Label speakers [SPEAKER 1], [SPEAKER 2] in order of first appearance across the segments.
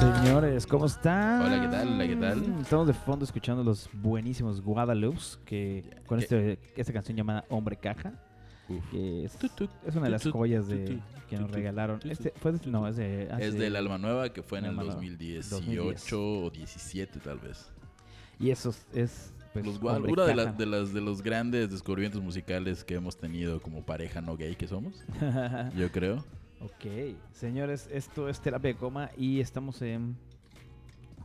[SPEAKER 1] señores, ¿cómo están?
[SPEAKER 2] Hola, ¿qué tal? Hola, ¿qué tal?
[SPEAKER 1] Estamos de fondo escuchando los buenísimos Guadalupes que con este, esta canción llamada Hombre Caja.
[SPEAKER 2] Uf.
[SPEAKER 1] que es,
[SPEAKER 2] Tu, tu,
[SPEAKER 1] es una de las
[SPEAKER 2] tu, tu,
[SPEAKER 1] joyas
[SPEAKER 2] tu,
[SPEAKER 1] de,
[SPEAKER 2] tu,
[SPEAKER 1] que
[SPEAKER 2] tu,
[SPEAKER 1] nos
[SPEAKER 2] tu,
[SPEAKER 1] regalaron.
[SPEAKER 2] tu, tu,
[SPEAKER 1] Este, fue, de- no, es de. hace-
[SPEAKER 2] Es del Alma Nueva que fue en el
[SPEAKER 1] Alma Nueva.
[SPEAKER 2] 2018 o 17 tal vez.
[SPEAKER 1] Y eso es- es. pues,
[SPEAKER 2] Los Guadalupe,
[SPEAKER 1] Hombre
[SPEAKER 2] una de,
[SPEAKER 1] Caja.
[SPEAKER 2] las de, las, de los grandes descubrimientos musicales que hemos tenido como pareja no gay que somos, yo creo.
[SPEAKER 1] ok, señores, esto es Terapia de Coma y estamos en.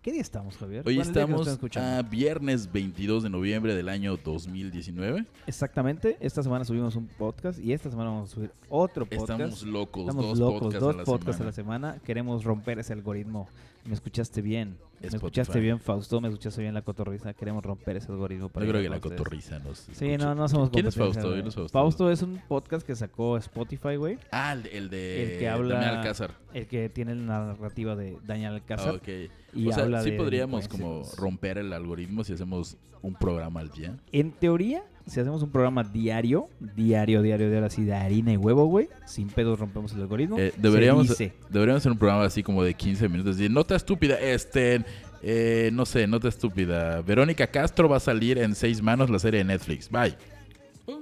[SPEAKER 1] ¿Qué día estamos, Javier?
[SPEAKER 2] Hoy
[SPEAKER 1] Bueno, el día que nos
[SPEAKER 2] estamos
[SPEAKER 1] están escuchando.
[SPEAKER 2] a viernes 22 de noviembre del año 2019.
[SPEAKER 1] Exactamente, esta semana subimos un podcast y esta semana vamos a subir otro podcast.
[SPEAKER 2] Estamos locos,
[SPEAKER 1] Estamos
[SPEAKER 2] dos
[SPEAKER 1] locos,
[SPEAKER 2] podcasts
[SPEAKER 1] dos
[SPEAKER 2] a la
[SPEAKER 1] podcasts
[SPEAKER 2] semana.
[SPEAKER 1] a la semana. Queremos romper ese algoritmo. Me escuchaste bien. Me
[SPEAKER 2] Spotify.
[SPEAKER 1] escuchaste bien, Fausto. Me escuchaste bien la cotorriza. Queremos romper ese algoritmo. para
[SPEAKER 2] Yo creo que la
[SPEAKER 1] ustedes.
[SPEAKER 2] cotorriza nos
[SPEAKER 1] Sí,
[SPEAKER 2] escucha.
[SPEAKER 1] no, no somos
[SPEAKER 2] ¿Quién es
[SPEAKER 1] competencia,
[SPEAKER 2] Fausto?
[SPEAKER 1] güey.
[SPEAKER 2] ¿Quién es Fausto?
[SPEAKER 1] Fausto es un podcast que sacó Spotify, güey.
[SPEAKER 2] Ah, el- el de
[SPEAKER 1] El que habla-
[SPEAKER 2] Damián Alcázar.
[SPEAKER 1] El que tiene la narrativa de Daniel
[SPEAKER 2] Ah,
[SPEAKER 1] Alcázar.
[SPEAKER 2] ok.
[SPEAKER 1] y
[SPEAKER 2] o sea,
[SPEAKER 1] habla
[SPEAKER 2] sí
[SPEAKER 1] de
[SPEAKER 2] podríamos como
[SPEAKER 1] delincuencias.
[SPEAKER 2] romper el algoritmo si hacemos un programa al día.
[SPEAKER 1] En teoría, si hacemos un programa diario, diario, diario, diario, así de harina y huevo, güey, sin pedos rompemos el algoritmo.
[SPEAKER 2] Eh,
[SPEAKER 1] Se
[SPEAKER 2] deberíamos,
[SPEAKER 1] dice.
[SPEAKER 2] deberíamos hacer un programa así como de 15 minutos. Decir, nota estúpida, este, eh, no sé, nota estúpida. Verónica Castro va a salir en seis manos la serie de Netflix. Bye.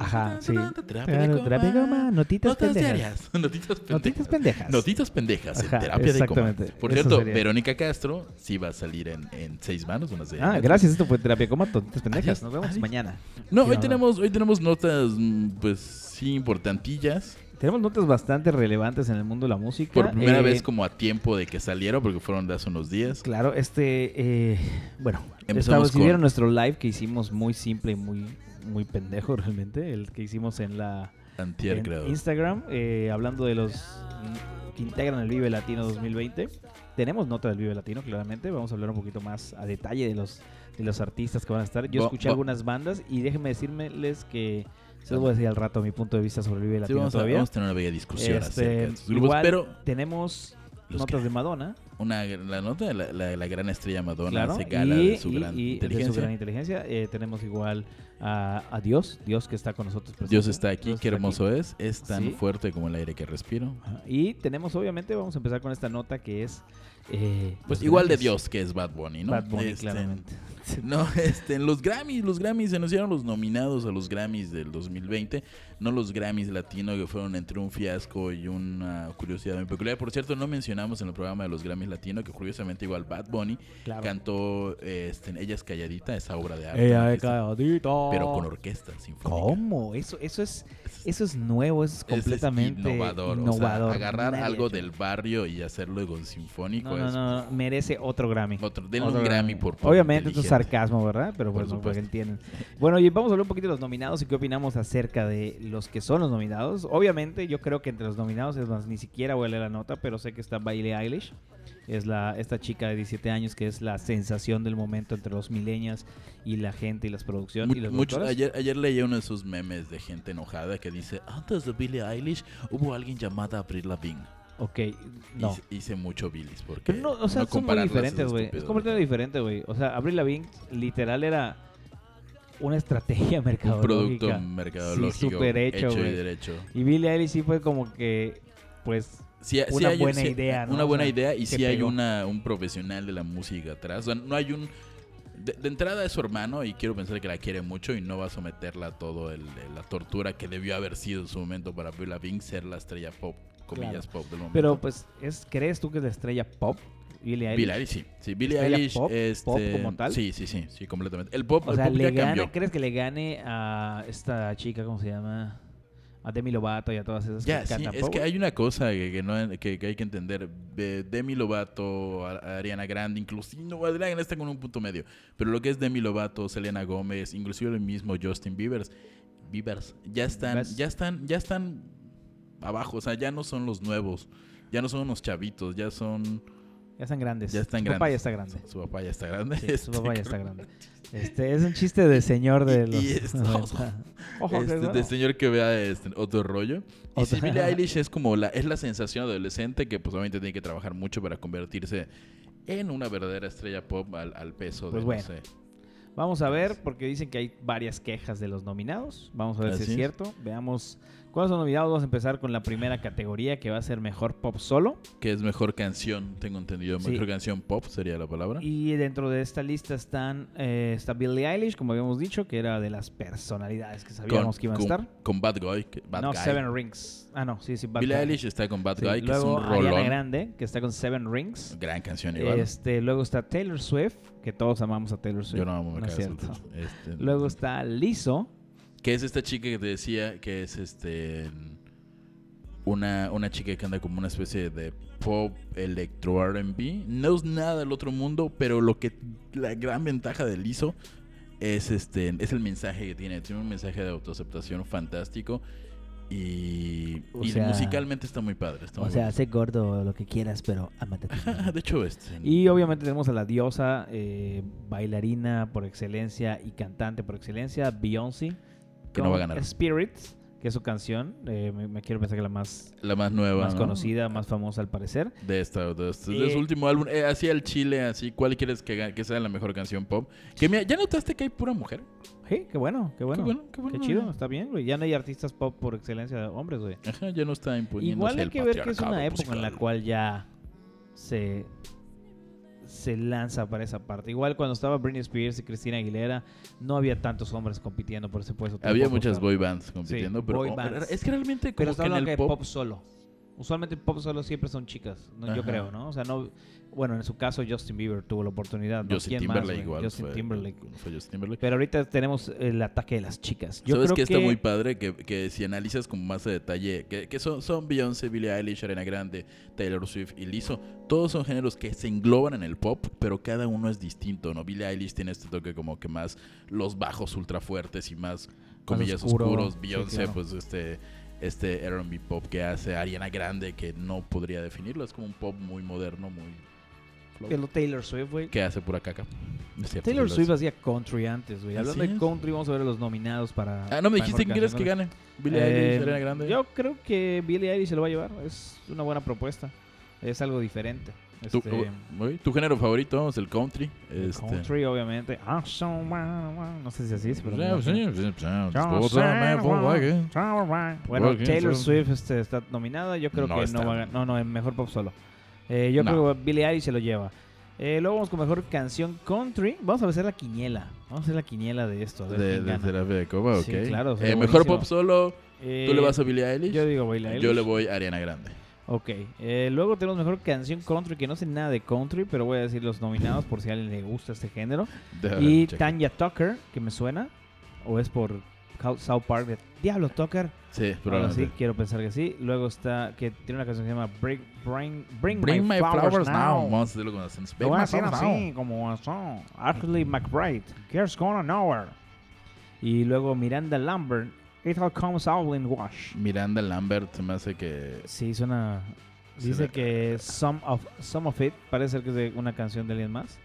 [SPEAKER 1] Ajá, sí.
[SPEAKER 2] Terapia de
[SPEAKER 1] Claro, terapia de coma, notitas
[SPEAKER 2] Notas
[SPEAKER 1] pendejas.
[SPEAKER 2] diarias. Notitas pendejas.
[SPEAKER 1] Notitas pendejas. Ah,
[SPEAKER 2] Notitas pendejas en
[SPEAKER 1] Ajá,
[SPEAKER 2] terapia de coma.
[SPEAKER 1] exactamente.
[SPEAKER 2] Por
[SPEAKER 1] Eso
[SPEAKER 2] cierto,
[SPEAKER 1] sería.
[SPEAKER 2] Verónica Castro sí va a salir en, en seis manos una serie. de
[SPEAKER 1] Ah,
[SPEAKER 2] Netflix.
[SPEAKER 1] gracias. Esto fue terapia de coma, notitas pendejas.
[SPEAKER 2] Adiós,
[SPEAKER 1] Nos vemos
[SPEAKER 2] adiós.
[SPEAKER 1] mañana.
[SPEAKER 2] No,
[SPEAKER 1] Sí,
[SPEAKER 2] hoy
[SPEAKER 1] no, no.
[SPEAKER 2] tenemos, hoy tenemos notas, mm, pues sí, importantillas.
[SPEAKER 1] Tenemos notas bastante relevantes en el mundo de la música.
[SPEAKER 2] Por primera
[SPEAKER 1] Eh,
[SPEAKER 2] vez como a tiempo de que salieron, porque fueron de hace unos días.
[SPEAKER 1] Claro, este. eh, bueno,
[SPEAKER 2] Empezamos
[SPEAKER 1] estamos, si vieron
[SPEAKER 2] con-
[SPEAKER 1] nuestro live que hicimos muy simple y muy, muy pendejo realmente. El que hicimos en la
[SPEAKER 2] Antier,
[SPEAKER 1] en
[SPEAKER 2] creo.
[SPEAKER 1] Instagram, eh, hablando de los que integran el Vive Latino 2020. Tenemos nota del Vive Latino, claramente. Vamos a hablar un poquito más a detalle de los, de los artistas que van a estar. Yo
[SPEAKER 2] Va-
[SPEAKER 1] escuché
[SPEAKER 2] va-
[SPEAKER 1] algunas bandas y déjenme decirles que se los voy a decir al rato mi punto de vista sobre el Vive
[SPEAKER 2] Sí,
[SPEAKER 1] Latino
[SPEAKER 2] vamos, a,
[SPEAKER 1] todavía.
[SPEAKER 2] vamos a tener una bella discusión
[SPEAKER 1] Este,
[SPEAKER 2] acerca de estos grupos,
[SPEAKER 1] igual
[SPEAKER 2] pero
[SPEAKER 1] tenemos
[SPEAKER 2] los
[SPEAKER 1] notas de Madonna,
[SPEAKER 2] una, la nota de la, la- la gran estrella Madonna
[SPEAKER 1] claro,
[SPEAKER 2] se
[SPEAKER 1] y,
[SPEAKER 2] gala de su
[SPEAKER 1] y-
[SPEAKER 2] gran
[SPEAKER 1] y de su
[SPEAKER 2] inteligencia.
[SPEAKER 1] gran inteligencia. Eh, tenemos igual a, a Dios, Dios que está con nosotros. presente.
[SPEAKER 2] Dios está aquí,
[SPEAKER 1] Dios
[SPEAKER 2] qué
[SPEAKER 1] está aquí.
[SPEAKER 2] hermoso es, es tan
[SPEAKER 1] Sí.
[SPEAKER 2] fuerte como el aire que respiro.
[SPEAKER 1] Ajá. Y tenemos, obviamente, vamos a empezar con esta nota que es. eh,
[SPEAKER 2] Pues
[SPEAKER 1] los
[SPEAKER 2] igual de
[SPEAKER 1] Grammys.
[SPEAKER 2] Dios que es Bad Bunny, ¿no?
[SPEAKER 1] Bad Bunny,
[SPEAKER 2] Este,
[SPEAKER 1] claramente.
[SPEAKER 2] No, este, en los Grammys, los Grammys se anunciaron los nominados a los Grammys del 2020, no los Grammys latino que fueron entre un fiasco y una curiosidad muy peculiar. Por cierto, no mencionamos en el programa de los Grammys latino que curiosamente igual Bad Bunny
[SPEAKER 1] Claro.
[SPEAKER 2] cantó este, Ella es calladita, esa obra de arte.
[SPEAKER 1] Ella
[SPEAKER 2] ¿no?
[SPEAKER 1] es
[SPEAKER 2] Que está-
[SPEAKER 1] calladita.
[SPEAKER 2] pero con orquesta sinfónica.
[SPEAKER 1] oh. ¿Cómo? Eso, eso, es, eso es nuevo, eso es
[SPEAKER 2] Ese es
[SPEAKER 1] completamente
[SPEAKER 2] innovador, o sea,
[SPEAKER 1] innovador.
[SPEAKER 2] agarrar
[SPEAKER 1] Nadie ha
[SPEAKER 2] algo
[SPEAKER 1] hecho
[SPEAKER 2] del barrio y hacerlo con sinfónico
[SPEAKER 1] No, no,
[SPEAKER 2] es
[SPEAKER 1] no, no, merece otro Grammy.
[SPEAKER 2] otro. Denle
[SPEAKER 1] Otro
[SPEAKER 2] un Grammy por por
[SPEAKER 1] Obviamente, esto es
[SPEAKER 2] inteligente.
[SPEAKER 1] sarcasmo, ¿verdad? Pero
[SPEAKER 2] Por
[SPEAKER 1] bueno, para que
[SPEAKER 2] supuesto.
[SPEAKER 1] entiendan. Bueno, y vamos a hablar un poquito de los nominados y qué opinamos acerca de los que son los nominados. Obviamente, yo creo que entre los nominados, es más, ni siquiera voy a leer la nota, pero sé que está Bailey Eilish. Es la, esta chica de 17 años que es la sensación del momento entre los milenias y la gente y las producciones.
[SPEAKER 2] Mu-
[SPEAKER 1] y las
[SPEAKER 2] muchos-
[SPEAKER 1] productoras.
[SPEAKER 2] ayer, ayer leí uno de esos memes de gente enojada que dice, antes de Billie Eilish hubo alguien llamada Abril Lavigne.
[SPEAKER 1] Ok, no.
[SPEAKER 2] Hice, hice mucho Billis porque
[SPEAKER 1] Pero no, o sea, son muy
[SPEAKER 2] compararlas
[SPEAKER 1] diferentes, güey. Es
[SPEAKER 2] estúpido,
[SPEAKER 1] completamente diferente, güey. O sea, Avril Lavigne literal era una
[SPEAKER 2] ¿no?
[SPEAKER 1] estrategia
[SPEAKER 2] Un
[SPEAKER 1] mercadológica.
[SPEAKER 2] producto mercadológico
[SPEAKER 1] Sí, súper hecho,
[SPEAKER 2] hecho, y
[SPEAKER 1] güey.
[SPEAKER 2] derecho.
[SPEAKER 1] Y Billie Eilish sí fue como que, pues,
[SPEAKER 2] Sí, sí
[SPEAKER 1] Una
[SPEAKER 2] hay-
[SPEAKER 1] buena
[SPEAKER 2] sí-
[SPEAKER 1] idea, ¿no?
[SPEAKER 2] Una
[SPEAKER 1] O
[SPEAKER 2] buena
[SPEAKER 1] sea,
[SPEAKER 2] idea y
[SPEAKER 1] que
[SPEAKER 2] sí hay
[SPEAKER 1] pegó.
[SPEAKER 2] una, un profesional de la música atrás. O sea, no hay un... De, de entrada es su hermano y quiero pensar que la quiere mucho y no va a someterla a todo el- el- la tortura que debió haber sido en su momento para Avril Lavigne ser la estrella pop, comillas pop del momento.
[SPEAKER 1] pero pues, es, ¿crees tú que es la estrella pop? Billie Eilish.
[SPEAKER 2] Billie Eilish, sí. Sí, Billie
[SPEAKER 1] ¿Estrella
[SPEAKER 2] Eilish.
[SPEAKER 1] pop?
[SPEAKER 2] este,
[SPEAKER 1] ¿Pop como tal?
[SPEAKER 2] Sí, sí, sí, sí, completamente. El pop,
[SPEAKER 1] O
[SPEAKER 2] el
[SPEAKER 1] sea,
[SPEAKER 2] pop
[SPEAKER 1] ¿le
[SPEAKER 2] ya
[SPEAKER 1] gana,
[SPEAKER 2] cambió.
[SPEAKER 1] ¿crees que le gane a esta chica, ¿cómo se llama? A Demi Lovato y a todas esas
[SPEAKER 2] Ya,
[SPEAKER 1] que
[SPEAKER 2] sí,
[SPEAKER 1] cantan
[SPEAKER 2] es
[SPEAKER 1] pop,
[SPEAKER 2] que
[SPEAKER 1] güey?
[SPEAKER 2] hay una cosa que, que no, que, que hay que entender. De- Demi Lovato, a- a Ariana Grande, inclusive no, Ariana Grande está con un punto medio. Pero lo que es Demi Lovato, Selena Gómez, inclusive el mismo Justin Bieber, Biebers, ya están,
[SPEAKER 1] Biebers.
[SPEAKER 2] ya están, ya están abajo. O sea, ya no son los nuevos, ya no son unos chavitos, ya son,
[SPEAKER 1] Ya están grandes.
[SPEAKER 2] ya están
[SPEAKER 1] Su
[SPEAKER 2] grandes.
[SPEAKER 1] papá ya está grande.
[SPEAKER 2] Su, su papá ya está grande.
[SPEAKER 1] Sí, su
[SPEAKER 2] Este,
[SPEAKER 1] papá ya está grande. Este, es un chiste de señor de
[SPEAKER 2] Y-
[SPEAKER 1] los...
[SPEAKER 2] y esto-
[SPEAKER 1] noventa. Ojo,
[SPEAKER 2] Este,
[SPEAKER 1] Alfredo.
[SPEAKER 2] de señor que vea este, otro rollo. Y
[SPEAKER 1] Otro-
[SPEAKER 2] si Billie Eilish es como la, es la sensación adolescente que pues obviamente tiene que trabajar mucho para convertirse en una verdadera estrella pop al, al peso
[SPEAKER 1] Pues
[SPEAKER 2] de
[SPEAKER 1] bueno,
[SPEAKER 2] no sé.
[SPEAKER 1] Vamos a ver, porque dicen que hay varias quejas de los nominados. Vamos a ver
[SPEAKER 2] Así
[SPEAKER 1] si es
[SPEAKER 2] es.
[SPEAKER 1] cierto. Veamos ¿Cuáles son los nominados? Vamos a empezar con la primera categoría que va a ser mejor pop solo.
[SPEAKER 2] Que es mejor canción, tengo entendido.
[SPEAKER 1] Sí.
[SPEAKER 2] Mejor canción pop sería la palabra.
[SPEAKER 1] Y dentro de esta lista están eh, está Billie Eilish, como habíamos dicho, que era de las personalidades que sabíamos que iban a
[SPEAKER 2] con,
[SPEAKER 1] estar.
[SPEAKER 2] con Bad Guy. que- Bad
[SPEAKER 1] no,
[SPEAKER 2] Guy.
[SPEAKER 1] Seven Rings. Ah, no, sí, sí, Bad
[SPEAKER 2] Billie
[SPEAKER 1] Guy.
[SPEAKER 2] Eilish está con Bad
[SPEAKER 1] Sí,
[SPEAKER 2] Guy, que
[SPEAKER 1] luego
[SPEAKER 2] es un
[SPEAKER 1] Ariana
[SPEAKER 2] rolón.
[SPEAKER 1] Grande, que está con Seven Rings.
[SPEAKER 2] Gran canción igual.
[SPEAKER 1] Este, luego está Taylor Swift, que todos amamos a Taylor Swift.
[SPEAKER 2] Yo no amo me cagas,
[SPEAKER 1] es cierto.
[SPEAKER 2] este,
[SPEAKER 1] Luego está Lizzo.
[SPEAKER 2] Que es esta chica que te decía que es este. Una, una chica que anda como una especie de pop electro RB. No es nada del otro mundo, pero lo que. La gran ventaja de Lizzo es este. Es el mensaje que tiene. Tiene un mensaje de autoaceptación fantástico. Y,
[SPEAKER 1] O
[SPEAKER 2] y
[SPEAKER 1] sea-
[SPEAKER 2] musicalmente está muy padre. está muy
[SPEAKER 1] sé gordo lo que quieras, pero amate
[SPEAKER 2] bueno. de hecho, este.
[SPEAKER 1] Y obviamente tenemos a la diosa eh, bailarina por excelencia y cantante por excelencia, Beyoncé.
[SPEAKER 2] Que no va a
[SPEAKER 1] con
[SPEAKER 2] ganar.
[SPEAKER 1] Spirit, que es su canción. eh, me, me quiero pensar que la más,
[SPEAKER 2] La más nueva.
[SPEAKER 1] más
[SPEAKER 2] ¿no?
[SPEAKER 1] conocida, más famosa al parecer.
[SPEAKER 2] De esta, de, este- de
[SPEAKER 1] Eh,
[SPEAKER 2] su último álbum. Eh, así al chile, así. ¿Cuál quieres que, ga- que sea la mejor canción pop? Que mira, ¿ya notaste que hay pura mujer?
[SPEAKER 1] Sí, qué bueno, qué bueno. Qué,
[SPEAKER 2] bueno, qué bueno,
[SPEAKER 1] chido,
[SPEAKER 2] güey.
[SPEAKER 1] está bien, güey. Ya no hay artistas pop por excelencia de hombres, güey.
[SPEAKER 2] Ajá, ya no está imponiéndose
[SPEAKER 1] Igual hay
[SPEAKER 2] el
[SPEAKER 1] que ver que es una
[SPEAKER 2] patriarcado pues,
[SPEAKER 1] época en la
[SPEAKER 2] musical.
[SPEAKER 1] cual ya se se lanza para esa parte. Igual cuando estaba Britney Spears y Cristina Aguilera, no había tantos hombres compitiendo por ese puesto.
[SPEAKER 2] Había
[SPEAKER 1] tampoco,
[SPEAKER 2] muchas
[SPEAKER 1] ¿sabes?
[SPEAKER 2] boy bands compitiendo, pero
[SPEAKER 1] boy
[SPEAKER 2] oh,
[SPEAKER 1] bands.
[SPEAKER 2] es que realmente
[SPEAKER 1] Pero
[SPEAKER 2] como que
[SPEAKER 1] estaba
[SPEAKER 2] en el
[SPEAKER 1] hablando que
[SPEAKER 2] pop,
[SPEAKER 1] pop. solo. Usualmente pop solo siempre son chicas, ¿no?
[SPEAKER 2] Ajá.
[SPEAKER 1] yo creo, ¿no? O sea, no bueno, en su caso Justin Bieber tuvo la oportunidad, ¿no?
[SPEAKER 2] Justin
[SPEAKER 1] ¿Quién más,
[SPEAKER 2] Timberlake
[SPEAKER 1] güey?
[SPEAKER 2] igual
[SPEAKER 1] Justin
[SPEAKER 2] fue,
[SPEAKER 1] Timberlake.
[SPEAKER 2] fue Justin Timberlake.
[SPEAKER 1] Pero ahorita tenemos el ataque de las chicas. Yo
[SPEAKER 2] ¿Sabes
[SPEAKER 1] creo
[SPEAKER 2] que está muy padre? Que, que si analizas con más detalle, que, que son, son Beyoncé, Billie Eilish, Arena Grande, Taylor Swift y Lizzo. Todos son géneros que se engloban en el pop, pero cada uno es distinto, ¿no? Billie Eilish tiene este toque como que más los bajos ultra fuertes y más, comillas,
[SPEAKER 1] oscuro.
[SPEAKER 2] oscuros.
[SPEAKER 1] Sí,
[SPEAKER 2] Beyoncé,
[SPEAKER 1] claro.
[SPEAKER 2] pues este este R&B pop que hace Ariana Grande que no podría definirlo es como un pop muy moderno muy
[SPEAKER 1] Pero Taylor Swift, güey.
[SPEAKER 2] que hace pura caca Es cierto,
[SPEAKER 1] Taylor
[SPEAKER 2] sí lo
[SPEAKER 1] Swift
[SPEAKER 2] hace.
[SPEAKER 1] hacía country antes, güey.
[SPEAKER 2] Así
[SPEAKER 1] Hablando de
[SPEAKER 2] es.
[SPEAKER 1] country, vamos a ver los nominados para.
[SPEAKER 2] ah no me
[SPEAKER 1] para
[SPEAKER 2] dijiste
[SPEAKER 1] mejor
[SPEAKER 2] quién quieres que
[SPEAKER 1] canción.
[SPEAKER 2] gane Billie
[SPEAKER 1] Eh,
[SPEAKER 2] Eilish Ariana Grande
[SPEAKER 1] Yo creo que Billie Eilish se lo va a llevar. Es una buena propuesta. Es algo diferente.
[SPEAKER 2] Tu,
[SPEAKER 1] Este,
[SPEAKER 2] uy, tu género favorito es el country.
[SPEAKER 1] el
[SPEAKER 2] uh, este.
[SPEAKER 1] Country, obviamente. Ah, so wa- wa- No sé si así es, pero. me
[SPEAKER 2] pues,
[SPEAKER 1] imagino. Bueno,
[SPEAKER 2] Volkswagen,
[SPEAKER 1] Taylor
[SPEAKER 2] sí.
[SPEAKER 1] Swift este, está nominada. Yo creo
[SPEAKER 2] No
[SPEAKER 1] que
[SPEAKER 2] está.
[SPEAKER 1] no va a ganar. No, no, es mejor pop solo. Eh, yo
[SPEAKER 2] No.
[SPEAKER 1] creo que Billie Eilish se lo lleva. Eh, luego vamos con mejor canción country. Vamos a hacer la quiniela. Vamos a hacer la quiniela de esto. a ver
[SPEAKER 2] De,
[SPEAKER 1] quién
[SPEAKER 2] de
[SPEAKER 1] gana.
[SPEAKER 2] terapia de copa, ok.
[SPEAKER 1] Sí, claro,
[SPEAKER 2] Eh,
[SPEAKER 1] sería
[SPEAKER 2] mejor
[SPEAKER 1] buenísimo.
[SPEAKER 2] pop solo. ¿Tú le
[SPEAKER 1] Eh,
[SPEAKER 2] vas a Billie Eilish?
[SPEAKER 1] Yo digo Billie Eilish.
[SPEAKER 2] Yo le voy a Ariana Grande.
[SPEAKER 1] Ok. eh, luego tenemos mejor canción country, que no sé nada de country, pero voy a decir los nominados por si a alguien le gusta este género.
[SPEAKER 2] Deja
[SPEAKER 1] y
[SPEAKER 2] checar.
[SPEAKER 1] Tanya Tucker, que me suena, o es por Cou- South Park de Diablo Tucker.
[SPEAKER 2] Sí,
[SPEAKER 1] Ahora sí,
[SPEAKER 2] probablemente.
[SPEAKER 1] quiero pensar que sí. Luego está, que tiene una canción que se llama Bring, Bring, Bring,
[SPEAKER 2] Bring
[SPEAKER 1] My, Flowers, Now.
[SPEAKER 2] Vamos a hacerlo con acento.
[SPEAKER 1] Lo
[SPEAKER 2] Bring
[SPEAKER 1] van a
[SPEAKER 2] my
[SPEAKER 1] hacer
[SPEAKER 2] flowers
[SPEAKER 1] así,
[SPEAKER 2] now.
[SPEAKER 1] como son. Ashley McBride, Girls Gonna Nowhere. Y luego Miranda Lambert, It All Comes Out in Wash.
[SPEAKER 2] Miranda Lambert se me hace que.
[SPEAKER 1] Sí, suena.
[SPEAKER 2] Sí,
[SPEAKER 1] Dice
[SPEAKER 2] la-
[SPEAKER 1] que Some of, Some of It parece ser que es de una canción de alguien más,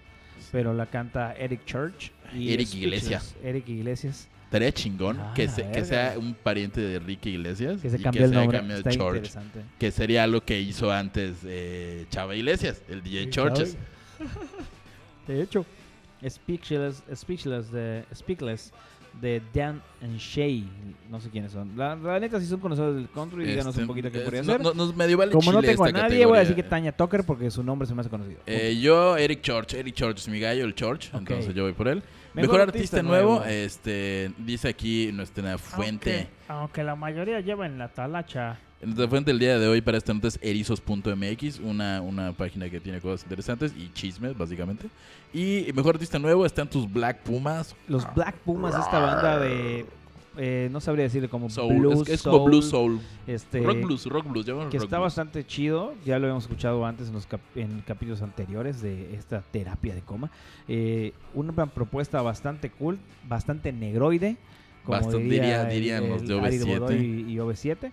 [SPEAKER 1] pero la canta Eric Church y
[SPEAKER 2] Eric
[SPEAKER 1] Speechless,
[SPEAKER 2] Iglesias.
[SPEAKER 1] Eric Iglesias,
[SPEAKER 2] Estaría chingón
[SPEAKER 1] Ah,
[SPEAKER 2] que,
[SPEAKER 1] la
[SPEAKER 2] se- que
[SPEAKER 1] verga.
[SPEAKER 2] sea un pariente de Ricky Iglesias.
[SPEAKER 1] que se
[SPEAKER 2] y
[SPEAKER 1] cambió el
[SPEAKER 2] haya
[SPEAKER 1] nombre.
[SPEAKER 2] cambiado
[SPEAKER 1] Está
[SPEAKER 2] George.
[SPEAKER 1] interesante.
[SPEAKER 2] que sería lo que hizo antes eh, Chava Iglesias, el DJ Chorches.
[SPEAKER 1] De hecho, Speechless, Speechless de Speechless de Dan and Shay, no sé quiénes son. La, la neta si son conocedores del country, díganos
[SPEAKER 2] Este,
[SPEAKER 1] un poquito qué
[SPEAKER 2] es-
[SPEAKER 1] podría
[SPEAKER 2] no-
[SPEAKER 1] ser.
[SPEAKER 2] no- nos medio vale
[SPEAKER 1] Como no
[SPEAKER 2] chile
[SPEAKER 1] tengo a
[SPEAKER 2] esta
[SPEAKER 1] nadie, voy a decir que
[SPEAKER 2] categoría.
[SPEAKER 1] Tanya Tucker porque su nombre se me hace conocido.
[SPEAKER 2] Eh, yo, Eric Church, Eric Church es mi gallo, el Church,
[SPEAKER 1] Ok.
[SPEAKER 2] entonces yo voy por él. Mejor, artista, nuevo, este, dice aquí nuestra fuente.
[SPEAKER 1] Aunque la mayoría llevan la talacha.
[SPEAKER 2] Nuestra fuente el día de hoy para esta nota es erizos.mx, una, una página que tiene cosas interesantes y chismes, básicamente. Y mejor artista nuevo están tus Black Pumas.
[SPEAKER 1] Los Black Pumas, esta banda de. eh, no sabría decirle como
[SPEAKER 2] Soul,
[SPEAKER 1] blues.
[SPEAKER 2] es, es como Blue
[SPEAKER 1] soul,
[SPEAKER 2] Soul.
[SPEAKER 1] Este,
[SPEAKER 2] rock Blues, Rock Blues, llámalo
[SPEAKER 1] Que
[SPEAKER 2] rock
[SPEAKER 1] está
[SPEAKER 2] blues.
[SPEAKER 1] bastante chido. Ya lo habíamos escuchado antes en los cap- en capítulos anteriores de esta terapia de coma. Eh, una propuesta bastante cool, bastante negroide. Como
[SPEAKER 2] Bastante, diría-
[SPEAKER 1] diría,
[SPEAKER 2] dirían los de
[SPEAKER 1] Ari
[SPEAKER 2] OV7.
[SPEAKER 1] Godoy Y, y OV7.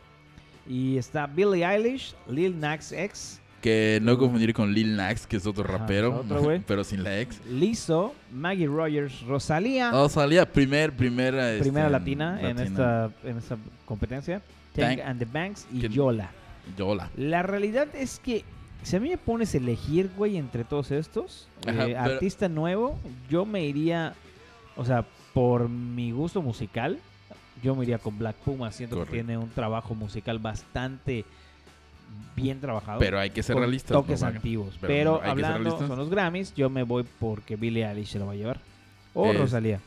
[SPEAKER 1] Y está Billie Eilish, Lil Nas X,
[SPEAKER 2] Que no confundir con Lil Nax, que es otro
[SPEAKER 1] Ajá,
[SPEAKER 2] rapero,
[SPEAKER 1] es otro, güey.
[SPEAKER 2] pero sin la ex.
[SPEAKER 1] Lizzo, Maggie Rogers, Rosalía.
[SPEAKER 2] O salía primer, primera. Oh, este,
[SPEAKER 1] Ah. primera latina, en
[SPEAKER 2] latina.
[SPEAKER 1] esta en esta competencia. Tank,
[SPEAKER 2] Tank.
[SPEAKER 1] and the Banks y
[SPEAKER 2] ¿Quién?
[SPEAKER 1] Yola.
[SPEAKER 2] Yola.
[SPEAKER 1] La realidad es que si a mí me pones a elegir, güey, entre todos estos,
[SPEAKER 2] Ajá,
[SPEAKER 1] eh,
[SPEAKER 2] pero-
[SPEAKER 1] artista nuevo, yo me iría, o sea, por mi gusto musical, Yo me iría con Black Puma. Siento
[SPEAKER 2] Correcto.
[SPEAKER 1] que tiene un trabajo musical bastante bien trabajado.
[SPEAKER 2] Pero hay que ser
[SPEAKER 1] con
[SPEAKER 2] realistas. ¿no,
[SPEAKER 1] Toques
[SPEAKER 2] Wagner?
[SPEAKER 1] antiguos.
[SPEAKER 2] Pero
[SPEAKER 1] Pero,
[SPEAKER 2] hay que ser
[SPEAKER 1] hablando,
[SPEAKER 2] realistas.
[SPEAKER 1] son los Grammys. Yo me voy porque Billie Eilish se lo va a llevar. O
[SPEAKER 2] Es-
[SPEAKER 1] Rosalía.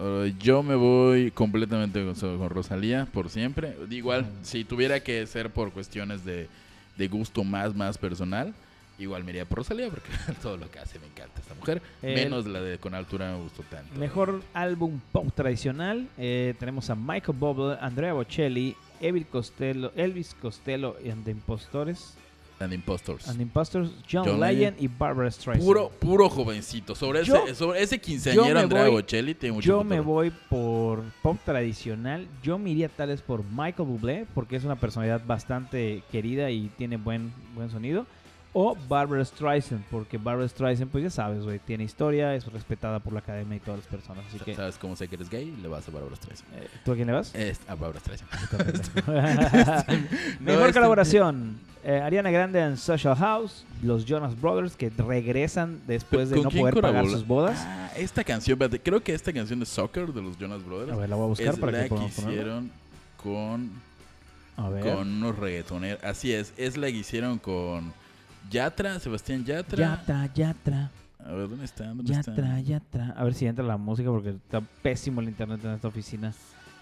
[SPEAKER 2] Uh, yo me voy completamente con, so- con Rosalía por siempre. Igual,
[SPEAKER 1] Ujú.
[SPEAKER 2] si tuviera que ser por cuestiones de, de gusto más, más personal, igual me iría por Rosalía porque todo lo que hace me encanta esta mujer.
[SPEAKER 1] El-
[SPEAKER 2] menos la de con altura me gustó tanto.
[SPEAKER 1] Mejor álbum pop tradicional. eh, tenemos a Michael Bublé, Andrea Bocelli, Elvis Costello, Elvis Costello and the Impostores,
[SPEAKER 2] And Impostors.
[SPEAKER 1] and Impostors, John,
[SPEAKER 2] John
[SPEAKER 1] Legend
[SPEAKER 2] Legend.
[SPEAKER 1] y Barbara Streisand.
[SPEAKER 2] Puro, puro jovencito. Sobre
[SPEAKER 1] Yo-
[SPEAKER 2] ese, sobre ese quinceañero
[SPEAKER 1] me
[SPEAKER 2] Andrea
[SPEAKER 1] voy-
[SPEAKER 2] Bocelli tiene mucho
[SPEAKER 1] Yo me
[SPEAKER 2] futuro.
[SPEAKER 1] voy por pop tradicional. Yo me iría tal vez por Michael Bublé porque es una personalidad bastante querida y tiene buen, buen sonido. O Barbara Streisand, porque Barbara Streisand, pues ya sabes, güey, tiene historia, es respetada por la academia y todas las personas. Así que,
[SPEAKER 2] ¿Sabes cómo sé que eres gay? Le vas a Bárbara Streisand.
[SPEAKER 1] eh, ¿tú a quién le vas?
[SPEAKER 2] Es- a Bárbara Streisand. No,
[SPEAKER 1] Mejor
[SPEAKER 2] este-
[SPEAKER 1] colaboración. eh, Ariana Grande en Social House, los Jonas Brothers que regresan después de
[SPEAKER 2] ¿Con
[SPEAKER 1] no
[SPEAKER 2] quién
[SPEAKER 1] poder pagar
[SPEAKER 2] colabora?
[SPEAKER 1] sus bodas.
[SPEAKER 2] Ah, esta canción, espérate, creo que esta canción de Soccer de los Jonas Brothers.
[SPEAKER 1] A ver, la voy a buscar
[SPEAKER 2] es
[SPEAKER 1] para
[SPEAKER 2] la
[SPEAKER 1] que
[SPEAKER 2] que
[SPEAKER 1] podamos ponerla.
[SPEAKER 2] hicieron con,
[SPEAKER 1] A ver.
[SPEAKER 2] con unos reggaetoneros. Así es, es la que hicieron con Yatra, Sebastián Yatra.
[SPEAKER 1] Yatra, yatra,
[SPEAKER 2] A ver, ¿dónde está? ¿Dónde está?
[SPEAKER 1] yatra, yatra. A ver si entra la música porque está pésimo el internet en esta oficina.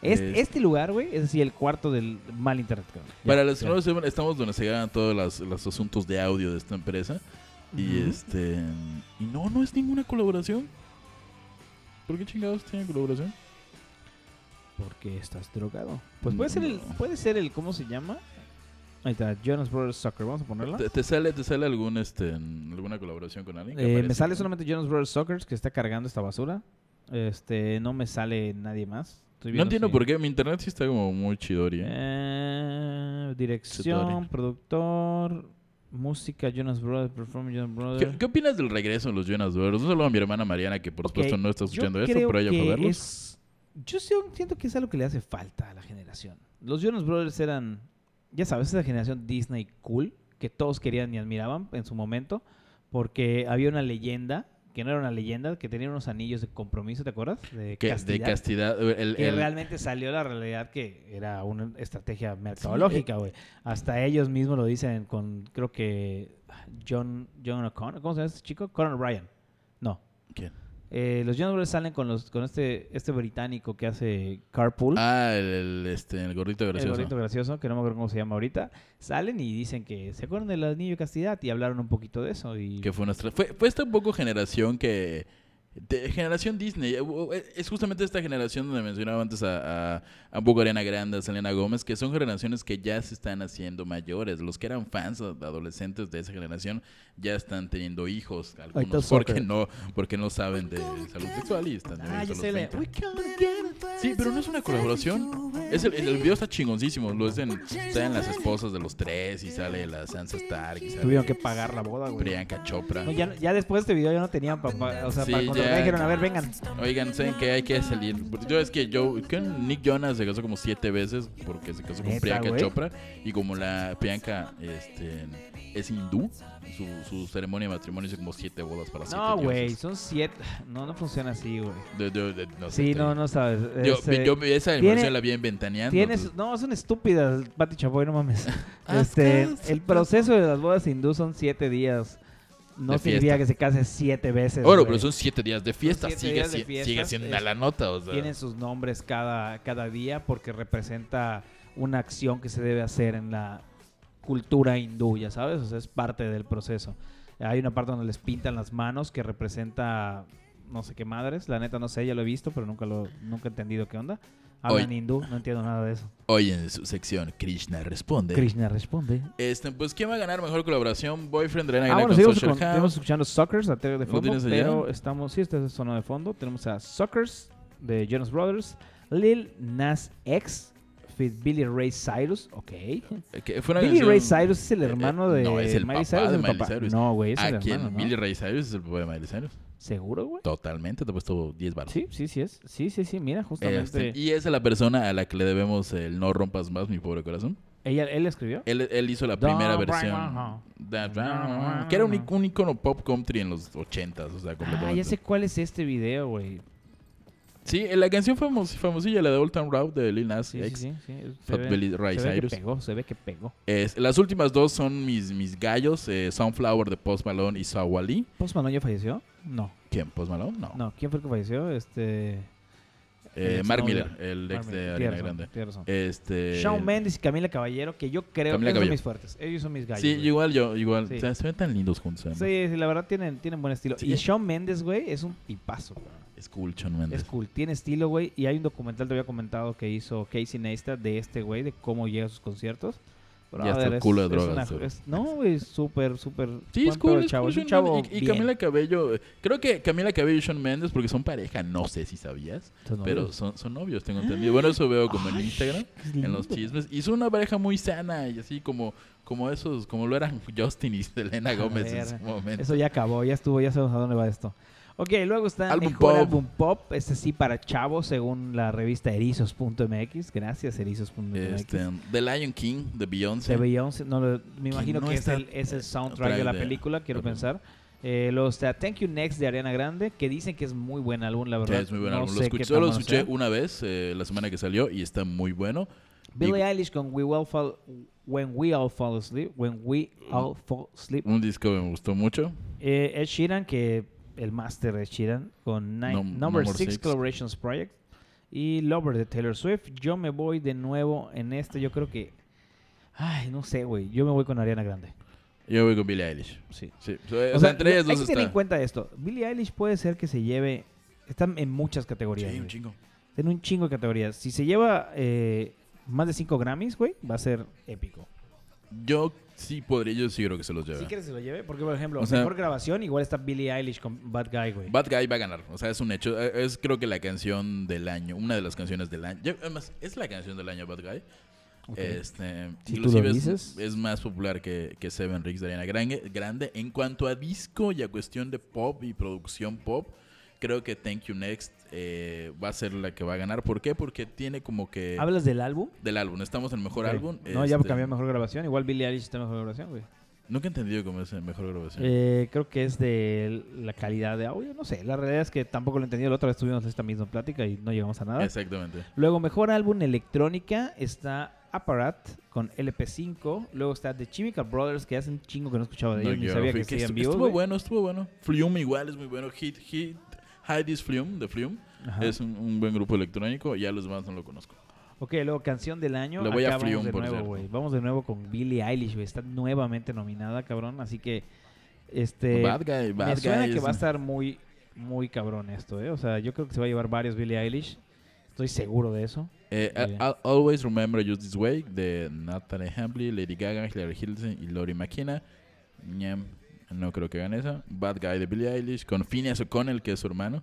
[SPEAKER 1] Este,
[SPEAKER 2] Este-
[SPEAKER 1] este lugar, güey, es así el cuarto del mal internet. cabrón. Ya,
[SPEAKER 2] Para los que
[SPEAKER 1] ya.
[SPEAKER 2] no lo sepan, estamos donde se graban todos los, los asuntos de audio de esta empresa. Y
[SPEAKER 1] Ujú.
[SPEAKER 2] este. Y no, no es ninguna colaboración. ¿Por qué chingados tiene colaboración?
[SPEAKER 1] Porque estás drogado. Pues puede ser el,
[SPEAKER 2] No.
[SPEAKER 1] puede ser el, ¿cómo se llama? Ahí está, Jonas Brothers Soccer. Vamos a ponerla.
[SPEAKER 2] ¿Te, te sale, ¿Te sale algún, este, alguna colaboración con alguien? que
[SPEAKER 1] Eh, me
[SPEAKER 2] aparece,
[SPEAKER 1] sale
[SPEAKER 2] no?
[SPEAKER 1] solamente Jonas Brothers Soccer que está cargando esta basura. Este, no me sale nadie más.
[SPEAKER 2] No
[SPEAKER 1] Estoy viendo
[SPEAKER 2] entiendo
[SPEAKER 1] si-
[SPEAKER 2] por qué. Mi internet sí está como muy chidori. ¿eh?
[SPEAKER 1] Eh,
[SPEAKER 2] Tutorial.
[SPEAKER 1] dirección, productor, música, Jonas Brothers, perform Jonas
[SPEAKER 2] ¿Qué,
[SPEAKER 1] Brothers.
[SPEAKER 2] qué opinas del regreso de los Jonas Brothers? Un saludo a mi hermana Mariana, que por
[SPEAKER 1] Ok,
[SPEAKER 2] supuesto no está escuchando
[SPEAKER 1] yo
[SPEAKER 2] esto,
[SPEAKER 1] creo
[SPEAKER 2] pero ella fue
[SPEAKER 1] que
[SPEAKER 2] a verlos.
[SPEAKER 1] es- yo sí siento que es algo que le hace falta a la generación. Los Jonas Brothers eran, ya sabes, esa generación Disney cool que todos querían y admiraban en su momento porque había una leyenda que no era una leyenda, que tenía unos anillos de compromiso, ¿te acuerdas? De
[SPEAKER 2] Que- de
[SPEAKER 1] castidad.
[SPEAKER 2] castidad. el-
[SPEAKER 1] Que
[SPEAKER 2] el-
[SPEAKER 1] realmente salió la realidad que era una estrategia
[SPEAKER 2] eh,
[SPEAKER 1] mercadológica, güey. Hasta ellos mismos lo dicen con, creo que, John, John O'Connor. ¿Cómo se llama este chico? Conor Ryan. No.
[SPEAKER 2] ¿Quién?
[SPEAKER 1] Eh, los Jonas Brothers salen con, los, con este, este británico que hace Carpool.
[SPEAKER 2] Ah, el, el, este, el gordito gracioso.
[SPEAKER 1] El gordito gracioso, que no me acuerdo cómo se llama ahorita. Salen y dicen que se acuerdan del anillo de castidad y hablaron un poquito de eso. Y
[SPEAKER 2] Que fue nuestra. Fue, fue esta un poco generación que. de- generación Disney. Hubo- Es justamente esta generación donde mencionaba antes a, a, a un poco Ariana Grande, a Selena Gómez, que son generaciones que ya se están haciendo mayores. Los que eran fans a- adolescentes de esa generación ya están teniendo hijos. Algunos
[SPEAKER 1] está
[SPEAKER 2] porque
[SPEAKER 1] soccer.
[SPEAKER 2] no, porque no saben de salud sexual y están
[SPEAKER 1] Ah,
[SPEAKER 2] llegando
[SPEAKER 1] ya
[SPEAKER 2] a
[SPEAKER 1] sé,
[SPEAKER 2] los
[SPEAKER 1] la-
[SPEAKER 2] 20.
[SPEAKER 1] We can't get it.
[SPEAKER 2] Sí, pero no es una colaboración. Es el, el- el video está chingoncísimo. Lo hacen, salen las esposas de los tres y sale la Sansa Stark y sale
[SPEAKER 1] Tuvieron que pagar la boda, güey.
[SPEAKER 2] Priyanka Chopra.
[SPEAKER 1] No, ya, ya después de este video ya no tenían papá. O sea,
[SPEAKER 2] Sí,
[SPEAKER 1] para contratar
[SPEAKER 2] ya.
[SPEAKER 1] dijeron, a ver, vengan.
[SPEAKER 2] Oigan, ¿saben qué? Hay que salir. Yo es que yo, que Nick Jonas se casó como siete veces porque se casó con
[SPEAKER 1] ¿Neta,
[SPEAKER 2] Priyanka
[SPEAKER 1] güey?
[SPEAKER 2] Chopra. Y como la Priyanka este, es hindú, su, su ceremonia de matrimonio hizo como siete bodas para siete
[SPEAKER 1] No, güey,
[SPEAKER 2] dioses.
[SPEAKER 1] son siete. No, no funciona así, güey.
[SPEAKER 2] Yo- yo- yo- no sé,
[SPEAKER 1] Sí,
[SPEAKER 2] estoy-
[SPEAKER 1] no, no sabes.
[SPEAKER 2] Yo,
[SPEAKER 1] Este,
[SPEAKER 2] yo esa
[SPEAKER 1] tiene-
[SPEAKER 2] información la vi en Ventaneando.
[SPEAKER 1] tienes,
[SPEAKER 2] entonces-
[SPEAKER 1] no, son estúpidas, Pati Chapoy, no mames.
[SPEAKER 2] Ah,
[SPEAKER 1] este,
[SPEAKER 2] es que-
[SPEAKER 1] el proceso de las bodas hindú son siete días. No
[SPEAKER 2] De
[SPEAKER 1] significa
[SPEAKER 2] fiesta.
[SPEAKER 1] que se case siete veces.
[SPEAKER 2] Oro,
[SPEAKER 1] güey.
[SPEAKER 2] pero son siete días de fiesta.
[SPEAKER 1] siete
[SPEAKER 2] sigue,
[SPEAKER 1] días de
[SPEAKER 2] si-
[SPEAKER 1] fiesta,
[SPEAKER 2] sigue siendo
[SPEAKER 1] es-
[SPEAKER 2] la nota. O sea.
[SPEAKER 1] Tienen sus nombres cada, cada día porque representa una acción que se debe hacer en la cultura hindú, ya sabes, o sea, es parte del proceso. Hay una parte donde les pintan las manos que representa no sé qué madres, la neta no sé, ya lo he visto, pero nunca lo nunca he entendido qué onda. Hablan
[SPEAKER 2] Oye.
[SPEAKER 1] hindú, no entiendo nada de eso.
[SPEAKER 2] Hoy en su sección, Krishna responde.
[SPEAKER 1] Krishna responde.
[SPEAKER 2] Este, pues, ¿quién va a ganar mejor colaboración? Boyfriend, Ariana
[SPEAKER 1] Ah,
[SPEAKER 2] Grande
[SPEAKER 1] bueno,
[SPEAKER 2] con
[SPEAKER 1] seguimos,
[SPEAKER 2] Social
[SPEAKER 1] con-
[SPEAKER 2] House.
[SPEAKER 1] seguimos escuchando Suckers, la tele de
[SPEAKER 2] ¿Lo
[SPEAKER 1] fondo,
[SPEAKER 2] tienes allá?
[SPEAKER 1] pero estamos, sí, esta es zona de fondo. Tenemos a Suckers de Jonas Brothers, Lil Nas X, Fit Billy Ray Cyrus, ok.
[SPEAKER 2] Eh, Que fue una
[SPEAKER 1] Billy Ray
[SPEAKER 2] canción-
[SPEAKER 1] Cyrus es el
[SPEAKER 2] Eh, eh,
[SPEAKER 1] hermano de
[SPEAKER 2] no, es el
[SPEAKER 1] Miley
[SPEAKER 2] papá
[SPEAKER 1] Cyrus.
[SPEAKER 2] de
[SPEAKER 1] ¿o el
[SPEAKER 2] Miley
[SPEAKER 1] papá?
[SPEAKER 2] Cyrus.
[SPEAKER 1] No, güey, es
[SPEAKER 2] ¿A
[SPEAKER 1] el
[SPEAKER 2] quién?
[SPEAKER 1] hermano, ¿no?
[SPEAKER 2] Billy Ray Cyrus es el papá de Miley Cyrus.
[SPEAKER 1] ¿Seguro, güey?
[SPEAKER 2] Totalmente, te he puesto 10 baros.
[SPEAKER 1] Sí, sí, sí es. Sí, sí, sí, mira, justamente.
[SPEAKER 2] Este, y esa es la persona a la que le debemos el No rompas más, mi pobre corazón.
[SPEAKER 1] Ella, él la escribió.
[SPEAKER 2] Él, él hizo la
[SPEAKER 1] Don't
[SPEAKER 2] primera
[SPEAKER 1] break my
[SPEAKER 2] versión.
[SPEAKER 1] heart.
[SPEAKER 2] That- que era un, ic- un icono pop country en los 80s, o sea,
[SPEAKER 1] Ah,
[SPEAKER 2] completamente.
[SPEAKER 1] ya sé cuál es este video, güey.
[SPEAKER 2] Sí, eh, la canción famos, famosilla, la de Old Town Road de Lil Nas
[SPEAKER 1] Sí,
[SPEAKER 2] X.
[SPEAKER 1] sí, sí. sí. Se
[SPEAKER 2] Fat
[SPEAKER 1] ve-
[SPEAKER 2] Billy Ray
[SPEAKER 1] se ve que
[SPEAKER 2] Cyrus.
[SPEAKER 1] pegó, se ve que pegó.
[SPEAKER 2] Es- las últimas dos son mis, mis gallos, eh, Sunflower de Post Malone y Sawali.
[SPEAKER 1] ¿Post Malone ya falleció? No.
[SPEAKER 2] ¿Quién? ¿Post Malone? No.
[SPEAKER 1] No, ¿quién fue el que falleció? Este...
[SPEAKER 2] Eh,
[SPEAKER 1] El
[SPEAKER 2] Mark
[SPEAKER 1] exnovio.
[SPEAKER 2] Miller, el
[SPEAKER 1] Mark
[SPEAKER 2] ex de
[SPEAKER 1] Miller.
[SPEAKER 2] Ariana
[SPEAKER 1] Tienes razón,
[SPEAKER 2] Grande.
[SPEAKER 1] tienes razón.
[SPEAKER 2] Este,
[SPEAKER 1] Shawn Mendes y Camila Caballero, que yo creo
[SPEAKER 2] Camila
[SPEAKER 1] que ellos son
[SPEAKER 2] Cabello.
[SPEAKER 1] mis fuertes. Ellos son mis gallos.
[SPEAKER 2] Sí,
[SPEAKER 1] güey.
[SPEAKER 2] igual yo, igual.
[SPEAKER 1] Sí.
[SPEAKER 2] O sea, se ven tan lindos juntos. además.
[SPEAKER 1] Sí, sí, la verdad tienen, tienen buen estilo.
[SPEAKER 2] Sí.
[SPEAKER 1] Y Shawn Mendes, güey, es un tipazo. güey.
[SPEAKER 2] Es cool, Shawn Mendes.
[SPEAKER 1] Es cool, tiene estilo, güey. Y hay un documental, te había comentado, que hizo Casey Neistat de este güey, de cómo llega a sus conciertos.
[SPEAKER 2] Ya está el culo de drogas,
[SPEAKER 1] una-
[SPEAKER 2] güey.
[SPEAKER 1] es- no, güey, súper, súper.
[SPEAKER 2] Sí,
[SPEAKER 1] buen
[SPEAKER 2] es
[SPEAKER 1] pedo
[SPEAKER 2] cool,
[SPEAKER 1] el
[SPEAKER 2] es
[SPEAKER 1] chavo.
[SPEAKER 2] cool,
[SPEAKER 1] Es un
[SPEAKER 2] Shawn
[SPEAKER 1] chavo
[SPEAKER 2] Mendes. y, y
[SPEAKER 1] bien.
[SPEAKER 2] Camila Cabello, eh, creo que Camila Cabello y Shawn Mendes, porque son pareja, no sé si sabías,
[SPEAKER 1] Estos
[SPEAKER 2] pero
[SPEAKER 1] novios.
[SPEAKER 2] son, son novios, tengo entendido. Bueno, eso veo como en
[SPEAKER 1] Ay,
[SPEAKER 2] Instagram,
[SPEAKER 1] qué
[SPEAKER 2] en los
[SPEAKER 1] lindo.
[SPEAKER 2] chismes. Y son una pareja muy sana y así como, como esos, como lo eran Justin y Selena Gómez en
[SPEAKER 1] verga.
[SPEAKER 2] su momento.
[SPEAKER 1] Eso ya acabó, ya estuvo, ya sabemos a dónde va esto. Ok, luego está
[SPEAKER 2] Álbum
[SPEAKER 1] mejor
[SPEAKER 2] pop.
[SPEAKER 1] álbum pop, este sí para chavos, según la revista erizos.mx. Gracias, erizos.mx.
[SPEAKER 2] Este, The Lion King, de Beyoncé.
[SPEAKER 1] De Beyoncé, no lo- me imagino
[SPEAKER 2] no
[SPEAKER 1] que es
[SPEAKER 2] está-
[SPEAKER 1] el, es el
[SPEAKER 2] track
[SPEAKER 1] soundtrack de la
[SPEAKER 2] de-
[SPEAKER 1] película, quiero
[SPEAKER 2] perdón.
[SPEAKER 1] pensar. Eh, luego está Thank You Next de Ariana Grande, que dicen que es muy buen álbum, la
[SPEAKER 2] Sí,
[SPEAKER 1] verdad.
[SPEAKER 2] es muy buen
[SPEAKER 1] no
[SPEAKER 2] álbum. Lo
[SPEAKER 1] sé
[SPEAKER 2] escuché-
[SPEAKER 1] qué
[SPEAKER 2] solo lo
[SPEAKER 1] tan bueno
[SPEAKER 2] escuché
[SPEAKER 1] sea.
[SPEAKER 2] una vez eh, la semana que salió y está muy bueno.
[SPEAKER 1] Billie
[SPEAKER 2] y-
[SPEAKER 1] Eilish con We Will Fall, When We All Fall Asleep. When We All Fall Asleep.
[SPEAKER 2] Un disco que me gustó mucho.
[SPEAKER 1] Eh, Ed Sheeran, que el máster de Ed Sheeran, con Nine-
[SPEAKER 2] Num-
[SPEAKER 1] Number
[SPEAKER 2] Number
[SPEAKER 1] 6
[SPEAKER 2] Six.
[SPEAKER 1] Collaborations Project y Lover de Taylor Swift. Yo me voy de nuevo en este, yo creo que... Ay, no sé, güey. Yo me voy con Ariana Grande.
[SPEAKER 2] Yo voy con Billie Eilish.
[SPEAKER 1] Sí.
[SPEAKER 2] Sí. O sea,
[SPEAKER 1] O sea,
[SPEAKER 2] entre
[SPEAKER 1] lo-
[SPEAKER 2] ellas
[SPEAKER 1] hay
[SPEAKER 2] dos
[SPEAKER 1] que
[SPEAKER 2] está.
[SPEAKER 1] tener en cuenta esto. Billie Eilish puede ser que se lleve... Están en muchas categorías.
[SPEAKER 2] Sí, un
[SPEAKER 1] güey.
[SPEAKER 2] chingo.
[SPEAKER 1] Tiene un chingo de categorías. Si se lleva eh, más de 5 Grammys, güey, va a ser épico.
[SPEAKER 2] Yo sí podría, yo sí creo que se los lleva.
[SPEAKER 1] Si quieres se lo lleve, porque por ejemplo,
[SPEAKER 2] O sea-
[SPEAKER 1] mejor grabación, igual está Billie Eilish con Bad Guy, güey.
[SPEAKER 2] Bad Guy va a ganar, o sea, es un hecho. Eh, Es creo que la canción del año, una de las canciones del año. Ya, Además, es la canción del año Bad Guy.
[SPEAKER 1] Ok.
[SPEAKER 2] Este,
[SPEAKER 1] Si tú
[SPEAKER 2] inclusive
[SPEAKER 1] lo
[SPEAKER 2] es-
[SPEAKER 1] dices.
[SPEAKER 2] Es, más popular que, que Seven Rings de Ariana Grande, Grande. En cuanto a disco y a cuestión de pop y producción pop, creo que Thank You Next eh, va a ser la que va a ganar. ¿Por qué? Porque tiene como que...
[SPEAKER 1] ¿Hablas del álbum?
[SPEAKER 2] Del álbum, estamos en mejor
[SPEAKER 1] Ok.
[SPEAKER 2] álbum.
[SPEAKER 1] No, ya
[SPEAKER 2] este,
[SPEAKER 1] cambié a mejor grabación. Igual Billie Eilish está en mejor grabación, güey.
[SPEAKER 2] Nunca he entendido cómo es eh, mejor grabación.
[SPEAKER 1] Eh, creo que es de la calidad de audio. No sé, la realidad es que tampoco lo he entendido. La otra vez tuvimos esta misma plática y no llegamos a nada.
[SPEAKER 2] Exactamente.
[SPEAKER 1] Luego, mejor álbum electrónica está Apparat con LP5. Luego está The Chemical Brothers, que hace un chingo que no escuchaba de
[SPEAKER 2] No,
[SPEAKER 1] ellos. Ni
[SPEAKER 2] yo
[SPEAKER 1] sabía
[SPEAKER 2] fui-
[SPEAKER 1] que seguían
[SPEAKER 2] estu-
[SPEAKER 1] vivos.
[SPEAKER 2] Estuvo
[SPEAKER 1] güey.
[SPEAKER 2] bueno, estuvo bueno. Flume igual es muy bueno. Hit, hit, Hide this Flume, de Flume.
[SPEAKER 1] Ajá.
[SPEAKER 2] Es un, un buen grupo electrónico. Ya los demás no lo conozco.
[SPEAKER 1] Ok, luego canción del año.
[SPEAKER 2] Le voy a
[SPEAKER 1] Acá vamos
[SPEAKER 2] Flion,
[SPEAKER 1] de
[SPEAKER 2] por
[SPEAKER 1] nuevo,
[SPEAKER 2] cierto.
[SPEAKER 1] güey. Vamos de nuevo con Billie Eilish, güey. Está nuevamente nominada, cabrón. Así que, este...
[SPEAKER 2] bad Guy, Bad
[SPEAKER 1] me
[SPEAKER 2] Guy.
[SPEAKER 1] suena que
[SPEAKER 2] es-
[SPEAKER 1] va a estar muy, muy cabrón esto, ¿eh? O sea, yo creo que se va a llevar varios Billie Eilish. Estoy seguro de eso.
[SPEAKER 2] eh,
[SPEAKER 1] Muy bien.
[SPEAKER 2] I'll Always Remember Just This Way de Natalie Hembley, Lady Gaga, Hillary Hilton y Lori McKenna. Ñam, No creo que gane esa. Bad Guy de Billie Eilish con Phineas O'Connell, que es su hermano.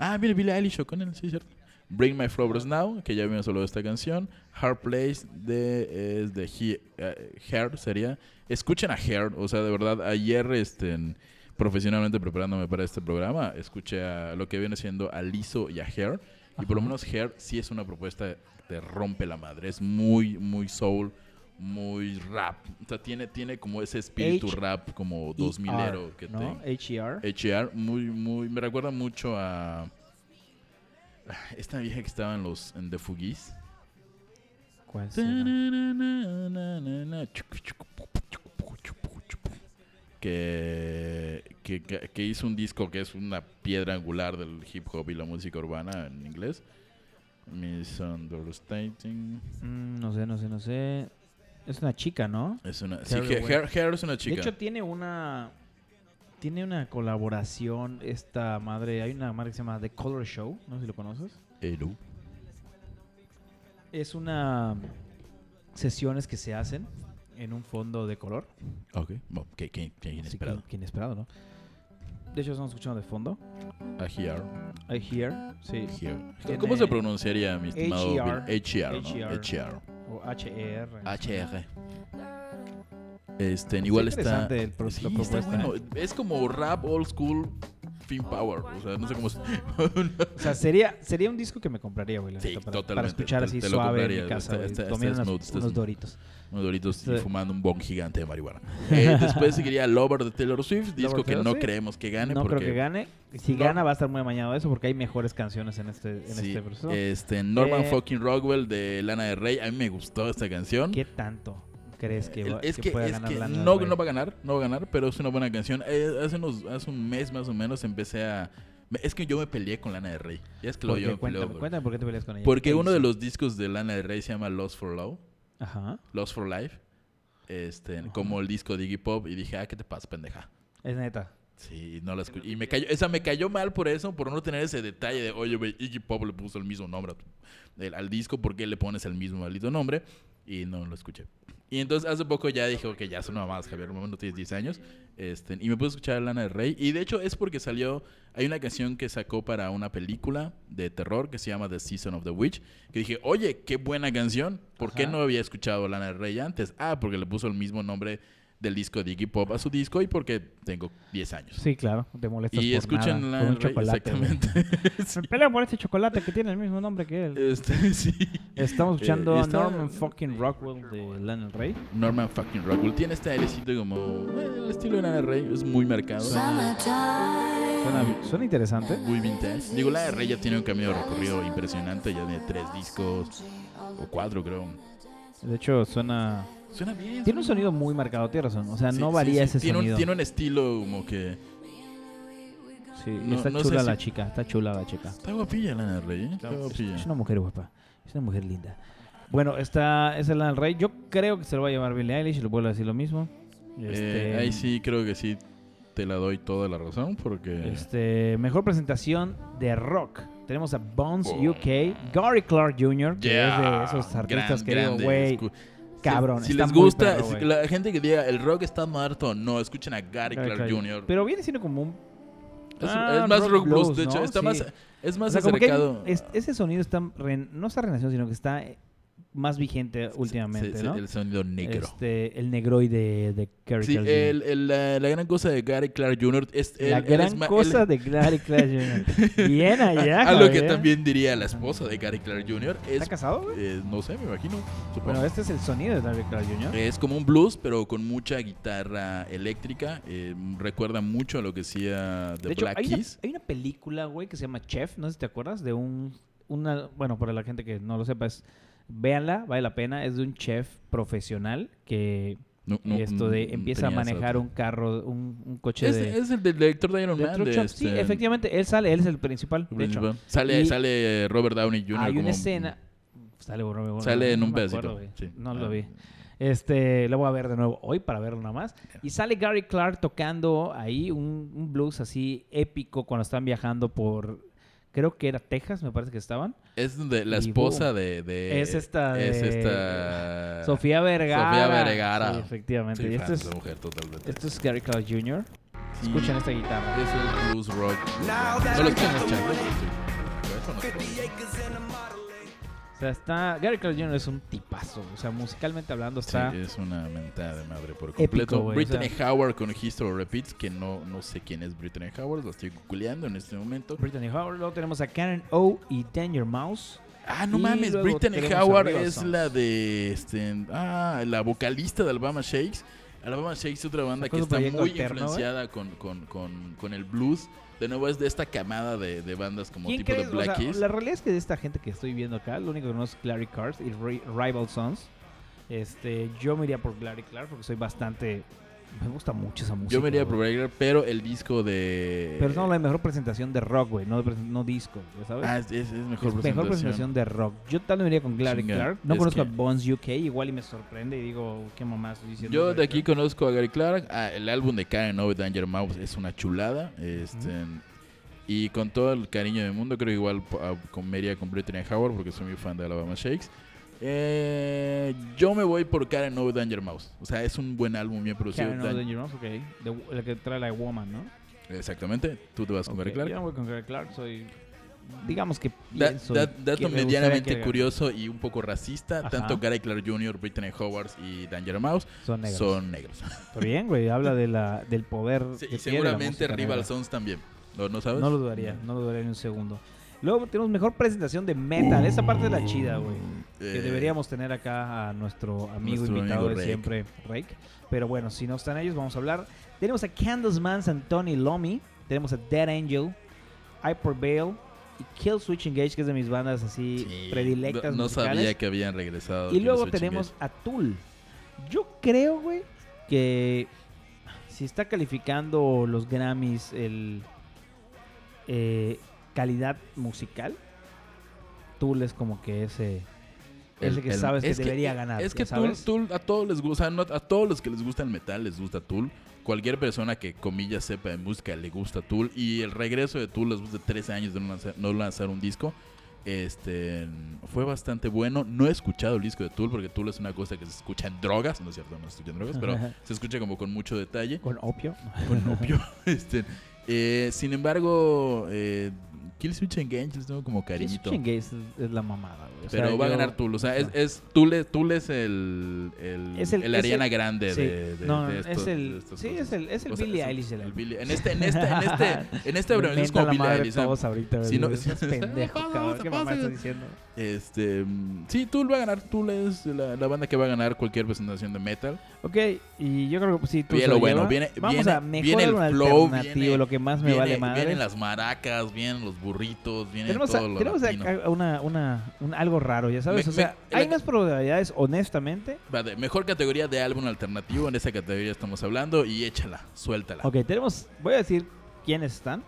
[SPEAKER 2] Ah, mira, Billie Eilish O'Connell, sí, cierto. Bring My Flowers Now, que ya vimos solo de esta canción. Hard Place de, es de He- eh, Hair, sería. Escuchen a Hair, o sea, de verdad, ayer este, en- profesionalmente preparándome para este programa, escuché a lo que viene siendo a Lizzo y a Hair. Y por lo
[SPEAKER 1] Ajá.
[SPEAKER 2] menos Hair sí es una propuesta de rompe la madre. Es muy, muy soul, muy rap. O sea, tiene, tiene como ese espíritu
[SPEAKER 1] H-
[SPEAKER 2] rap como 2000ero
[SPEAKER 1] ER,
[SPEAKER 2] que
[SPEAKER 1] ¿no?
[SPEAKER 2] tengo.
[SPEAKER 1] H.E.R.
[SPEAKER 2] H.R. muy, muy. Me recuerda mucho a. Esta vieja que estaba en los. en The Fugees.
[SPEAKER 1] ¿Cuál será?
[SPEAKER 2] Que, que, que- que hizo un disco que es una piedra angular del hip hop y la música urbana en inglés. Misunderstanding.
[SPEAKER 1] Mm, no sé, no sé, no sé. Es una chica, ¿no?
[SPEAKER 2] Es una. Sí,
[SPEAKER 1] Carrie
[SPEAKER 2] Hair,
[SPEAKER 1] Webb.
[SPEAKER 2] Hair es una chica.
[SPEAKER 1] De hecho, tiene una... Tiene una colaboración esta madre... Hay una madre que se llama The Color Show. No sé si lo conoces.
[SPEAKER 2] Hello.
[SPEAKER 1] Es una... Sesiones que se hacen en un fondo de color.
[SPEAKER 2] Ok, bueno, que, que- que
[SPEAKER 1] Así
[SPEAKER 2] inesperado.
[SPEAKER 1] Que, que inesperado, ¿no? De hecho, estamos escuchando de fondo.
[SPEAKER 2] A Hair.
[SPEAKER 1] I hear, sí.
[SPEAKER 2] Ah, Here. ¿Cómo se pronunciaría, mi estimado
[SPEAKER 1] H.R.,
[SPEAKER 2] Bill? HR, ¿no?
[SPEAKER 1] H.R..
[SPEAKER 2] HR.
[SPEAKER 1] O E H-E-R.
[SPEAKER 2] Ah, HR. Este, igual está.
[SPEAKER 1] interesante el pro- la
[SPEAKER 2] Sí, está
[SPEAKER 1] propuesta,
[SPEAKER 2] bueno. Es como rap old school Finn Power. O sea, no sé cómo. se-
[SPEAKER 1] O sea, sería, sería un disco que me compraría, güey. la
[SPEAKER 2] Sí,
[SPEAKER 1] neta, para,
[SPEAKER 2] totalmente,
[SPEAKER 1] para escuchar
[SPEAKER 2] te-
[SPEAKER 1] así
[SPEAKER 2] te lo
[SPEAKER 1] suave en
[SPEAKER 2] compraría, Este-
[SPEAKER 1] mi casa,
[SPEAKER 2] está-
[SPEAKER 1] güey.
[SPEAKER 2] está-
[SPEAKER 1] Comiendo
[SPEAKER 2] estás
[SPEAKER 1] unos,
[SPEAKER 2] mood, estás
[SPEAKER 1] unos
[SPEAKER 2] mood.
[SPEAKER 1] doritos.
[SPEAKER 2] Unos doritos y
[SPEAKER 1] Sí.
[SPEAKER 2] fumando un bong gigante de marihuana. Eh, después seguiría Lover de Taylor Swift, disco
[SPEAKER 1] Lover de
[SPEAKER 2] que
[SPEAKER 1] Taylor
[SPEAKER 2] no
[SPEAKER 1] Swift.
[SPEAKER 2] creemos que gane.
[SPEAKER 1] no
[SPEAKER 2] porque
[SPEAKER 1] creo que gane. Si
[SPEAKER 2] No.
[SPEAKER 1] gana va a estar muy amañado eso porque hay mejores canciones en este, en
[SPEAKER 2] sí,
[SPEAKER 1] este proceso.
[SPEAKER 2] este, Norman
[SPEAKER 1] Eh,
[SPEAKER 2] fucking Rockwell de Lana de Rey. A mí me gustó esta canción.
[SPEAKER 1] ¿Qué tanto crees que,
[SPEAKER 2] El-
[SPEAKER 1] va,
[SPEAKER 2] es
[SPEAKER 1] que
[SPEAKER 2] que,
[SPEAKER 1] pueda
[SPEAKER 2] es
[SPEAKER 1] ganar
[SPEAKER 2] que
[SPEAKER 1] Lana del
[SPEAKER 2] no,
[SPEAKER 1] Rey?
[SPEAKER 2] no va a ganar, no va a ganar, pero es una buena canción. Eh, hace, unos- hace un mes más o menos empecé a... me- Es que yo me peleé con Lana de Rey. Ya es que lo
[SPEAKER 1] ¿Por qué?
[SPEAKER 2] yo me peleo,
[SPEAKER 1] cuéntame,
[SPEAKER 2] güey.
[SPEAKER 1] cuéntame por qué te peleas con ella.
[SPEAKER 2] Porque
[SPEAKER 1] ¿Qué
[SPEAKER 2] uno de
[SPEAKER 1] hizo?
[SPEAKER 2] los discos de Lana de Rey se llama Lost for Love,
[SPEAKER 1] Ajá.
[SPEAKER 2] Lost for Life, este,
[SPEAKER 1] Ajá.
[SPEAKER 2] como el disco de Iggy Pop, y dije, ah, ¿qué te pasa, pendeja?
[SPEAKER 1] Es neta.
[SPEAKER 2] Sí, no la escuché. Y me cayó, esa me cayó mal por eso, por no tener ese detalle de, oye, güey, Iggy Pop le puso el mismo nombre a tu- el- al disco, ¿por qué le pones el mismo maldito nombre? Y no lo escuché. Y entonces hace poco ya dije, ok, ya son mamadas, Javier, no no tienes 10 años. Este, y me puse a escuchar a Lana del Rey. Y de hecho es porque salió, hay una canción que sacó para una película de terror que se llama The Season of the Witch. Que dije, oye, qué buena canción. ¿Por qué
[SPEAKER 1] Ajá.
[SPEAKER 2] no había escuchado a Lana del Rey antes? Ah, porque le puso el mismo nombre del disco de Iggy Pop a su disco y porque tengo 10 años.
[SPEAKER 1] Sí, claro. Te molestas
[SPEAKER 2] Y
[SPEAKER 1] por
[SPEAKER 2] escuchen
[SPEAKER 1] nada,
[SPEAKER 2] la
[SPEAKER 1] por un
[SPEAKER 2] Rey-
[SPEAKER 1] chocolate. güey.
[SPEAKER 2] Exactamente.
[SPEAKER 1] Me peleo por este chocolate que tiene el mismo nombre que él.
[SPEAKER 2] Este, sí.
[SPEAKER 1] Estamos escuchando
[SPEAKER 2] Eh,
[SPEAKER 1] a
[SPEAKER 2] está-
[SPEAKER 1] Norman fucking Rockwell de Lana del Rey.
[SPEAKER 2] Norman fucking Rockwell. Tiene este airecito como. eh, el estilo de Lana del Rey es muy marcado.
[SPEAKER 1] Suena, suena interesante.
[SPEAKER 2] Muy vintage. Digo, Lana del Rey ya tiene un camino de recorrido impresionante. Ya tiene tres discos. O cuatro, creo.
[SPEAKER 1] De hecho, suena...
[SPEAKER 2] Suena bien.
[SPEAKER 1] Tiene un sonido muy marcado, tienes razón. O sea,
[SPEAKER 2] Sí,
[SPEAKER 1] no
[SPEAKER 2] sí,
[SPEAKER 1] varía
[SPEAKER 2] sí.
[SPEAKER 1] ese
[SPEAKER 2] tiene
[SPEAKER 1] sonido.
[SPEAKER 2] Un, tiene un estilo como que.
[SPEAKER 1] Sí,
[SPEAKER 2] no-
[SPEAKER 1] está
[SPEAKER 2] no sé
[SPEAKER 1] chula
[SPEAKER 2] si-
[SPEAKER 1] la chica, está chula la chica.
[SPEAKER 2] Está guapilla Lana del Rey. ¿eh? Está
[SPEAKER 1] Es,
[SPEAKER 2] guapilla.
[SPEAKER 1] es una mujer guapa, es una mujer linda. Bueno, esta es el Lana del Rey. Yo creo que se lo va a llevar Billie Eilish, le vuelvo a decir lo mismo. Este,
[SPEAKER 2] Eh, ahí sí creo que sí te la doy toda la razón porque.
[SPEAKER 1] Este, mejor presentación de rock. Tenemos a Bones
[SPEAKER 2] Oh.
[SPEAKER 1] UK, Gary Clark Jr., que es de
[SPEAKER 2] Yeah,
[SPEAKER 1] esos artistas
[SPEAKER 2] gran-
[SPEAKER 1] que digo,
[SPEAKER 2] grandes,
[SPEAKER 1] güey,
[SPEAKER 2] cu-
[SPEAKER 1] cabrón.
[SPEAKER 2] Si, si
[SPEAKER 1] está
[SPEAKER 2] les
[SPEAKER 1] muy
[SPEAKER 2] gusta,
[SPEAKER 1] perro,
[SPEAKER 2] si-
[SPEAKER 1] güey.
[SPEAKER 2] la gente que diga el rock está muerto, no, escuchen a Gary
[SPEAKER 1] Gary
[SPEAKER 2] Clark Jr.
[SPEAKER 1] Pero viene siendo como un.
[SPEAKER 2] es,
[SPEAKER 1] Ah,
[SPEAKER 2] es más rock, blues, de
[SPEAKER 1] ¿no?
[SPEAKER 2] hecho, está
[SPEAKER 1] Sí.
[SPEAKER 2] más, es
[SPEAKER 1] O
[SPEAKER 2] más
[SPEAKER 1] sea, como que hay-
[SPEAKER 2] acercado.
[SPEAKER 1] es- ese sonido está. ren- no está renacido, sino que está eh, más vigente
[SPEAKER 2] Sí,
[SPEAKER 1] últimamente,
[SPEAKER 2] sí, sí,
[SPEAKER 1] ¿no?
[SPEAKER 2] El sonido negro.
[SPEAKER 1] Este, el negroide de Gary
[SPEAKER 2] Sí,
[SPEAKER 1] Clark Jr.
[SPEAKER 2] el- el- la, la gran cosa de Gary Clark Jr. es él-
[SPEAKER 1] La
[SPEAKER 2] él es
[SPEAKER 1] gran
[SPEAKER 2] ma- él- ah,
[SPEAKER 1] cosa de Gary Clark Jr. Bien allá.
[SPEAKER 2] Algo que
[SPEAKER 1] Javier.
[SPEAKER 2] también diría la esposa de Gary Clark Jr.
[SPEAKER 1] ¿Está
[SPEAKER 2] es,
[SPEAKER 1] casado? güey?
[SPEAKER 2] eh, no sé, me imagino, supongo.
[SPEAKER 1] Bueno, este es el sonido de Gary Clark Jr.
[SPEAKER 2] Es como un blues, pero con mucha guitarra eléctrica. eh, recuerda mucho a lo que hacía The
[SPEAKER 1] de hecho,
[SPEAKER 2] Black
[SPEAKER 1] hay una,
[SPEAKER 2] Keys.
[SPEAKER 1] hay una película, güey, que se llama Chef, no sé si te acuerdas, de un... Una, bueno, para la gente que no lo sepa, es... Véanla, vale la pena. Es de un chef profesional que
[SPEAKER 2] No, no,
[SPEAKER 1] esto de
[SPEAKER 2] mm,
[SPEAKER 1] empieza a
[SPEAKER 2] tenía esa
[SPEAKER 1] manejar
[SPEAKER 2] otra.
[SPEAKER 1] un carro, un, un coche
[SPEAKER 2] Es,
[SPEAKER 1] de...
[SPEAKER 2] es el del director de Iron
[SPEAKER 1] de
[SPEAKER 2] Man.
[SPEAKER 1] truck
[SPEAKER 2] de
[SPEAKER 1] shop. Sí,
[SPEAKER 2] este,
[SPEAKER 1] efectivamente, él sale, él es el principal. De hecho,
[SPEAKER 2] principal. sale,
[SPEAKER 1] Y-
[SPEAKER 2] sale Robert Downey Jr.
[SPEAKER 1] hay
[SPEAKER 2] como-
[SPEAKER 1] una escena... Sale, bueno, bueno,
[SPEAKER 2] Sale en
[SPEAKER 1] no
[SPEAKER 2] un
[SPEAKER 1] me acuerdo,
[SPEAKER 2] pedacito,
[SPEAKER 1] güey.
[SPEAKER 2] sí.
[SPEAKER 1] No
[SPEAKER 2] Ah.
[SPEAKER 1] lo vi. Este, lo voy a ver de nuevo hoy para verlo nada más. Y sale Gary Clark tocando ahí un, un blues así épico cuando están viajando por, creo que era Texas, me parece que estaban.
[SPEAKER 2] Es donde la
[SPEAKER 1] Y
[SPEAKER 2] esposa
[SPEAKER 1] boom.
[SPEAKER 2] de, de-
[SPEAKER 1] Es esta
[SPEAKER 2] Es
[SPEAKER 1] de-
[SPEAKER 2] esta.
[SPEAKER 1] Sofía Vergara.
[SPEAKER 2] Eh, Sofía Vergara.
[SPEAKER 1] Sí, efectivamente.
[SPEAKER 2] Sí,
[SPEAKER 1] y
[SPEAKER 2] fan
[SPEAKER 1] esto
[SPEAKER 2] de
[SPEAKER 1] es,
[SPEAKER 2] la mujer, totalmente.
[SPEAKER 1] esto es Gary Clark Jr.
[SPEAKER 2] Sí,
[SPEAKER 1] Escuchen esta guitarra.
[SPEAKER 2] Eso es blues rock. No lo escuchas, chacos. Eso no es rock.
[SPEAKER 1] O sea, está, Gary Clark Jr. es un tipazo. O sea, musicalmente hablando está...
[SPEAKER 2] Sí, es una mentada de madre por completo.
[SPEAKER 1] güey, o
[SPEAKER 2] Brittany Howard con History Repeats, que no, no sé quién es Brittany Howard, la estoy googleando en este momento.
[SPEAKER 1] Brittany Howard, luego tenemos a Karen O y Danger Mouse.
[SPEAKER 2] Ah, no
[SPEAKER 1] Y
[SPEAKER 2] mames,
[SPEAKER 1] luego
[SPEAKER 2] Brittany
[SPEAKER 1] tenemos a
[SPEAKER 2] Howard
[SPEAKER 1] Rival
[SPEAKER 2] es
[SPEAKER 1] Sons.
[SPEAKER 2] la de este, ah, la vocalista de Alabama Shakes. Alabama Shakes es otra banda
[SPEAKER 1] Sacó
[SPEAKER 2] que
[SPEAKER 1] su
[SPEAKER 2] está muy
[SPEAKER 1] proyecto alterno, ¿eh?
[SPEAKER 2] influenciada con, con, con, con el blues. De nuevo es de esta camada de, de bandas como
[SPEAKER 1] ¿Quién
[SPEAKER 2] tipo de
[SPEAKER 1] crees? O
[SPEAKER 2] Black
[SPEAKER 1] sea,
[SPEAKER 2] Keys.
[SPEAKER 1] La realidad es que de esta gente que estoy viendo acá, lo único que conozco es Clary Cars y Ri- Rival Sons. Este, yo me iría por Clary Clark porque soy bastante. Me gusta mucho esa música.
[SPEAKER 2] Yo me iría a
[SPEAKER 1] güey.
[SPEAKER 2] probar, pero el disco de
[SPEAKER 1] Pero es no, la mejor presentación de rock, güey, no, de presen- no disco, ya sabes.
[SPEAKER 2] Ah, es, es- es mejor,
[SPEAKER 1] Es
[SPEAKER 2] presentación.
[SPEAKER 1] mejor presentación de rock. Yo tal vez me iría con Clary
[SPEAKER 2] Chinga,
[SPEAKER 1] Clark. No
[SPEAKER 2] es
[SPEAKER 1] conozco
[SPEAKER 2] que-
[SPEAKER 1] a Bones UK, igual y me sorprende y digo, qué mamá estoy diciendo.
[SPEAKER 2] Yo
[SPEAKER 1] Gary
[SPEAKER 2] de aquí
[SPEAKER 1] Clark?
[SPEAKER 2] conozco a Gary Clark. Ah, el álbum de Karen Over Danger Mouse es una chulada. Este, Y con todo el cariño del mundo, creo que igual po- a- comería con Brittany Howard porque soy muy fan de Alabama Shakes. Eh, yo me voy por Karen Over Danger Mouse. O sea, es un buen álbum bien producido.
[SPEAKER 1] Karen O,
[SPEAKER 2] Dan-
[SPEAKER 1] Danger Mouse, ok. De- la que trae la Woman, ¿no?
[SPEAKER 2] Exactamente. Tú te vas con
[SPEAKER 1] Ok,
[SPEAKER 2] Gary
[SPEAKER 1] Yo
[SPEAKER 2] Clark.
[SPEAKER 1] no voy con Gary Clark, soy. Digamos que.
[SPEAKER 2] Da-
[SPEAKER 1] pienso
[SPEAKER 2] da-
[SPEAKER 1] que
[SPEAKER 2] dato
[SPEAKER 1] me gustaría que
[SPEAKER 2] medianamente
[SPEAKER 1] gane.
[SPEAKER 2] curioso y un poco racista.
[SPEAKER 1] Ajá.
[SPEAKER 2] Tanto Gary Clark Jr., Brittany Howard y Danger Mouse
[SPEAKER 1] Son negros.
[SPEAKER 2] son negros.
[SPEAKER 1] Está bien, güey. Habla de la, del poder.
[SPEAKER 2] Sí,
[SPEAKER 1] que
[SPEAKER 2] y
[SPEAKER 1] tiene la
[SPEAKER 2] seguramente
[SPEAKER 1] música negra.
[SPEAKER 2] Rival Sons también. ¿No, no sabes?
[SPEAKER 1] No lo dudaría, no lo dudaría ni un segundo. Luego tenemos mejor presentación de metal. Esa parte es la chida, güey. Que
[SPEAKER 2] Eh,
[SPEAKER 1] deberíamos tener acá a nuestro amigo
[SPEAKER 2] Nuestro
[SPEAKER 1] invitado
[SPEAKER 2] amigo
[SPEAKER 1] de
[SPEAKER 2] Rake.
[SPEAKER 1] siempre, Rake. Pero bueno, si no están ellos, vamos a hablar. Tenemos a Candles Mans and Tony Lomi. Tenemos a Dead Angel, Hyperveil y Kill Switch Engage, que es de mis bandas así
[SPEAKER 2] sí. No,
[SPEAKER 1] predilectas.
[SPEAKER 2] no
[SPEAKER 1] musicales.
[SPEAKER 2] sabía que habían regresado.
[SPEAKER 1] Y
[SPEAKER 2] que
[SPEAKER 1] luego
[SPEAKER 2] los Switch
[SPEAKER 1] tenemos a Tool. Yo creo, güey, que si está calificando los Grammys el eh, calidad musical, Tool es como que ese,
[SPEAKER 2] El-
[SPEAKER 1] ese que
[SPEAKER 2] el-
[SPEAKER 1] sabes
[SPEAKER 2] es
[SPEAKER 1] que debería ganar.
[SPEAKER 2] Es
[SPEAKER 1] ya
[SPEAKER 2] que Tool,
[SPEAKER 1] sabes.
[SPEAKER 2] Tool a todos les gusta, o sea, no- a todos los que les gusta el metal les gusta Tool. Cualquier persona que comillas sepa de música le gusta Tool y el regreso de Tool después de 13 años de no lanzar, no lanzar un disco este fue bastante bueno. No he escuchado el disco de Tool porque Tool es una cosa que se escucha en drogas, no es cierto, no se escucha en drogas, pero se escucha como con mucho detalle
[SPEAKER 1] Con opio.
[SPEAKER 2] con opio. Este, eh, sin embargo, eh, Killswitch Engage les tengo como cariñito.
[SPEAKER 1] Switching Gates es, es la mamada, güey. O sea,
[SPEAKER 2] Pero va a
[SPEAKER 1] yo-
[SPEAKER 2] ganar Tool. O sea, es,
[SPEAKER 1] Ajá.
[SPEAKER 2] es, Tool, es, Tool es el, el,
[SPEAKER 1] Es el-
[SPEAKER 2] el,
[SPEAKER 1] es el-
[SPEAKER 2] Ariana Grande
[SPEAKER 1] sí.
[SPEAKER 2] de, de,
[SPEAKER 1] No,
[SPEAKER 2] de
[SPEAKER 1] no,
[SPEAKER 2] estos-
[SPEAKER 1] es el-
[SPEAKER 2] de estas
[SPEAKER 1] sí,
[SPEAKER 2] cosas.
[SPEAKER 1] es el- es el
[SPEAKER 2] O sea,
[SPEAKER 1] Billie
[SPEAKER 2] es
[SPEAKER 1] Eilish de la
[SPEAKER 2] el
[SPEAKER 1] vida.
[SPEAKER 2] Billie- En este, en este, en este, en este abreviación es como
[SPEAKER 1] Inventa la
[SPEAKER 2] Billie
[SPEAKER 1] madre
[SPEAKER 2] Eilish.
[SPEAKER 1] de todos ahorita.
[SPEAKER 2] Si
[SPEAKER 1] güey.
[SPEAKER 2] no-
[SPEAKER 1] no,
[SPEAKER 2] si no-
[SPEAKER 1] pendejo,
[SPEAKER 2] pasa,
[SPEAKER 1] cabrón.
[SPEAKER 2] pasa,
[SPEAKER 1] ¿Qué mamá
[SPEAKER 2] pasa.
[SPEAKER 1] estás diciendo?
[SPEAKER 2] Este, mm, sí, Tool va a ganar. Tool es la, la banda que va a ganar cualquier presentación de metal.
[SPEAKER 1] Ok, y yo creo que sí, tú
[SPEAKER 2] Viene
[SPEAKER 1] se
[SPEAKER 2] lo
[SPEAKER 1] lo
[SPEAKER 2] bueno.
[SPEAKER 1] lleva.
[SPEAKER 2] Viene,
[SPEAKER 1] Vamos
[SPEAKER 2] viene,
[SPEAKER 1] a mejor
[SPEAKER 2] viene el
[SPEAKER 1] álbum
[SPEAKER 2] flow.
[SPEAKER 1] alternativo,
[SPEAKER 2] viene-
[SPEAKER 1] lo que más me
[SPEAKER 2] viene-
[SPEAKER 1] vale madre.
[SPEAKER 2] Vienen las maracas, vienen los burritos, viene
[SPEAKER 1] tenemos a-
[SPEAKER 2] todo lo
[SPEAKER 1] tenemos
[SPEAKER 2] latino.
[SPEAKER 1] acá una, una, un- algo raro, ya sabes.
[SPEAKER 2] Me-
[SPEAKER 1] o sea,
[SPEAKER 2] me-
[SPEAKER 1] hay
[SPEAKER 2] la-
[SPEAKER 1] unas probabilidades, honestamente.
[SPEAKER 2] Vale, mejor categoría de álbum alternativo. En esa categoría estamos hablando. Y échala, suéltala.
[SPEAKER 1] Ok, tenemos. Voy a decir quiénes están.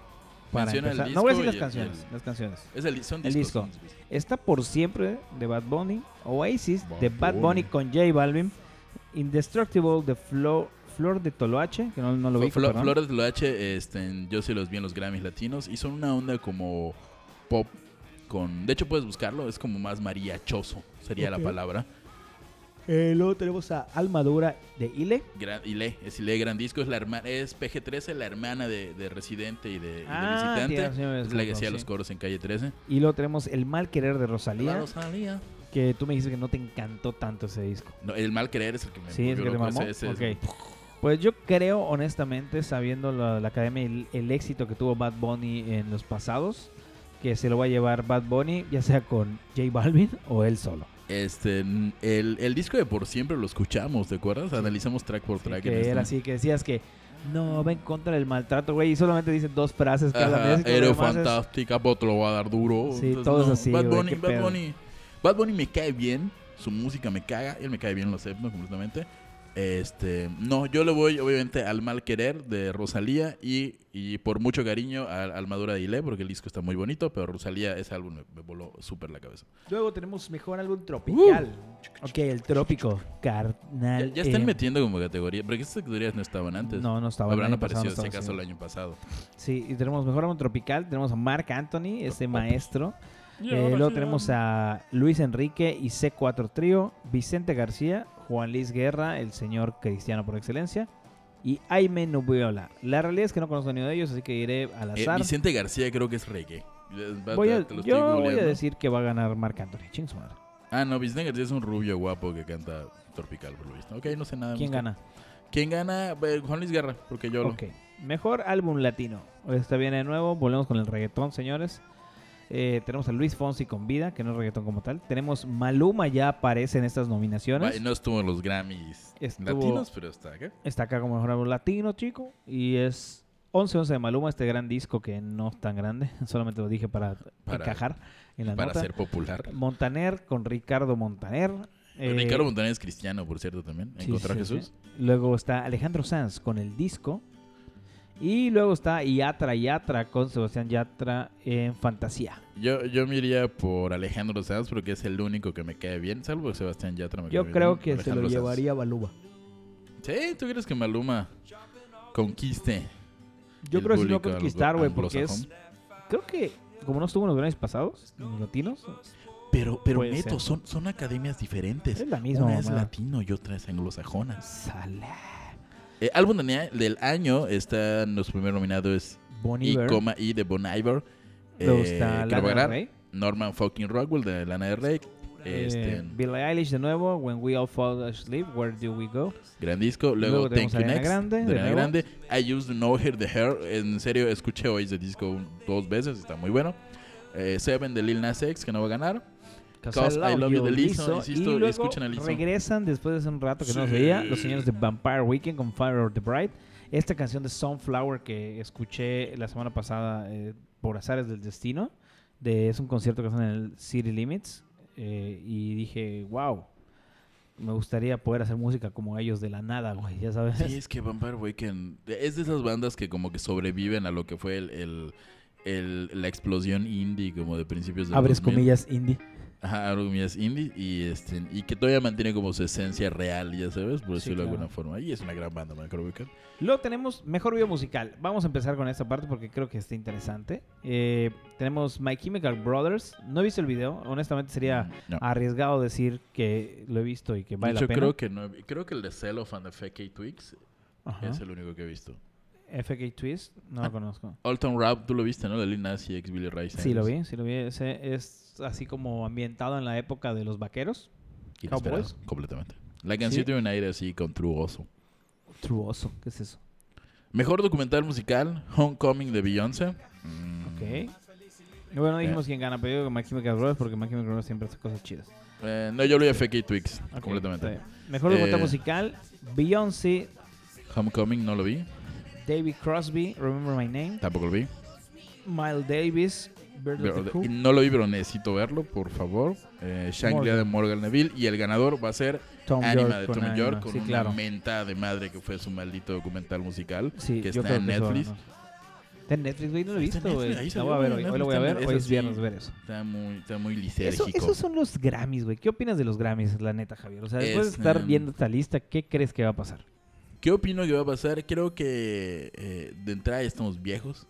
[SPEAKER 1] Para
[SPEAKER 2] Menciona el
[SPEAKER 1] empezar.
[SPEAKER 2] disco
[SPEAKER 1] No voy a decir
[SPEAKER 2] y
[SPEAKER 1] las
[SPEAKER 2] el-
[SPEAKER 1] canciones.
[SPEAKER 2] y el-
[SPEAKER 1] Las canciones.
[SPEAKER 2] Es el, son
[SPEAKER 1] El
[SPEAKER 2] discos,
[SPEAKER 1] disco.
[SPEAKER 2] son discos.
[SPEAKER 1] Está por siempre de Bad Bunny, Oasis,
[SPEAKER 2] Bad
[SPEAKER 1] de Bad
[SPEAKER 2] Bunny.
[SPEAKER 1] Bunny con J Balvin, Indestructible de Flo- Flor de Toloache, que no, no lo vi.
[SPEAKER 2] Flo- Flores de H, este, en- yo sí los vi en los Grammys latinos. Y son una onda como pop. con De hecho, puedes buscarlo. Es como más mariachoso, sería
[SPEAKER 1] Ok.
[SPEAKER 2] la palabra.
[SPEAKER 1] Eh, luego tenemos a Almadura de Ile.
[SPEAKER 2] Gran, Ile, es Ile Gran Disco. Es, la hermana, es PG-13, la hermana de, de Residente y de, y de
[SPEAKER 1] tía,
[SPEAKER 2] Visitante.
[SPEAKER 1] sí me
[SPEAKER 2] es la que
[SPEAKER 1] desculpo,
[SPEAKER 2] hacía
[SPEAKER 1] Ah, sí.
[SPEAKER 2] los coros en Calle 13.
[SPEAKER 1] Y luego tenemos El Mal Querer de Rosalía,
[SPEAKER 2] La Rosalía.
[SPEAKER 1] que tú me dijiste que no te encantó tanto ese disco.
[SPEAKER 2] No, el mal creer es el que me
[SPEAKER 1] Sí, es
[SPEAKER 2] volvió
[SPEAKER 1] que te
[SPEAKER 2] loco,
[SPEAKER 1] mamó.
[SPEAKER 2] ese- ese es-
[SPEAKER 1] Ok. Pues yo creo, honestamente, sabiendo la, la academia y el, el éxito que tuvo Bad Bunny en los pasados, que se lo va a llevar Bad Bunny, ya sea con J Balvin o él solo.
[SPEAKER 2] Este, n- el, el disco de por siempre lo escuchamos, ¿te acuerdas? Analizamos track por
[SPEAKER 1] Sí,
[SPEAKER 2] track. en
[SPEAKER 1] que
[SPEAKER 2] este-
[SPEAKER 1] era así, que decías que no va en contra del maltrato, güey, y solamente dicen dos frases que hablan de
[SPEAKER 2] Ajá,
[SPEAKER 1] eso y todo lo
[SPEAKER 2] Aero
[SPEAKER 1] demás es-
[SPEAKER 2] fantástica, pero te lo va a dar duro.
[SPEAKER 1] Sí, todo es así,
[SPEAKER 2] Bad
[SPEAKER 1] güey,
[SPEAKER 2] Bunny,
[SPEAKER 1] qué
[SPEAKER 2] Bad
[SPEAKER 1] pedo.
[SPEAKER 2] Bunny. Bad Bunny me cae bien, su música me caga, él me cae bien, lo acepto completamente. Este, no, yo le voy obviamente al mal querer de Rosalía y, y por mucho cariño al Almadura de Ile, porque el disco está muy bonito, pero Rosalía, ese álbum me, me voló súper la cabeza.
[SPEAKER 1] Luego tenemos mejor álbum tropical. ok, el trópico,
[SPEAKER 2] Ya,
[SPEAKER 1] carnal.
[SPEAKER 2] Uh. ya están
[SPEAKER 1] eh,
[SPEAKER 2] metiendo como categoría, porque estas categorías no estaban antes.
[SPEAKER 1] No, no estaba.
[SPEAKER 2] Habrán
[SPEAKER 1] el año pasado
[SPEAKER 2] aparecido,
[SPEAKER 1] no
[SPEAKER 2] si
[SPEAKER 1] estaba
[SPEAKER 2] acaso,
[SPEAKER 1] haciendo.
[SPEAKER 2] el año pasado.
[SPEAKER 1] Sí, y tenemos mejor álbum tropical, tenemos a Mark Anthony, este
[SPEAKER 2] Op-
[SPEAKER 1] maestro. Eh, luego tenemos a Luis Enrique y C4 Trío, Vicente García, Juan Luis Guerra, el señor cristiano por excelencia, y Aime Nubiola. La realidad es que no conozco a ninguno de ellos, así que iré al
[SPEAKER 2] Eh,
[SPEAKER 1] azar.
[SPEAKER 2] Vicente García creo que es reggae. Eh, va-
[SPEAKER 1] Voy
[SPEAKER 2] te-
[SPEAKER 1] a-
[SPEAKER 2] te lo estoy
[SPEAKER 1] yo voy
[SPEAKER 2] googleando.
[SPEAKER 1] a decir que va a ganar Marc Anthony. Ching su madre.
[SPEAKER 2] Ah, no, Vicente García es un rubio guapo que canta tropical, por lo visto. Ok, no sé nada.
[SPEAKER 1] ¿Quién
[SPEAKER 2] más.
[SPEAKER 1] gana?
[SPEAKER 2] ¿Quién gana? Eh, Juan Luis Guerra, porque yo
[SPEAKER 1] Ok. Mejor álbum latino. Está bien de nuevo. Volvemos con el reggaetón, señores. Eh, tenemos a Luis Fonsi con vida, que no es reggaetón como tal. Tenemos Maluma, ya aparece en estas
[SPEAKER 2] lo...
[SPEAKER 1] nominaciones.
[SPEAKER 2] Va, no estuvo en los Grammys
[SPEAKER 1] Estuvo-
[SPEAKER 2] latinos, pero está acá.
[SPEAKER 1] Está acá como mejor álbum latino, chico. Y es 11-11 de Maluma, este gran disco que no es tan grande. Solamente lo dije para,
[SPEAKER 2] Para-
[SPEAKER 1] encajar en la
[SPEAKER 2] Para
[SPEAKER 1] nota. Eh,
[SPEAKER 2] ser popular.
[SPEAKER 1] Montaner con Ricardo Montaner. Eh,
[SPEAKER 2] Ricardo Montaner es cristiano, por cierto, también.
[SPEAKER 1] sí,
[SPEAKER 2] Encontró a
[SPEAKER 1] sí,
[SPEAKER 2] Jesús.
[SPEAKER 1] sí. Luego está Alejandro Sanz con el disco. Y luego está Yatra Yatra con Sebastián Yatra en Fantasía.
[SPEAKER 2] Yo, yo me iría por Alejandro Sanz, porque es el único que me cae bien, salvo que Sebastián Yatra. Me cae
[SPEAKER 1] Yo
[SPEAKER 2] bien,
[SPEAKER 1] creo
[SPEAKER 2] ¿no?
[SPEAKER 1] que se lo
[SPEAKER 2] Alejandro Sanz.
[SPEAKER 1] llevaría Baluba.
[SPEAKER 2] Sí, ¿tú crees que Maluma conquiste?
[SPEAKER 1] Yo
[SPEAKER 2] el
[SPEAKER 1] creo que sí lo va a
[SPEAKER 2] público
[SPEAKER 1] conquistar, güey,
[SPEAKER 2] anglo-
[SPEAKER 1] porque es... Creo que como no estuvo en los grandes pasados, en los latinos,
[SPEAKER 2] Pero, pero
[SPEAKER 1] Puede
[SPEAKER 2] Neto,
[SPEAKER 1] ser.
[SPEAKER 2] son, son academias diferentes.
[SPEAKER 1] es la misma.
[SPEAKER 2] Una es
[SPEAKER 1] mamada.
[SPEAKER 2] latino y otra es anglosajona.
[SPEAKER 1] Sala.
[SPEAKER 2] Eh, álbum de- del año está los primeros nominados
[SPEAKER 1] Bon
[SPEAKER 2] y eh,
[SPEAKER 1] Iver.
[SPEAKER 2] coma y de Bon Iver.
[SPEAKER 1] Luego
[SPEAKER 2] que lo va
[SPEAKER 1] está
[SPEAKER 2] a
[SPEAKER 1] Lana
[SPEAKER 2] ganar.
[SPEAKER 1] Del Rey.
[SPEAKER 2] Norman fucking Rockwell de Lana de Rey. Este,
[SPEAKER 1] Eh, Billie Eilish de nuevo, When We All Fall Asleep, Where Do We Go?
[SPEAKER 2] Gran disco. Luego,
[SPEAKER 1] Luego
[SPEAKER 2] Thank
[SPEAKER 1] tenemos
[SPEAKER 2] You
[SPEAKER 1] a Ariana
[SPEAKER 2] Next.
[SPEAKER 1] Grande,
[SPEAKER 2] de
[SPEAKER 1] de
[SPEAKER 2] Ariana
[SPEAKER 1] nuevo.
[SPEAKER 2] Grande. I Used to Know Her the Hair. En serio, escuché hoy ese disco un- dos veces. Está muy bueno. Eh, Seven de Lil Nas X, que no va a ganar. Cause I Love You de Lizzo, insisto,
[SPEAKER 1] y
[SPEAKER 2] y
[SPEAKER 1] luego
[SPEAKER 2] escuchen a Lizzo.
[SPEAKER 1] regresan después de hace un rato que no
[SPEAKER 2] Sí.
[SPEAKER 1] se veía los señores de Vampire Weekend con Fire of the Bride. Esta canción de Sunflower que escuché la semana pasada eh, por azares del destino. De, es un concierto que hacen en el City Limits. eh, y dije, wow, me gustaría poder hacer música como ellos de la nada, güey, ya sabes.
[SPEAKER 2] Sí, es que Vampire Weekend es de esas bandas que como que sobreviven a lo que fue el, el- el- la explosión indie como de principios de
[SPEAKER 1] Abres comillas indie.
[SPEAKER 2] Ajá, abro comillas indie y, este, y que todavía mantiene como su esencia real, ya sabes, por
[SPEAKER 1] Sí,
[SPEAKER 2] decirlo de alguna
[SPEAKER 1] claro.
[SPEAKER 2] forma. Y es una gran banda, Vampire Weekend.
[SPEAKER 1] Luego tenemos mejor video musical. Vamos a empezar con esta parte porque creo que está interesante. Eh, tenemos My Chemical Brothers. No he visto el video. Honestamente sería
[SPEAKER 2] Mm, No.
[SPEAKER 1] arriesgado decir que lo he visto y que
[SPEAKER 2] De
[SPEAKER 1] vale
[SPEAKER 2] hecho,
[SPEAKER 1] la pena.
[SPEAKER 2] creo que, no, creo que el de Cellophane de FK Twigs
[SPEAKER 1] Ajá.
[SPEAKER 2] es el único que he visto.
[SPEAKER 1] FK Twist. No
[SPEAKER 2] Ah.
[SPEAKER 1] lo conozco.
[SPEAKER 2] Alton Rap, tú lo viste, ¿no? De Lil Nas y ex Billy Ray Cyrus.
[SPEAKER 1] Sí, lo vi. Sí, lo vi. Ese es así como ambientado en la época de los vaqueros.
[SPEAKER 2] Inesperado,
[SPEAKER 1] Cowboys.
[SPEAKER 2] Completamente. La canción
[SPEAKER 1] Sí.
[SPEAKER 2] tiene un aire así contruoso.
[SPEAKER 1] Truoso. ¿Qué es eso?
[SPEAKER 2] Mejor documental musical, Homecoming de Beyoncé. Mm,
[SPEAKER 1] Ok. Bueno, no dijimos quién gana, pero yo digo que My Chemical Brothers porque My Chemical Brothers siempre hace cosas chidas.
[SPEAKER 2] eh, no, yo lo vi a FK Twigs,
[SPEAKER 1] Ok,
[SPEAKER 2] Ah, completamente.
[SPEAKER 1] está bien. Mejor documental
[SPEAKER 2] Eh,
[SPEAKER 1] musical. Beyoncé,
[SPEAKER 2] Homecoming no lo vi,
[SPEAKER 1] David Crosby, Remember My Name.
[SPEAKER 2] tampoco lo vi.
[SPEAKER 1] Miles Davis, Bird of the
[SPEAKER 2] Pero-
[SPEAKER 1] Cool.
[SPEAKER 2] y no lo vi, pero necesito verlo, por favor. Eh, Shangri-La de Morgan Neville. Y el ganador va a ser
[SPEAKER 1] Tom
[SPEAKER 2] Anima
[SPEAKER 1] York
[SPEAKER 2] de
[SPEAKER 1] con
[SPEAKER 2] Tom
[SPEAKER 1] Anima.
[SPEAKER 2] York con
[SPEAKER 1] sí,
[SPEAKER 2] una
[SPEAKER 1] claro.
[SPEAKER 2] menta de madre que fue su maldito documental musical
[SPEAKER 1] Sí,
[SPEAKER 2] que
[SPEAKER 1] yo
[SPEAKER 2] está
[SPEAKER 1] creo
[SPEAKER 2] en
[SPEAKER 1] que eso
[SPEAKER 2] Netflix.
[SPEAKER 1] ganó. Está en Netflix, güey, no lo he
[SPEAKER 2] Está en
[SPEAKER 1] visto,
[SPEAKER 2] Netflix, ahí
[SPEAKER 1] güey. La
[SPEAKER 2] salió,
[SPEAKER 1] voy a ver
[SPEAKER 2] güey,
[SPEAKER 1] hoy. Hoy lo voy a
[SPEAKER 2] Netflix,
[SPEAKER 1] ver,
[SPEAKER 2] esa
[SPEAKER 1] hoy es
[SPEAKER 2] sí.
[SPEAKER 1] viernes ver eso.
[SPEAKER 2] Está muy, está muy
[SPEAKER 1] Eso-
[SPEAKER 2] lisérgico.
[SPEAKER 1] esos son los Grammys, güey. ¿Qué opinas de los Grammys, la neta, Javier? O sea, después
[SPEAKER 2] Es,
[SPEAKER 1] de estar
[SPEAKER 2] em,
[SPEAKER 1] viendo esta lista, ¿qué crees que va a pasar?
[SPEAKER 2] ¿Qué opino que va a pasar? Creo que eh, de entrada ya estamos viejos.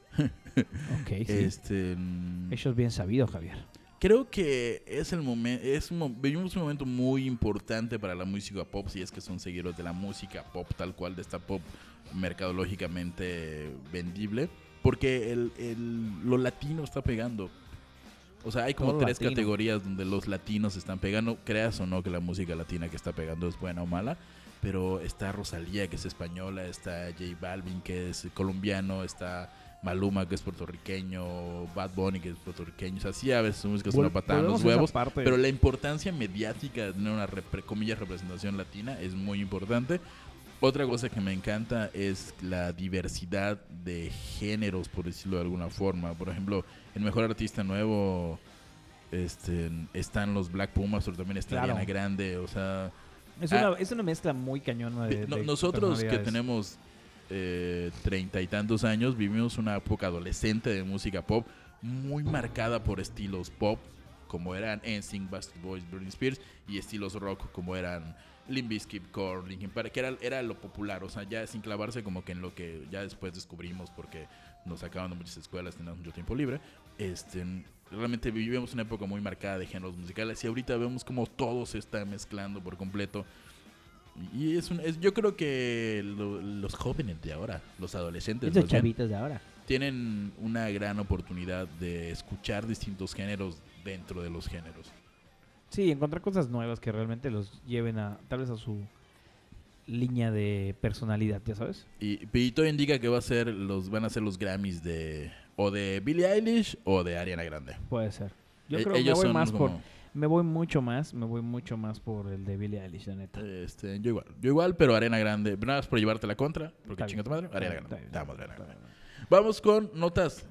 [SPEAKER 1] Ok, sí.
[SPEAKER 2] Este, mm,
[SPEAKER 1] Eso es bien sabido, Javier.
[SPEAKER 2] creo que es el momento, es un, mo- vivimos un momento muy importante para la música pop, si es que son seguidores de la música pop, tal cual de esta pop mercadológicamente vendible, porque el, el- lo latino está pegando. O sea, hay como
[SPEAKER 1] Todo
[SPEAKER 2] tres
[SPEAKER 1] latino.
[SPEAKER 2] categorías donde los latinos están pegando, creas o no que la música latina que está pegando es buena o mala, pero está Rosalía, que es española, está J Balvin, que es colombiano, está Maluma, que es puertorriqueño, Bad Bunny, que es puertorriqueño. O sea, sí, a veces su música es una
[SPEAKER 1] Vol-
[SPEAKER 2] patada en
[SPEAKER 1] volvemos
[SPEAKER 2] los
[SPEAKER 1] a esa
[SPEAKER 2] huevos.
[SPEAKER 1] parte.
[SPEAKER 2] Pero la importancia mediática de tener una, repre- comillas, representación latina es muy importante. Otra cosa que me encanta es la diversidad de géneros, por decirlo de alguna forma. Por ejemplo, el mejor artista nuevo este, están los Black Pumas, pero también está
[SPEAKER 1] Claro.
[SPEAKER 2] Ariana Grande. O sea,
[SPEAKER 1] es,
[SPEAKER 2] ah.
[SPEAKER 1] una, es una mezcla muy cañona de.
[SPEAKER 2] Te- no-
[SPEAKER 1] de
[SPEAKER 2] nosotros que
[SPEAKER 1] personalidades.
[SPEAKER 2] tenemos eh, treinta y tantos años vivimos una época adolescente de música pop muy marcada por estilos pop como eran NSYNC, Backstreet Boys, Britney Spears y estilos rock como eran Limp Bizkit, Korn, Linkin Park, que era, era lo popular, o sea, ya sin clavarse como que en lo que ya después descubrimos porque nos sacaban de muchas escuelas, teníamos mucho tiempo libre, este, realmente vivimos una época muy marcada de géneros musicales y ahorita vemos como todo se está mezclando por completo y es un, es- yo creo que lo- los jóvenes de ahora, los adolescentes,
[SPEAKER 1] Esos
[SPEAKER 2] más bien,
[SPEAKER 1] chavitos de ahora.
[SPEAKER 2] tienen una gran oportunidad de escuchar distintos géneros dentro de los géneros.
[SPEAKER 1] Sí, encontrar cosas nuevas que realmente los lleven a, tal vez a su línea de personalidad, ya sabes.
[SPEAKER 2] Y, y todo indica que va a ser los, van a ser los Grammys de o de Billie Eilish o de Ariana Grande.
[SPEAKER 1] Puede ser. Yo
[SPEAKER 2] E-
[SPEAKER 1] creo que me
[SPEAKER 2] ellos
[SPEAKER 1] voy
[SPEAKER 2] son
[SPEAKER 1] más por,
[SPEAKER 2] como,
[SPEAKER 1] me voy mucho más, me voy mucho más por el de Billie Eilish, la neta.
[SPEAKER 2] este, yo igual, yo igual, pero Ariana Grande, pero nada más por llevarte la contra, porque
[SPEAKER 1] Está
[SPEAKER 2] chinga
[SPEAKER 1] bien.
[SPEAKER 2] tu madre, Ariana
[SPEAKER 1] Está
[SPEAKER 2] Grande.
[SPEAKER 1] bien,
[SPEAKER 2] Te
[SPEAKER 1] está
[SPEAKER 2] amo,
[SPEAKER 1] bien,
[SPEAKER 2] Ariana
[SPEAKER 1] está
[SPEAKER 2] Grande.
[SPEAKER 1] bien.
[SPEAKER 2] Vamos con notas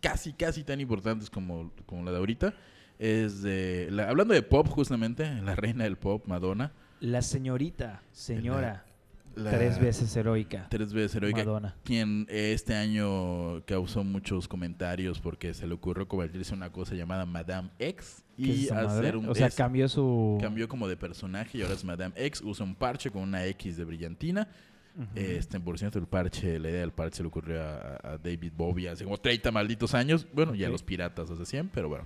[SPEAKER 2] casi, casi tan importantes como, como la de ahorita. Es de, la- hablando de pop, justamente, la reina del pop, Madonna.
[SPEAKER 1] La señorita, señora,
[SPEAKER 2] La-
[SPEAKER 1] tres veces heroica,
[SPEAKER 2] Tres veces heroica.
[SPEAKER 1] Madonna.
[SPEAKER 2] Quien eh, este año causó muchos comentarios porque se le ocurrió convertirse en una cosa llamada Madame X
[SPEAKER 1] ¿Qué es
[SPEAKER 2] y
[SPEAKER 1] esa madre?
[SPEAKER 2] hacer un
[SPEAKER 1] o sea,
[SPEAKER 2] es-
[SPEAKER 1] cambió su...
[SPEAKER 2] cambió como de personaje y ahora es Madame X, usa un parche con una X de brillantina.
[SPEAKER 1] Ujú.
[SPEAKER 2] Este, por cierto, el parche, la idea del parche se le ocurrió a, a David Bowie hace como 30 malditos años. Bueno, y a
[SPEAKER 1] Ok.
[SPEAKER 2] los piratas hace 100, pero bueno.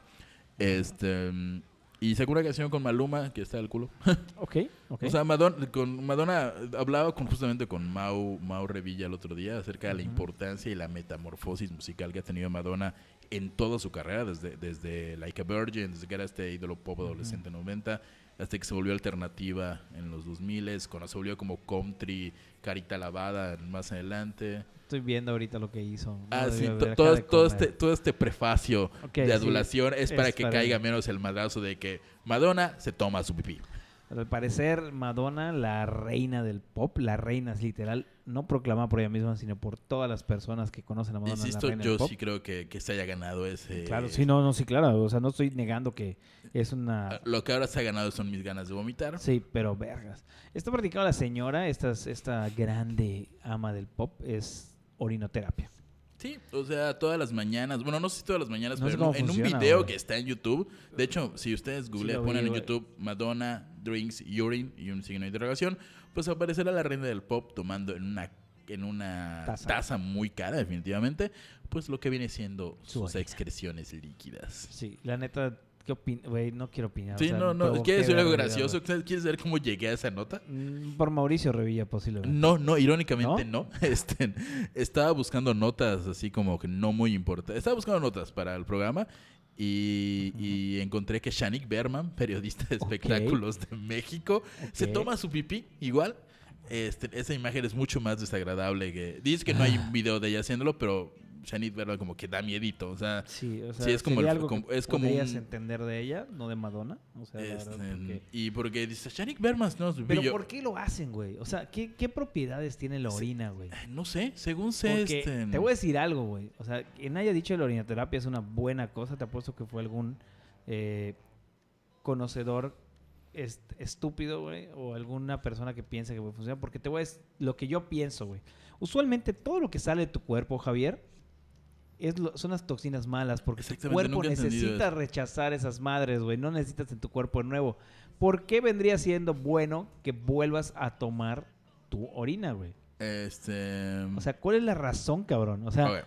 [SPEAKER 2] Este, mm, Y sacó una canción con Maluma, que está del culo.
[SPEAKER 1] Ok, ok.
[SPEAKER 2] O sea, Madonna, con, Madonna eh, hablaba con, justamente con Mau, Mau Revilla el otro día acerca de la importancia y la metamorfosis musical que ha tenido Madonna en toda su carrera, desde, desde Like a Virgin, desde que era este ídolo pop adolescente 90, hasta que se volvió alternativa en los 2000, cuando se volvió como country, carita lavada más adelante.
[SPEAKER 1] Estoy viendo ahorita lo que hizo. No
[SPEAKER 2] Ah,
[SPEAKER 1] debí
[SPEAKER 2] sí,
[SPEAKER 1] haber
[SPEAKER 2] to-
[SPEAKER 1] dejado
[SPEAKER 2] todo,
[SPEAKER 1] de
[SPEAKER 2] todo
[SPEAKER 1] comer.
[SPEAKER 2] este, todo este prefacio
[SPEAKER 1] Ok, sí,
[SPEAKER 2] de adulación es
[SPEAKER 1] es
[SPEAKER 2] para que
[SPEAKER 1] para-
[SPEAKER 2] caiga menos el madrazo de que Madonna se toma su pipí.
[SPEAKER 1] Al parecer, Madonna, la reina del pop, la reina es literal, no proclamada por ella misma, sino por todas las personas que conocen a Madonna. la
[SPEAKER 2] Insisto,
[SPEAKER 1] reina
[SPEAKER 2] yo
[SPEAKER 1] del pop.
[SPEAKER 2] sí creo que, que se haya ganado ese.
[SPEAKER 1] Claro, sí, no, no, sí, claro. O sea, no estoy negando que es una.
[SPEAKER 2] Ah, Lo que ahora se ha ganado son mis ganas de vomitar.
[SPEAKER 1] Sí, pero vergas. Esta practicada la señora, esta, esta grande ama del pop, es orinoterapia.
[SPEAKER 2] Sí, o sea, todas las mañanas. Bueno, no sé si todas las mañanas,
[SPEAKER 1] No
[SPEAKER 2] pero
[SPEAKER 1] sé
[SPEAKER 2] en,
[SPEAKER 1] cómo
[SPEAKER 2] en un
[SPEAKER 1] funciona,
[SPEAKER 2] video
[SPEAKER 1] güey.
[SPEAKER 2] que está en YouTube. De hecho, si ustedes googlean,
[SPEAKER 1] lo vi,
[SPEAKER 2] ponen en
[SPEAKER 1] güey.
[SPEAKER 2] YouTube Madonna, Drinks, Urine y un signo de interrogación, pues aparecerá la reina del pop tomando en una en una taza,
[SPEAKER 1] Taza.
[SPEAKER 2] muy cara, definitivamente, pues lo que viene siendo
[SPEAKER 1] Su
[SPEAKER 2] sus
[SPEAKER 1] orina.
[SPEAKER 2] excreciones líquidas.
[SPEAKER 1] Sí, la neta, ¿qué opin- Güey, no quiero opinar. o
[SPEAKER 2] Sí,
[SPEAKER 1] sea,
[SPEAKER 2] no,
[SPEAKER 1] me
[SPEAKER 2] no,
[SPEAKER 1] provoqué
[SPEAKER 2] ¿quieres decir
[SPEAKER 1] ver
[SPEAKER 2] algo
[SPEAKER 1] el video,
[SPEAKER 2] gracioso?
[SPEAKER 1] güey.
[SPEAKER 2] ¿Quieres ver cómo llegué a esa nota?
[SPEAKER 1] Mm, Por Mauricio Revilla, posiblemente.
[SPEAKER 2] No, no, irónicamente no. Este, estaba buscando notas así como que no muy importantes. Estaba buscando notas para el programa y, y encontré que Shanik Berman, periodista de
[SPEAKER 1] Ok.
[SPEAKER 2] espectáculos de México, se
[SPEAKER 1] Ok.
[SPEAKER 2] toma su pipí igual. Este, esa imagen es mucho más desagradable que... Dice que no
[SPEAKER 1] Ah.
[SPEAKER 2] hay video de ella haciéndolo, pero Shanik Berman como que da miedito. O sea,
[SPEAKER 1] Sí, o sea,
[SPEAKER 2] Sí, es como
[SPEAKER 1] sería
[SPEAKER 2] el-
[SPEAKER 1] algo
[SPEAKER 2] como-
[SPEAKER 1] que
[SPEAKER 2] es como
[SPEAKER 1] podrías
[SPEAKER 2] un-
[SPEAKER 1] entender de ella, no de Madonna. O sea, la
[SPEAKER 2] este,
[SPEAKER 1] verdad, porque-
[SPEAKER 2] y porque dice, Shanik Berman, no, su pipí".
[SPEAKER 1] Pero
[SPEAKER 2] Yo,
[SPEAKER 1] ¿por qué lo hacen, güey? O sea, ¿qué, qué propiedades tiene la
[SPEAKER 2] Sí.
[SPEAKER 1] orina, güey?
[SPEAKER 2] no sé, según sé...
[SPEAKER 1] Porque
[SPEAKER 2] este,
[SPEAKER 1] te voy a decir algo, güey. O sea, quien haya dicho que la orinoterapia es una buena cosa, te apuesto que fue algún eh, conocedor est- estúpido, güey, o alguna persona que piensa que puede funcionar. Porque te voy a decir lo que yo pienso, güey. Usualmente todo lo que sale de tu cuerpo, Javier, es lo- son las toxinas malas, porque tu
[SPEAKER 2] Exactamente,
[SPEAKER 1] cuerpo
[SPEAKER 2] nunca he entendido
[SPEAKER 1] necesita
[SPEAKER 2] eso.
[SPEAKER 1] rechazar esas madres, güey. No necesitas en tu cuerpo nuevo. ¿Por qué vendría siendo bueno que vuelvas a tomar tu orina, güey?
[SPEAKER 2] Este...
[SPEAKER 1] O sea, ¿cuál es la razón, cabrón? O sea,
[SPEAKER 2] ok.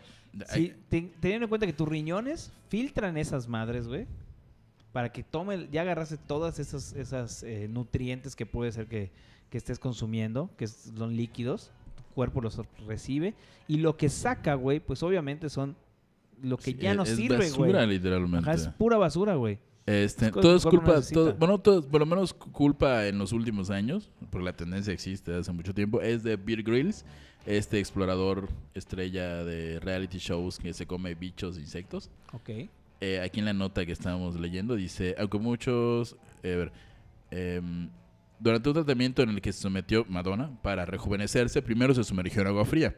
[SPEAKER 1] Sí, ten- teniendo en cuenta que tus riñones filtran esas madres, güey. Para que tome, el- ya agarrase todas esas, esas eh, nutrientes que puede ser que, que estés consumiendo, que es- son líquidos, tu cuerpo los recibe. Y lo que saca, güey, pues obviamente son lo que
[SPEAKER 2] Sí,
[SPEAKER 1] ya
[SPEAKER 2] es-
[SPEAKER 1] no
[SPEAKER 2] es
[SPEAKER 1] sirve, güey.
[SPEAKER 2] basura, literalmente.
[SPEAKER 1] Ajá, es pura basura, güey.
[SPEAKER 2] Este,
[SPEAKER 1] es cosa
[SPEAKER 2] todo
[SPEAKER 1] que
[SPEAKER 2] es
[SPEAKER 1] tu cuerpo
[SPEAKER 2] culpa,
[SPEAKER 1] necesita.
[SPEAKER 2] todo- bueno, todo, por lo menos cu- culpa en los últimos años, porque la tendencia existe hace mucho tiempo, es de Beer Grylls, este explorador estrella de reality shows que se come bichos e insectos.
[SPEAKER 1] Ok.
[SPEAKER 2] Eh, aquí en la nota que estábamos leyendo dice, aunque muchos... eh, a ver, em, durante un tratamiento en el que se sometió Madonna para rejuvenecerse, primero se sumergió en agua fría,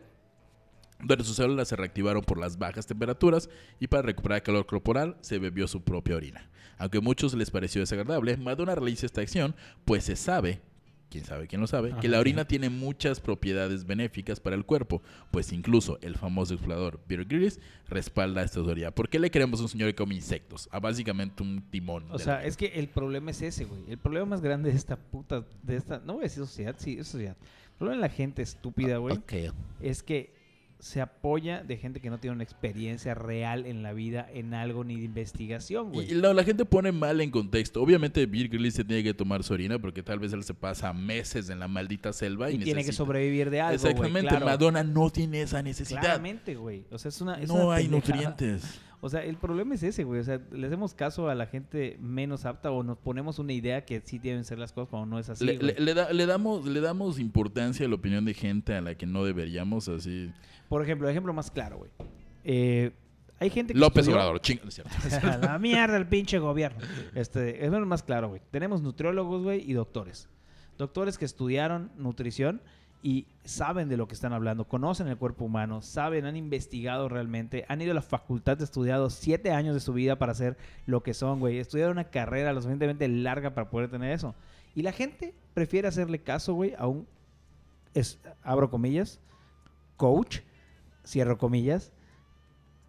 [SPEAKER 2] donde sus células se reactivaron por las bajas temperaturas y para recuperar calor corporal se bebió su propia orina. Aunque a muchos les pareció desagradable, Madonna realiza esta acción pues se sabe, quién sabe quién lo sabe, que
[SPEAKER 1] Ajá,
[SPEAKER 2] la
[SPEAKER 1] sí.
[SPEAKER 2] orina tiene muchas propiedades benéficas para el cuerpo, pues incluso el famoso explorador Peter Grylls respalda esta teoría. ¿Por qué le queremos a un señor que come insectos? A básicamente un timón.
[SPEAKER 1] O
[SPEAKER 2] de
[SPEAKER 1] sea,
[SPEAKER 2] la-
[SPEAKER 1] es que el problema es ese, güey. El problema más grande de esta puta, de esta, no voy a decir sociedad, sí, es sociedad. El problema de la gente estúpida, güey.
[SPEAKER 2] Ah, Ok.
[SPEAKER 1] es que se apoya de gente que no tiene una experiencia real en la vida, en algo ni de investigación,
[SPEAKER 2] Y
[SPEAKER 1] güey.
[SPEAKER 2] la, la gente pone mal en contexto. Obviamente Bill Grylls se tiene que tomar su orina porque tal vez él se pasa meses en la maldita selva y,
[SPEAKER 1] Y, tiene que
[SPEAKER 2] necesita-
[SPEAKER 1] sobrevivir de algo, güey.
[SPEAKER 2] Exactamente,
[SPEAKER 1] claro.
[SPEAKER 2] Madonna no tiene esa necesidad.
[SPEAKER 1] Claramente, güey. O sea, es una. es
[SPEAKER 2] no
[SPEAKER 1] una
[SPEAKER 2] hay
[SPEAKER 1] pendejada.
[SPEAKER 2] nutrientes.
[SPEAKER 1] O sea, el problema es ese, güey. O sea, le hacemos caso a la gente menos apta o nos ponemos una idea que sí deben ser las cosas cuando no es así.
[SPEAKER 2] le,
[SPEAKER 1] güey.
[SPEAKER 2] le- le da- le damos, le damos importancia a la opinión de gente a la que no deberíamos, así.
[SPEAKER 1] Por ejemplo, el ejemplo más claro, güey. Eh, hay gente que.
[SPEAKER 2] López
[SPEAKER 1] estudió-
[SPEAKER 2] Obrador, chinga, no es cierto.
[SPEAKER 1] A la mierda el pinche gobierno. Este, es lo más claro, güey. Tenemos nutriólogos, güey, y doctores. Doctores que estudiaron nutrición y saben de lo que están hablando, conocen el cuerpo humano, saben, han investigado realmente, han ido a la facultad, estudiado siete años de su vida para hacer lo que son, güey. Estudiaron una carrera lo suficientemente larga para poder tener eso. Y la gente prefiere hacerle caso, güey, a un, es, abro comillas, coach, cierro comillas,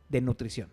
[SPEAKER 1] de nutrición.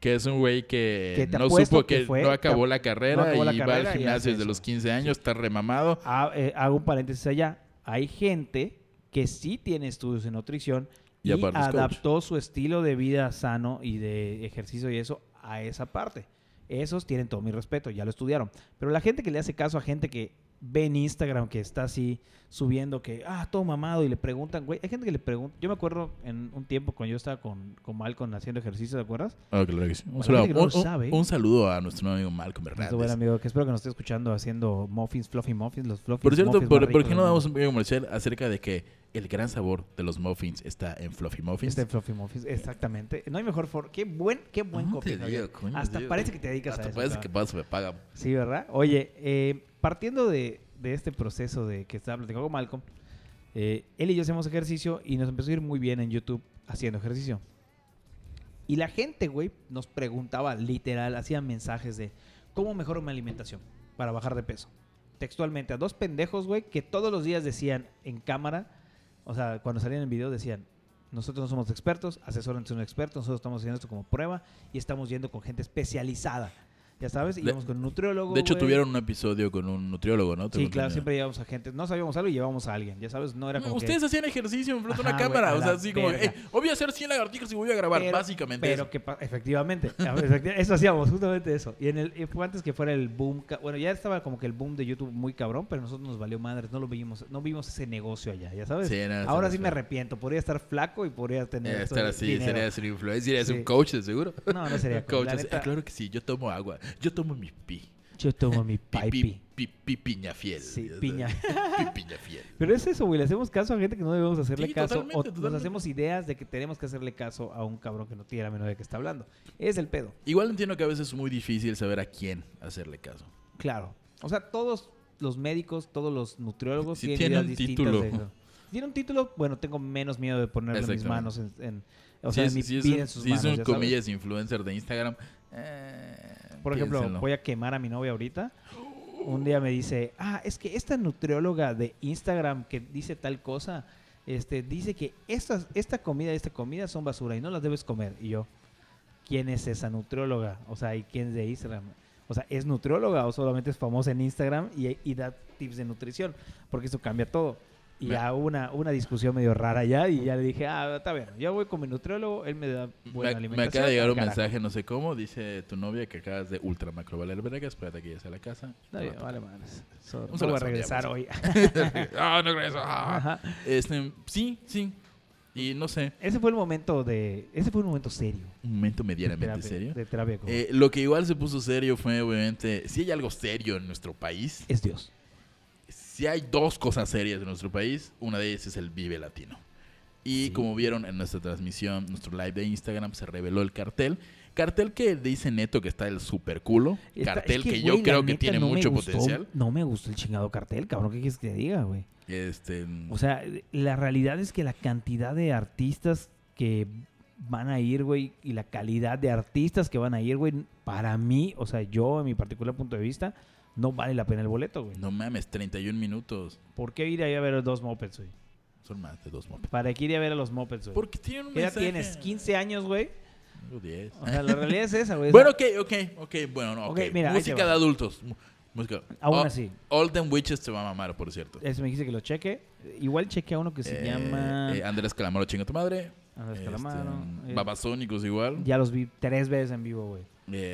[SPEAKER 2] Que es un güey que,
[SPEAKER 1] Que te
[SPEAKER 2] no
[SPEAKER 1] apuesto
[SPEAKER 2] supo que,
[SPEAKER 1] que fue-
[SPEAKER 2] no acabó
[SPEAKER 1] te-
[SPEAKER 2] la carrera
[SPEAKER 1] no acabó la
[SPEAKER 2] y va
[SPEAKER 1] carrera
[SPEAKER 2] al
[SPEAKER 1] y hace
[SPEAKER 2] gimnasio desde
[SPEAKER 1] eso.
[SPEAKER 2] los 15 años, está remamado.
[SPEAKER 1] Ah, eh, hago un paréntesis allá. Hay gente que sí tiene estudios en nutrición
[SPEAKER 2] Y
[SPEAKER 1] y,
[SPEAKER 2] aparte es coach.
[SPEAKER 1] adaptó su estilo de vida sano y de ejercicio y eso a esa parte. Esos tienen todo mi respeto, ya lo estudiaron. Pero la gente que le hace caso a gente que ve en Instagram que está así subiendo que, ah, todo mamado y le preguntan, güey, hay gente que le pregunta, yo me acuerdo en un tiempo cuando yo estaba con, con Malcolm haciendo ejercicio, ¿te acuerdas?
[SPEAKER 2] Ah, claro que sí. Un,
[SPEAKER 1] Para
[SPEAKER 2] saludo,
[SPEAKER 1] la gente que no
[SPEAKER 2] un-
[SPEAKER 1] lo
[SPEAKER 2] un-
[SPEAKER 1] sabe.
[SPEAKER 2] un saludo a nuestro nuevo amigo Malcolm
[SPEAKER 1] Nuestro buen
[SPEAKER 2] Hernández.
[SPEAKER 1] amigo que espero que nos esté escuchando haciendo muffins, fluffy muffins, los fluffy
[SPEAKER 2] Por cierto,
[SPEAKER 1] muffins
[SPEAKER 2] ¿por,
[SPEAKER 1] más
[SPEAKER 2] por
[SPEAKER 1] ricos
[SPEAKER 2] qué
[SPEAKER 1] del
[SPEAKER 2] no
[SPEAKER 1] mundo.
[SPEAKER 2] damos un pequeño comercial acerca de que el gran sabor de los muffins está en Fluffy Muffins? Ah,
[SPEAKER 1] Este Fluffy Muffins, exactamente. No hay mejor forma. Qué buen, qué buen
[SPEAKER 2] No te
[SPEAKER 1] copy,
[SPEAKER 2] digo,
[SPEAKER 1] Javier.
[SPEAKER 2] coño,
[SPEAKER 1] Hasta
[SPEAKER 2] te digo.
[SPEAKER 1] parece que te dedicas
[SPEAKER 2] Hasta
[SPEAKER 1] a eso.
[SPEAKER 2] parece
[SPEAKER 1] cabrón.
[SPEAKER 2] que paso me paga.
[SPEAKER 1] Sí, ¿verdad? Oye, eh, partiendo de, de este proceso de que estaba platicando con Malcolm, eh, él y yo hacemos ejercicio y nos empezó a ir muy bien en YouTube haciendo ejercicio. Y la gente, güey, nos preguntaba literal, hacían mensajes de cómo mejoro mi alimentación para bajar de peso. Textualmente, a dos pendejos, güey, que todos los días decían en cámara, o sea, cuando salían en video decían, nosotros no somos expertos, asesórense un experto, nosotros estamos haciendo esto como prueba y estamos yendo con gente especializada. Ya sabes,
[SPEAKER 2] De-
[SPEAKER 1] íbamos con un nutriólogo.
[SPEAKER 2] De hecho,
[SPEAKER 1] güey.
[SPEAKER 2] tuvieron un episodio con un nutriólogo, ¿no?
[SPEAKER 1] Sí,
[SPEAKER 2] Tengo
[SPEAKER 1] claro,
[SPEAKER 2] entendido.
[SPEAKER 1] siempre llevamos a gente. No sabíamos algo y llevamos a alguien. Ya sabes, no era como. que-
[SPEAKER 2] Ustedes hacían ejercicio enfrente de una
[SPEAKER 1] Ajá, güey,
[SPEAKER 2] cámara.
[SPEAKER 1] a
[SPEAKER 2] o sea,
[SPEAKER 1] la
[SPEAKER 2] así como,
[SPEAKER 1] verga.
[SPEAKER 2] eh, voy a hacer 100 lagartijas y voy a grabar.
[SPEAKER 1] Pero-
[SPEAKER 2] Básicamente.
[SPEAKER 1] Pero
[SPEAKER 2] eso.
[SPEAKER 1] que pa- efectivamente, a ver, efecti- eso hacíamos, justamente eso. Y en el y fue antes que fuera el boom, ca- bueno, ya estaba como que el boom de YouTube muy cabrón, pero nosotros nos valió madres, no lo vimos, no vimos ese negocio allá, ya sabes.
[SPEAKER 2] Sí, era-
[SPEAKER 1] pues, Ahora
[SPEAKER 2] era-
[SPEAKER 1] sí me arrepiento, podría estar flaco y podría tener
[SPEAKER 2] Eh,
[SPEAKER 1] esto
[SPEAKER 2] estar
[SPEAKER 1] de
[SPEAKER 2] así,
[SPEAKER 1] dinero.
[SPEAKER 2] sería ser influencer, serías un
[SPEAKER 1] Sí.
[SPEAKER 2] coach de seguro.
[SPEAKER 1] No, no sería coach,
[SPEAKER 2] coach.
[SPEAKER 1] la
[SPEAKER 2] así,
[SPEAKER 1] neta.
[SPEAKER 2] "Ah, claro que sí, yo tomo agua, yo tomo mi pi.
[SPEAKER 1] Yo tomo mi
[SPEAKER 2] Pi,
[SPEAKER 1] pipi.
[SPEAKER 2] pi, pi, pi- piña fiel.
[SPEAKER 1] Sí,
[SPEAKER 2] ya sabes,
[SPEAKER 1] piña.
[SPEAKER 2] Pi, piña fiel.
[SPEAKER 1] Pero es eso, güey, le hacemos caso a gente que no debemos hacerle
[SPEAKER 2] Sí,
[SPEAKER 1] caso
[SPEAKER 2] totalmente,
[SPEAKER 1] o nos
[SPEAKER 2] totalmente.
[SPEAKER 1] hacemos ideas de que tenemos que hacerle caso a un cabrón que no tiene la menor idea de qué está hablando. Es el pedo.
[SPEAKER 2] Igual entiendo que a veces es muy difícil saber a quién hacerle caso.
[SPEAKER 1] Claro. O sea, todos los médicos, todos los nutriólogos
[SPEAKER 2] Si
[SPEAKER 1] tienen,
[SPEAKER 2] tienen
[SPEAKER 1] ideas distintas
[SPEAKER 2] título.
[SPEAKER 1] de eso. Si tiene un título, bueno, tengo menos miedo de ponerlo en mis
[SPEAKER 2] Exactamente.
[SPEAKER 1] manos. En, en- o
[SPEAKER 2] Si
[SPEAKER 1] sea,
[SPEAKER 2] es-
[SPEAKER 1] mi
[SPEAKER 2] si es
[SPEAKER 1] vida
[SPEAKER 2] un-
[SPEAKER 1] en sus
[SPEAKER 2] si
[SPEAKER 1] manos.
[SPEAKER 2] es un
[SPEAKER 1] ya sabes.
[SPEAKER 2] comillas influencer de Instagram. eh,
[SPEAKER 1] Por ejemplo,
[SPEAKER 2] piénsenlo.
[SPEAKER 1] voy a quemar a mi novia ahorita. Un día me dice, ah, es que esta nutrióloga de Instagram que dice tal cosa, este, dice que estas, esta comida y esta comida son basura y no las debes comer. Y yo, ¿quién es esa nutrióloga? O sea, ¿y quién es de Instagram? O sea, ¿es nutrióloga o solamente es famosa en Instagram y, y da tips de nutrición? Porque eso cambia todo. Y
[SPEAKER 2] Me-
[SPEAKER 1] ya hubo una, una discusión medio rara ya y ya le dije, ah, está bien, yo voy con mi nutriólogo, él me da buena
[SPEAKER 2] me, me
[SPEAKER 1] alimentación.
[SPEAKER 2] acaba de llegar
[SPEAKER 1] al
[SPEAKER 2] un
[SPEAKER 1] carajo.
[SPEAKER 2] mensaje, no sé cómo, dice tu novia que acabas de ultra macro valer verga, espérate que llegues a la casa.
[SPEAKER 1] Está
[SPEAKER 2] Te
[SPEAKER 1] bien,
[SPEAKER 2] va a
[SPEAKER 1] vale, madres. So,
[SPEAKER 2] Un
[SPEAKER 1] no voy
[SPEAKER 2] saludo,
[SPEAKER 1] a regresar
[SPEAKER 2] Santiago.
[SPEAKER 1] hoy.
[SPEAKER 2] tocar. Ah, no creo eso. ah.
[SPEAKER 1] Ajá.
[SPEAKER 2] Este, sí, sí. Y no sé,
[SPEAKER 1] Ese fue el momento de. Ese fue un momento serio.
[SPEAKER 2] un momento
[SPEAKER 1] de
[SPEAKER 2] medianamente
[SPEAKER 1] terapia-
[SPEAKER 2] serio.
[SPEAKER 1] De terapia. con-
[SPEAKER 2] Eh, lo que igual se puso serio fue, obviamente, si hay algo serio en nuestro país,
[SPEAKER 1] es Dios.
[SPEAKER 2] si hay dos cosas serias en nuestro país, una de ellas es el Vive Latino. Y
[SPEAKER 1] Sí.
[SPEAKER 2] como vieron en nuestra transmisión, nuestro live de Instagram, se reveló el cartel. Cartel que dice Neto que está el super culo.
[SPEAKER 1] Está-
[SPEAKER 2] cartel
[SPEAKER 1] es
[SPEAKER 2] que, yo
[SPEAKER 1] güey, la
[SPEAKER 2] creo que
[SPEAKER 1] neta,
[SPEAKER 2] tiene
[SPEAKER 1] no me
[SPEAKER 2] mucho
[SPEAKER 1] gustó-
[SPEAKER 2] potencial.
[SPEAKER 1] No me gustó el chingado cartel, cabrón. ¿Qué quieres que te diga, güey?
[SPEAKER 2] Este,
[SPEAKER 1] O sea, la realidad es que la cantidad de artistas que van a ir, güey, y la calidad de artistas que van a ir, güey, para mí, o sea, yo, en mi particular punto de vista, no vale la pena el boleto, güey.
[SPEAKER 2] no mames, 31 minutos.
[SPEAKER 1] ¿Por qué ir ahí a ver a dos mopeds, güey?
[SPEAKER 2] Son más de dos mopeds.
[SPEAKER 1] ¿Para qué ir a ver a los mopeds, güey?
[SPEAKER 2] Porque tienen un
[SPEAKER 1] ¿Qué edad
[SPEAKER 2] mensaje.
[SPEAKER 1] tienes? ¿15 años, güey?
[SPEAKER 2] Tengo 10.
[SPEAKER 1] O sea, la realidad es esa, güey. O
[SPEAKER 2] Bueno,
[SPEAKER 1] sea,
[SPEAKER 2] ok, ok, ok. Bueno, no, ok.
[SPEAKER 1] Ok, mira, ahí te
[SPEAKER 2] Música
[SPEAKER 1] va.
[SPEAKER 2] de adultos. Mu- Música.
[SPEAKER 1] Aún
[SPEAKER 2] All-
[SPEAKER 1] así.
[SPEAKER 2] All Them Witches te va a mamar, por cierto.
[SPEAKER 1] Ese me dijiste que lo cheque. Igual cheque a uno que se
[SPEAKER 2] Eh,
[SPEAKER 1] llama.
[SPEAKER 2] eh, Andrés Calamaro, chinga tu madre.
[SPEAKER 1] Andrés
[SPEAKER 2] Este,
[SPEAKER 1] Calamaro,
[SPEAKER 2] mm,
[SPEAKER 1] eh.
[SPEAKER 2] Babasónicos igual.
[SPEAKER 1] ya los vi tres veces en vivo, güey.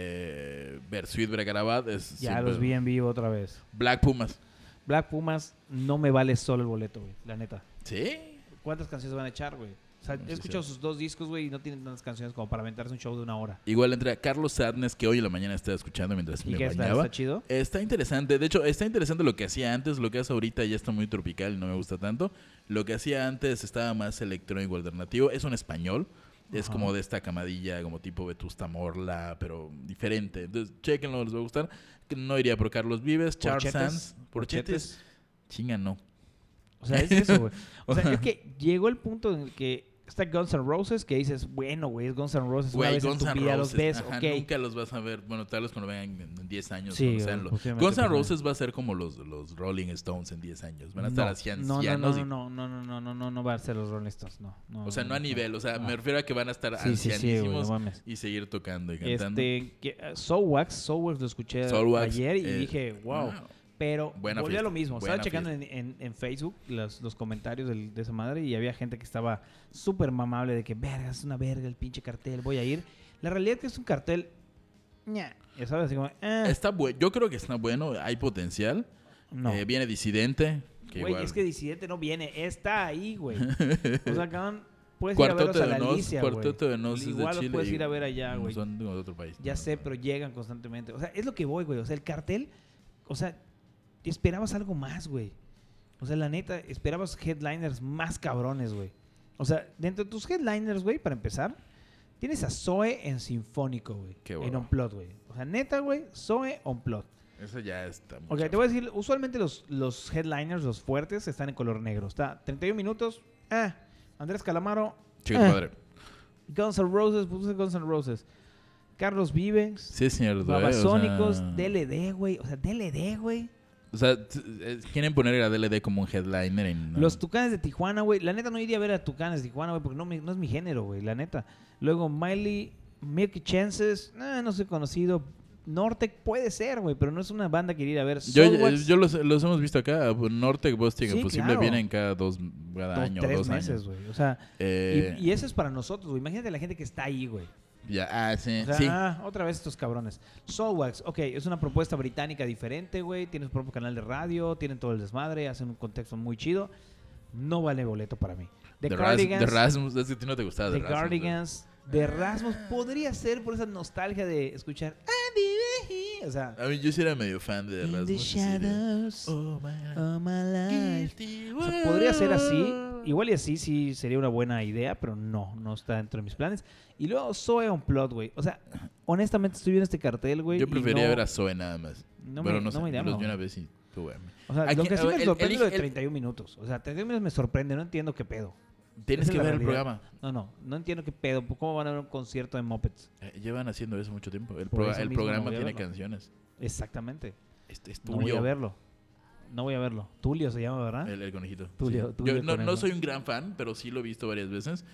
[SPEAKER 2] Eh, Bersuit Bregarabat. Es
[SPEAKER 1] Ya
[SPEAKER 2] siempre-
[SPEAKER 1] los vi en vivo otra vez.
[SPEAKER 2] Black Pumas.
[SPEAKER 1] Black Pumas no me vale solo el boleto, güey. La neta.
[SPEAKER 2] Sí.
[SPEAKER 1] ¿Cuántas canciones van a echar, güey? O sea,
[SPEAKER 2] No, sí,
[SPEAKER 1] he escuchado
[SPEAKER 2] sí.
[SPEAKER 1] sus dos discos, güey, y no tienen tantas canciones como para aventarse un show de una hora.
[SPEAKER 2] Igual entra Carlos Sadness, que hoy en la mañana estaba escuchando mientras
[SPEAKER 1] ¿Y
[SPEAKER 2] me
[SPEAKER 1] qué está?
[SPEAKER 2] bañaba.
[SPEAKER 1] ¿Está chido?
[SPEAKER 2] Está interesante, de hecho, está interesante lo que hacía antes, lo que hace ahorita ya está muy tropical y no me gusta tanto. Lo que hacía antes estaba más electrónico alternativo, es un español, es
[SPEAKER 1] Ajá.
[SPEAKER 2] como de esta camadilla, como tipo Vetusta Morla, pero diferente. Entonces, chequenlo, les va a gustar. No iría por Carlos Vives, Charles Sands, Porchetes. Chinga, no.
[SPEAKER 1] O sea, es eso, güey. O sea, es que llegó el punto en el que está Guns N' Roses que dices, bueno, güey, es Guns N' Roses. una
[SPEAKER 2] Güey,
[SPEAKER 1] vez
[SPEAKER 2] Guns
[SPEAKER 1] en
[SPEAKER 2] N'
[SPEAKER 1] tu vida los
[SPEAKER 2] Roses.
[SPEAKER 1] ves,
[SPEAKER 2] ajá,
[SPEAKER 1] ok.
[SPEAKER 2] Nunca los vas a ver. Bueno, tal vez cuando vengan en en 10 años.
[SPEAKER 1] Sí,
[SPEAKER 2] cuando sean los-
[SPEAKER 1] posiblemente
[SPEAKER 2] Guns N'
[SPEAKER 1] cuando-
[SPEAKER 2] Roses va a ser como los, los Rolling Stones en 10 años. Van a estar así
[SPEAKER 1] no,
[SPEAKER 2] ancianos.
[SPEAKER 1] no,
[SPEAKER 2] y-
[SPEAKER 1] no, no, no, no, no, no, no, no, no va a ser los Rolling Stones, no.
[SPEAKER 2] O sea, no a nivel, o sea, me
[SPEAKER 1] Ah.
[SPEAKER 2] refiero a que van a estar
[SPEAKER 1] Sí, sí, sí, güey,
[SPEAKER 2] ancianísimos
[SPEAKER 1] no mames.
[SPEAKER 2] y seguir tocando y cantando.
[SPEAKER 1] Este, que, ah, Soulwax, Soulwax lo escuché
[SPEAKER 2] Soulwax,
[SPEAKER 1] ayer y
[SPEAKER 2] eh,
[SPEAKER 1] dije, wow.
[SPEAKER 2] ah,
[SPEAKER 1] Pero
[SPEAKER 2] buena
[SPEAKER 1] volvió a lo
[SPEAKER 2] fiesta,
[SPEAKER 1] mismo.
[SPEAKER 2] buena
[SPEAKER 1] Estaba checando en, en- en Facebook los, los comentarios del- de esa madre y había gente que estaba súper mamable de que, verga, es una verga el pinche cartel, voy a ir. La realidad es que es un cartel ña. Ya sabes, así como, eh,
[SPEAKER 2] Está bueno. Yo creo que está bueno. Hay potencial.
[SPEAKER 1] no.
[SPEAKER 2] Eh, viene disidente. Que
[SPEAKER 1] Güey,
[SPEAKER 2] igual-
[SPEAKER 1] es que Disidente no viene, está ahí, güey. o sea, cabrón, puedes ir a
[SPEAKER 2] Cuarteto
[SPEAKER 1] verlos a
[SPEAKER 2] de
[SPEAKER 1] la
[SPEAKER 2] Nos.
[SPEAKER 1] Alicia, güey.
[SPEAKER 2] Cuarteto de Nos es de
[SPEAKER 1] Igual los
[SPEAKER 2] Chile
[SPEAKER 1] puedes
[SPEAKER 2] y-
[SPEAKER 1] ir a ver allá, güey.
[SPEAKER 2] Son de otro país.
[SPEAKER 1] Ya sé, pero llegan constantemente. O sea, es lo que voy, güey. O sea, el cartel, o sea, esperabas algo más, güey. O sea, la neta, esperabas headliners más cabrones, güey. O sea, dentro de tus headliners, güey, para empezar, tienes a Zoe en Sinfónico, güey.
[SPEAKER 2] Qué
[SPEAKER 1] En
[SPEAKER 2] hueva.
[SPEAKER 1] Onplot, güey. O sea, neta, güey, Zoe Onplot.
[SPEAKER 2] Eso ya está. mucho.
[SPEAKER 1] Ok, te voy a decir, usualmente los, los headliners, los fuertes, están en color negro. Está 31 minutos, ah, Andrés Calamaro,
[SPEAKER 2] Chico,
[SPEAKER 1] Ah.
[SPEAKER 2] padre.
[SPEAKER 1] Guns N' Roses, pues, puse Guns N' Roses. Carlos Vives,
[SPEAKER 2] Sí, señor. güey, o
[SPEAKER 1] Babasónicos,
[SPEAKER 2] sea-
[SPEAKER 1] DLD, güey. O sea, DLD, güey.
[SPEAKER 2] O sea, t- eh, quieren poner a DLD como un headliner en.
[SPEAKER 1] Los Tucanes de Tijuana, güey. La neta no iría a ver a Tucanes de Tijuana, güey, porque no, me- no es mi género, güey. La neta. Luego Miley, Milky Chances. nah, no soy conocido. Nortec puede ser, güey, pero no es una banda que iría a ver.
[SPEAKER 2] Yo, eh,
[SPEAKER 1] Soulwax,
[SPEAKER 2] yo los, los hemos visto acá. Norte, Boston,
[SPEAKER 1] Sí,
[SPEAKER 2] Imposible
[SPEAKER 1] claro.
[SPEAKER 2] vienen cada dos cada
[SPEAKER 1] dos,
[SPEAKER 2] año,
[SPEAKER 1] tres
[SPEAKER 2] dos
[SPEAKER 1] meses,
[SPEAKER 2] años.
[SPEAKER 1] güey. O sea,
[SPEAKER 2] Eh,
[SPEAKER 1] y, y eso es para nosotros, güey. Imagínate la gente que está ahí, güey.
[SPEAKER 2] ya, ah, sí.
[SPEAKER 1] O sea,
[SPEAKER 2] sí.
[SPEAKER 1] ah, otra vez estos cabrones. Soulwax, ok, es una propuesta británica diferente, güey. Tiene su propio canal de radio, tienen todo el desmadre, hacen un contexto muy chido. No vale boleto para mí. The,
[SPEAKER 2] The Ras-
[SPEAKER 1] Cardigans,
[SPEAKER 2] The Rasmus, es que a ti no te gustaba
[SPEAKER 1] The
[SPEAKER 2] The Rasmus,
[SPEAKER 1] Cardigans, The Rasmus, podría ser por esa nostalgia de escuchar. "Andy Behe", O sea,
[SPEAKER 2] güey. A mí yo sí era medio fan Ah, de The
[SPEAKER 1] In
[SPEAKER 2] Rasmus.
[SPEAKER 1] the
[SPEAKER 2] así de,
[SPEAKER 1] shadows
[SPEAKER 2] "Oh, my
[SPEAKER 1] of my life".
[SPEAKER 2] guilty
[SPEAKER 1] O sea, podría ser así.
[SPEAKER 2] world".
[SPEAKER 1] Igual y así sí sería una buena idea, pero no, no está dentro de mis planes. Y luego Zoe on Plot, güey. O sea, honestamente estoy viendo este cartel, güey.
[SPEAKER 2] Yo
[SPEAKER 1] y
[SPEAKER 2] prefería
[SPEAKER 1] no-
[SPEAKER 2] ver a Zoe nada más.
[SPEAKER 1] No me,
[SPEAKER 2] Pero no,
[SPEAKER 1] no
[SPEAKER 2] sé,
[SPEAKER 1] me llama,
[SPEAKER 2] los vi
[SPEAKER 1] güey.
[SPEAKER 2] una vez y tú, güey.
[SPEAKER 1] O sea,
[SPEAKER 2] Aquí-
[SPEAKER 1] lo que sí
[SPEAKER 2] a
[SPEAKER 1] me
[SPEAKER 2] ver, el-
[SPEAKER 1] sorprende es lo de
[SPEAKER 2] elige- el-
[SPEAKER 1] 31 minutos. O sea, 31 minutos me sorprende, no entiendo qué pedo.
[SPEAKER 2] Tienes
[SPEAKER 1] Esa
[SPEAKER 2] que
[SPEAKER 1] es la
[SPEAKER 2] ver el
[SPEAKER 1] realidad.
[SPEAKER 2] programa.
[SPEAKER 1] No, no, no entiendo qué pedo. ¿Cómo van a ver un concierto de Muppets?
[SPEAKER 2] Eh, Llevan haciendo eso mucho tiempo. El,
[SPEAKER 1] Por
[SPEAKER 2] proga-
[SPEAKER 1] eso
[SPEAKER 2] el
[SPEAKER 1] mismo no
[SPEAKER 2] programa
[SPEAKER 1] voy a
[SPEAKER 2] tiene
[SPEAKER 1] verlo.
[SPEAKER 2] canciones.
[SPEAKER 1] Exactamente.
[SPEAKER 2] Este es
[SPEAKER 1] No voy a
[SPEAKER 2] tuyo.
[SPEAKER 1] verlo. No voy a verlo. Tulio se llama, ¿verdad?
[SPEAKER 2] El, el conejito.
[SPEAKER 1] Tulio-
[SPEAKER 2] sí.
[SPEAKER 1] Tulio
[SPEAKER 2] Yo no,
[SPEAKER 1] Conejo.
[SPEAKER 2] no soy un gran fan, pero sí lo he visto varias veces.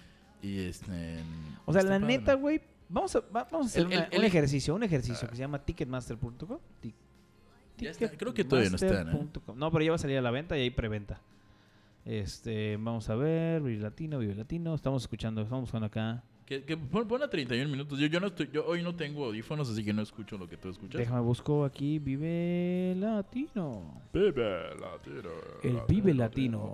[SPEAKER 2] Y este.
[SPEAKER 1] o sea,
[SPEAKER 2] está
[SPEAKER 1] la
[SPEAKER 2] padre.
[SPEAKER 1] neta, güey, vamos a, va- vamos a hacer
[SPEAKER 2] El- el-
[SPEAKER 1] una-
[SPEAKER 2] el- Ah.
[SPEAKER 1] un ejercicio, un ejercicio que se llama ticketmaster.com. Ti-
[SPEAKER 2] Ya está, creo que todavía no está, ¿no?
[SPEAKER 1] ticketmaster.com. No, pero ya va a salir a la venta y hay preventa. Este, vamos a ver, Vive Latino, Vive Latino. Estamos escuchando, estamos buscando acá.
[SPEAKER 2] Que, que pon, pon a 31 minutos. Yo, yo, no estoy, yo hoy no tengo audífonos, así que no escucho lo que tú escuchas.
[SPEAKER 1] Déjame busco aquí, Vive Latino.
[SPEAKER 2] Vive latino.
[SPEAKER 1] El Vive Latino.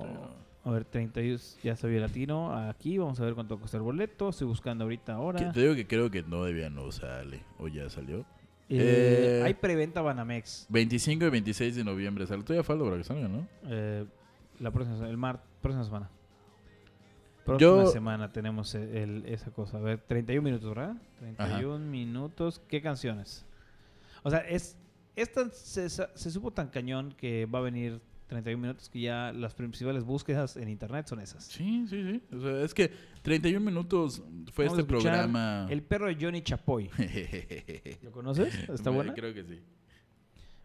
[SPEAKER 1] A ver, 32, ya está Vive Latino. Aquí vamos a ver cuánto cuesta el boleto. Estoy buscando ahorita
[SPEAKER 2] Que
[SPEAKER 1] ahora.
[SPEAKER 2] te digo que creo que no debía no sale. O ya salió.
[SPEAKER 1] Eh,
[SPEAKER 2] Eh,
[SPEAKER 1] hay preventa Banamex.
[SPEAKER 2] 25 y 26 de noviembre sale. Todavía falta para que salga, ¿no?
[SPEAKER 1] Eh, la próxima, se- el mar, próxima semana. Próxima
[SPEAKER 2] Yo-
[SPEAKER 1] semana tenemos e- el- esa cosa. A ver, 31 minutos, ¿verdad? 31 minutos. ¿Qué canciones? O sea, es, es tan- se, sa- se supo tan cañón que va a venir 31 minutos que ya las principales búsquedas en internet son esas.
[SPEAKER 2] Sí, sí, sí. O sea, es que 31 minutos fue
[SPEAKER 1] Vamos a
[SPEAKER 2] este
[SPEAKER 1] escuchar
[SPEAKER 2] programa.
[SPEAKER 1] El perro de Johnny Chapoy. ¿Lo conoces? ¿Está bueno?
[SPEAKER 2] Creo que sí.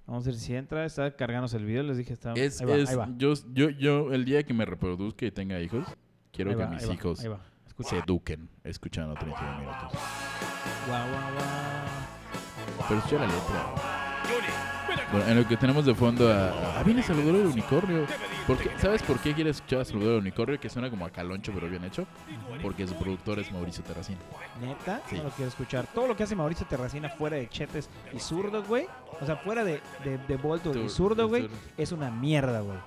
[SPEAKER 1] Vamos a ver si entra. Está cargándose el video. Les dije, está.
[SPEAKER 2] Es,
[SPEAKER 1] ahí va,
[SPEAKER 2] es-
[SPEAKER 1] ahí va.
[SPEAKER 2] Yo, yo, yo, el día que me reproduzca y tenga hijos, quiero
[SPEAKER 1] ahí
[SPEAKER 2] que
[SPEAKER 1] va,
[SPEAKER 2] mis
[SPEAKER 1] ahí va,
[SPEAKER 2] hijos
[SPEAKER 1] ahí va. Escucha.
[SPEAKER 2] se eduquen escuchando 31 minutos.
[SPEAKER 1] Guau, guau, guau.
[SPEAKER 2] Pero escucha la letra. Bueno, en lo que tenemos de fondo a. Ah, viene Salvador el Unicornio. ¿Por qué- ¿Sabes por qué quiere escuchar a Salvador el Unicornio? Que suena como a Caloncho, pero bien hecho. Porque su productor es Mauricio Terracín.
[SPEAKER 1] Neta,
[SPEAKER 2] Sí.
[SPEAKER 1] no lo quiero escuchar. Todo lo que hace Mauricio Terracina fuera de Chetes y zurdo, güey. O sea, fuera de, de, de Volto y
[SPEAKER 2] Tur-
[SPEAKER 1] zurdo,
[SPEAKER 2] y
[SPEAKER 1] güey.
[SPEAKER 2] zurdo.
[SPEAKER 1] Es una mierda, güey.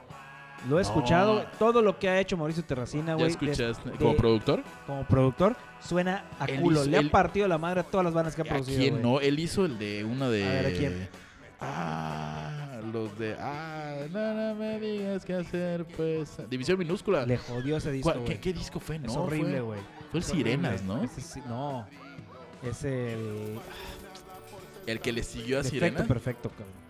[SPEAKER 1] Lo he escuchado.
[SPEAKER 2] No.
[SPEAKER 1] Todo lo que ha hecho Mauricio Terracina,
[SPEAKER 2] ¿Ya
[SPEAKER 1] Ah, güey, este, des-
[SPEAKER 2] escuchaste?
[SPEAKER 1] de-
[SPEAKER 2] ¿Como productor?
[SPEAKER 1] como productor, suena a
[SPEAKER 2] Él
[SPEAKER 1] culo.
[SPEAKER 2] hizo-
[SPEAKER 1] Le ha
[SPEAKER 2] él-
[SPEAKER 1] partido la madre a todas las bandas que ha
[SPEAKER 2] ¿A
[SPEAKER 1] producido.
[SPEAKER 2] quién
[SPEAKER 1] güey.
[SPEAKER 2] no? Él hizo el de una de.
[SPEAKER 1] A ver, ¿a quién?
[SPEAKER 2] Ah, los de. Ah, no, no me digas qué hacer, pues. División minúscula.
[SPEAKER 1] Le jodió ese disco,
[SPEAKER 2] ¿Cuál- ¿Qué,
[SPEAKER 1] güey.
[SPEAKER 2] qué disco fue? No,
[SPEAKER 1] es horrible,
[SPEAKER 2] fue-
[SPEAKER 1] güey.
[SPEAKER 2] Fue, el
[SPEAKER 1] Es horrible.
[SPEAKER 2] Sirenas, ¿no?
[SPEAKER 1] Ese sí- no. Es el.
[SPEAKER 2] El que le siguió a
[SPEAKER 1] Perfecto,
[SPEAKER 2] Sirenas.
[SPEAKER 1] perfecto, cabrón.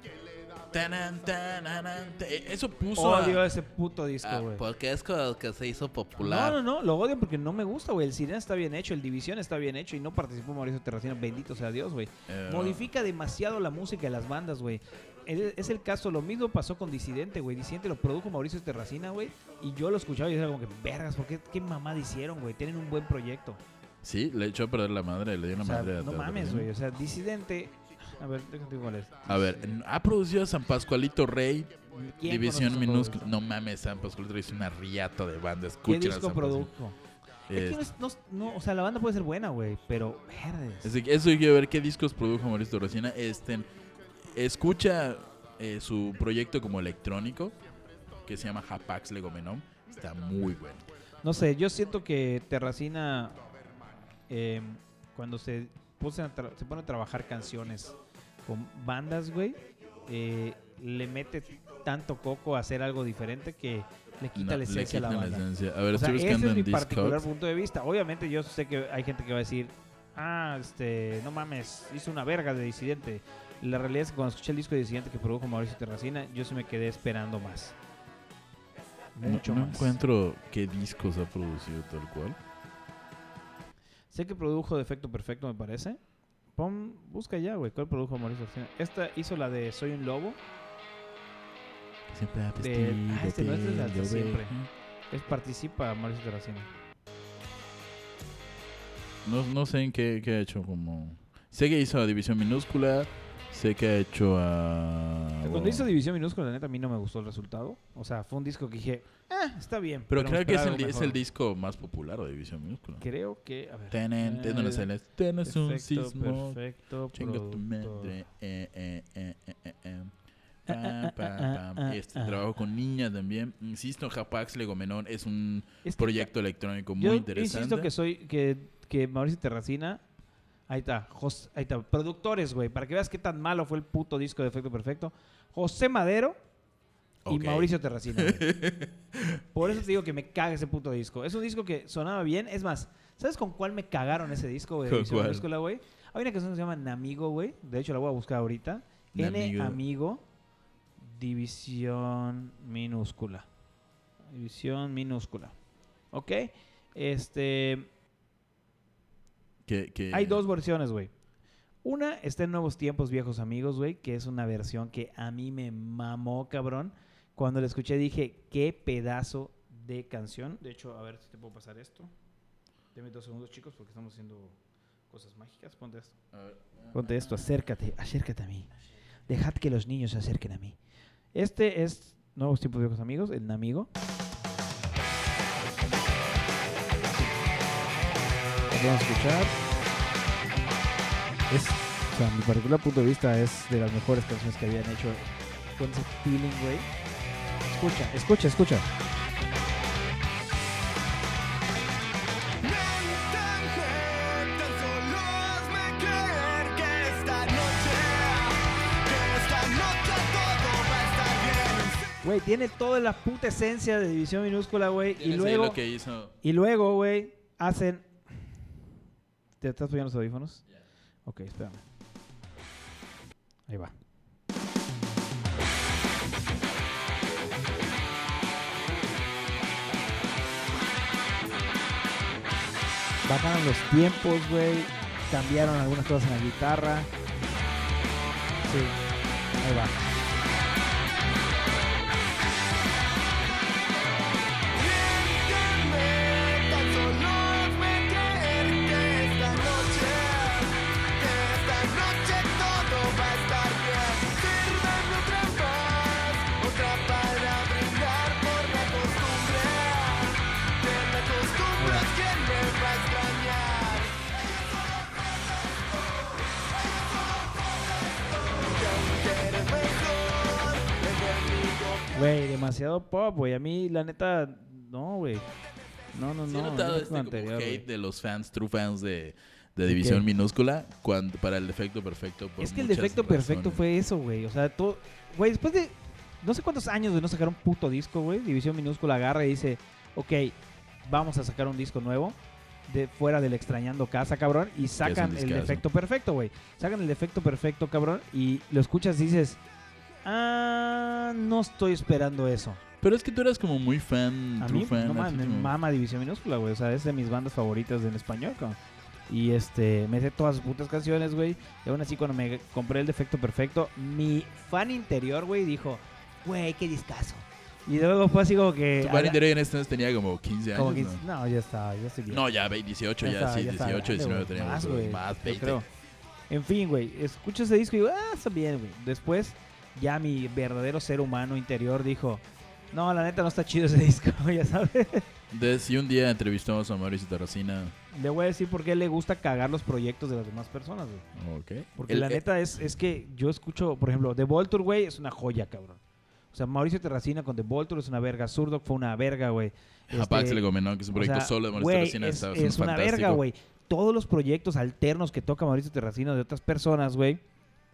[SPEAKER 2] Tanan, tanan, ta- eh, Eso puso.
[SPEAKER 1] Odio
[SPEAKER 2] a- Ah,
[SPEAKER 1] ese puto disco,
[SPEAKER 2] a-
[SPEAKER 1] güey.
[SPEAKER 2] porque es con el que se hizo
[SPEAKER 1] No,
[SPEAKER 2] popular.
[SPEAKER 1] no, no, lo odio porque no me gusta, güey. El Sirena está bien hecho, el División está bien hecho y no participó Mauricio Terracino, bendito sea Dios, güey.
[SPEAKER 2] Eh,
[SPEAKER 1] Modifica demasiado la música de las bandas, güey. Es, es el caso, lo mismo pasó con Disidente, güey. Disidente lo produjo Mauricio Terracina, güey. Y yo lo escuchaba y decía como que, vergas, ¿por qué, qué mamada hicieron, güey? Tienen un buen proyecto.
[SPEAKER 2] Sí, le echó a perder la madre. Le dio una
[SPEAKER 1] o sea,
[SPEAKER 2] madre a
[SPEAKER 1] no
[SPEAKER 2] toda la
[SPEAKER 1] mames,
[SPEAKER 2] persona.
[SPEAKER 1] güey. O sea, Disidente... A ver, déjate cuál es.
[SPEAKER 2] A ver, ha producido a San Pascualito Rey.
[SPEAKER 1] ¿Quién
[SPEAKER 2] División
[SPEAKER 1] conoce esa
[SPEAKER 2] minúscula.
[SPEAKER 1] producción?
[SPEAKER 2] No mames, San Pascualito Rey es una riata de banda.
[SPEAKER 1] ¿Qué
[SPEAKER 2] Escuchen a
[SPEAKER 1] disco
[SPEAKER 2] San Pascualito.
[SPEAKER 1] produjo? Es
[SPEAKER 2] Eh,
[SPEAKER 1] que no es- no es- no, o sea, la banda puede ser buena, güey, pero verdes.
[SPEAKER 2] Así que eso hay que ver qué discos produjo Mauricio Rocina. Este, escucha eh, su proyecto como electrónico que se llama Japax Legomenom. Está muy bueno.
[SPEAKER 1] No sé, yo siento que Terracina, eh, cuando se, puse a tra- se pone a trabajar canciones con bandas, güey, eh, le mete tanto coco a hacer algo diferente que le quita
[SPEAKER 2] No,
[SPEAKER 1] la
[SPEAKER 2] le
[SPEAKER 1] esencia a la
[SPEAKER 2] quitan la
[SPEAKER 1] banda.
[SPEAKER 2] esencia. A ver,
[SPEAKER 1] O sea,
[SPEAKER 2] estoy
[SPEAKER 1] ese
[SPEAKER 2] buscando
[SPEAKER 1] es mi
[SPEAKER 2] en
[SPEAKER 1] particular
[SPEAKER 2] Discogs.
[SPEAKER 1] punto de vista. Obviamente yo sé que hay gente que va a decir, ah, este, no mames, hizo una verga de Disidente. La realidad es que cuando escuché el disco de Disidente que produjo Mauricio Terracina, yo sí me quedé esperando más.
[SPEAKER 2] No-
[SPEAKER 1] Mucho
[SPEAKER 2] no
[SPEAKER 1] más.
[SPEAKER 2] encuentro qué discos ha producido tal cual.
[SPEAKER 1] Sé que produjo Defecto Perfecto, me parece. Pon, busca ya, güey, cuál produjo Mauricio Terracina. Esta hizo la de Soy un Lobo.
[SPEAKER 2] Siempre ha
[SPEAKER 1] Del- ah, este no es del
[SPEAKER 2] vestido
[SPEAKER 1] Alto
[SPEAKER 2] de
[SPEAKER 1] Siempre.
[SPEAKER 2] oveja.
[SPEAKER 1] Es participa Mauricio Terracina.
[SPEAKER 2] Ah, No, no sé en qué, qué ha hecho como... Sé que hizo a División Minúscula, sé que ha hecho a...
[SPEAKER 1] Cuando hizo División Minúscula, la neta, a mí no me gustó el resultado. O sea, fue un disco que dije, ah, está bien.
[SPEAKER 2] Pero creo
[SPEAKER 1] me
[SPEAKER 2] que es
[SPEAKER 1] esperaba
[SPEAKER 2] el, di-
[SPEAKER 1] algo
[SPEAKER 2] es el
[SPEAKER 1] mejor".
[SPEAKER 2] disco más popular de División Minúscula.
[SPEAKER 1] Creo que. A ver.
[SPEAKER 2] Tenen, tenen
[SPEAKER 1] Eh,
[SPEAKER 2] las alas, tenés un
[SPEAKER 1] Perfecto,
[SPEAKER 2] sismo.
[SPEAKER 1] perfecto,
[SPEAKER 2] Chinga tu
[SPEAKER 1] productor.
[SPEAKER 2] madre. eh, eh, eh, eh, eh, eh.
[SPEAKER 1] Ah,
[SPEAKER 2] Pa,
[SPEAKER 1] ah, ah,
[SPEAKER 2] pa,
[SPEAKER 1] ah,
[SPEAKER 2] pa. Este
[SPEAKER 1] ah.
[SPEAKER 2] trabajo con niñas también. Insisto, Japax Legomenón es un
[SPEAKER 1] Es que
[SPEAKER 2] proyecto electrónico
[SPEAKER 1] yo
[SPEAKER 2] muy interesante.
[SPEAKER 1] Insisto que soy. Que, que Mauricio Terracina. Ahí está, Jos- ahí está. Productores, güey. Para que veas qué tan malo fue el puto disco de Efecto Perfecto. José Madero y
[SPEAKER 2] Ok.
[SPEAKER 1] Mauricio Terracina. güey. Por eso te digo que me caga ese puto disco. Es un disco que sonaba bien. Es más, ¿sabes con cuál me cagaron ese disco, güey? de
[SPEAKER 2] ¿Con
[SPEAKER 1] Visión
[SPEAKER 2] cuál?
[SPEAKER 1] Minúscula, güey. Hay una canción que se llama Namigo, güey. De hecho, la voy a buscar ahorita. N
[SPEAKER 2] Namigo.
[SPEAKER 1] amigo división minúscula. División minúscula. ¿Ok? Este,
[SPEAKER 2] Que- que-
[SPEAKER 1] hay dos versiones, güey. Una está en Nuevos Tiempos, Viejos Amigos, güey, que es una versión que a mí me mamó, cabrón. Cuando la escuché dije, qué pedazo de canción. De hecho, a ver si te puedo pasar esto. Deme dos segundos, chicos, porque estamos haciendo cosas mágicas. Ponte esto.
[SPEAKER 2] A ver.
[SPEAKER 1] Ponte esto, acércate, acércate a mí. Dejad que los niños se acerquen a mí. Este es Nuevos Tiempos Viejos Amigos, el Namigo. Lo Vamos a escuchar. Es, o sea, mi particular punto de vista es de las mejores canciones que habían hecho con ese feeling, güey. Escucha, escucha, escucha.
[SPEAKER 3] Tan solo hazme creer que esta noche, que esta noche todo va a estar bien.
[SPEAKER 1] Güey, tiene toda la puta esencia de División Minúscula, güey. Y
[SPEAKER 2] Tienes ahí
[SPEAKER 1] luego...
[SPEAKER 2] lo que hizo.
[SPEAKER 1] Y luego, güey, hacen. ¿Te estás poniendo los audífonos? Ok, espérame. Ahí va. Bajaron los tiempos, güey. Cambiaron algunas cosas en la guitarra. Sí, ahí va.
[SPEAKER 3] Miénteme, tan solo hazme creer que esta noche, que esta noche todo va a estar bien. Sírveme otra vez, otra para brindar por la costumbre. Que me acostumbras, ¿quién me va a extrañar?
[SPEAKER 1] Güey, demasiado pop, güey. A mí, la neta, no, güey. No, no, no.
[SPEAKER 2] Sí he
[SPEAKER 1] yo
[SPEAKER 2] notado
[SPEAKER 1] creo
[SPEAKER 2] este
[SPEAKER 1] que
[SPEAKER 2] como
[SPEAKER 1] anterior,
[SPEAKER 2] hate
[SPEAKER 1] güey.
[SPEAKER 2] de los fans, true fans de, de División
[SPEAKER 1] qué?
[SPEAKER 2] Minúscula cuando, para el defecto perfecto. por
[SPEAKER 1] Es que el
[SPEAKER 2] muchas
[SPEAKER 1] defecto perfecto
[SPEAKER 2] razones.
[SPEAKER 1] fue eso, güey. O sea, todo. Güey, después de no sé cuántos años de no sacar un puto disco, güey. División Minúscula agarra y dice: Ok, vamos a sacar un disco nuevo. De fuera del extrañando casa, cabrón. Y sacan el
[SPEAKER 2] discazo.
[SPEAKER 1] defecto perfecto, güey. Sacan el defecto perfecto, cabrón. Y lo escuchas y dices: Ah, no estoy esperando eso.
[SPEAKER 2] Pero es que tú eras como muy fan,
[SPEAKER 1] A
[SPEAKER 2] true
[SPEAKER 1] mí,
[SPEAKER 2] fan.
[SPEAKER 1] no
[SPEAKER 2] así
[SPEAKER 1] mames, me
[SPEAKER 2] como-
[SPEAKER 1] mama División Minúscula, güey. O sea, es de mis bandas favoritas en español, cabrón. Y este, me sé todas sus putas canciones, güey. Y aún así, cuando me compré el defecto perfecto, mi fan interior, güey, dijo, güey, qué discazo. Y luego fue así como que.
[SPEAKER 2] Tu
[SPEAKER 1] a
[SPEAKER 2] padre
[SPEAKER 1] la-
[SPEAKER 2] interior en este entonces tenía como 15 años.
[SPEAKER 1] como que-
[SPEAKER 2] ¿no?
[SPEAKER 1] no, ya está, ya estoy bien.
[SPEAKER 2] No, ya ve- 18, ya,
[SPEAKER 1] estaba-
[SPEAKER 2] sí,
[SPEAKER 1] estaba
[SPEAKER 2] 18,
[SPEAKER 1] grande,
[SPEAKER 2] 19
[SPEAKER 1] güey.
[SPEAKER 2] teníamos
[SPEAKER 1] Más,
[SPEAKER 2] más,
[SPEAKER 1] güey,
[SPEAKER 2] más
[SPEAKER 1] yo
[SPEAKER 2] 20.
[SPEAKER 1] creo. En fin, güey, escucho ese disco y digo, ah, está bien, güey. Después, ya mi verdadero ser humano interior dijo, no, la neta no está chido ese disco, ya sabes.
[SPEAKER 2] De- si un día entrevistamos a Mauricio Tarracina,
[SPEAKER 1] Le voy a decir por qué le gusta cagar los proyectos de las demás personas, güey.
[SPEAKER 2] ok.
[SPEAKER 1] Porque
[SPEAKER 2] El-
[SPEAKER 1] la
[SPEAKER 2] eh,
[SPEAKER 1] neta es, es que yo escucho, por ejemplo, The Voltur, güey, es una joya, cabrón. O sea, Mauricio Terracina con The Voltur es una verga. Zurdo fue una verga, güey.
[SPEAKER 2] Apax
[SPEAKER 1] Este,
[SPEAKER 2] le Gomenón, que es un
[SPEAKER 1] o
[SPEAKER 2] proyecto
[SPEAKER 1] sea,
[SPEAKER 2] solo de Mauricio
[SPEAKER 1] güey,
[SPEAKER 2] Tarracina,
[SPEAKER 1] es,
[SPEAKER 2] está
[SPEAKER 1] es
[SPEAKER 2] haciendo
[SPEAKER 1] una
[SPEAKER 2] fantástico.
[SPEAKER 1] verga, güey. Todos los proyectos alternos que toca Mauricio Terracina de otras personas, güey.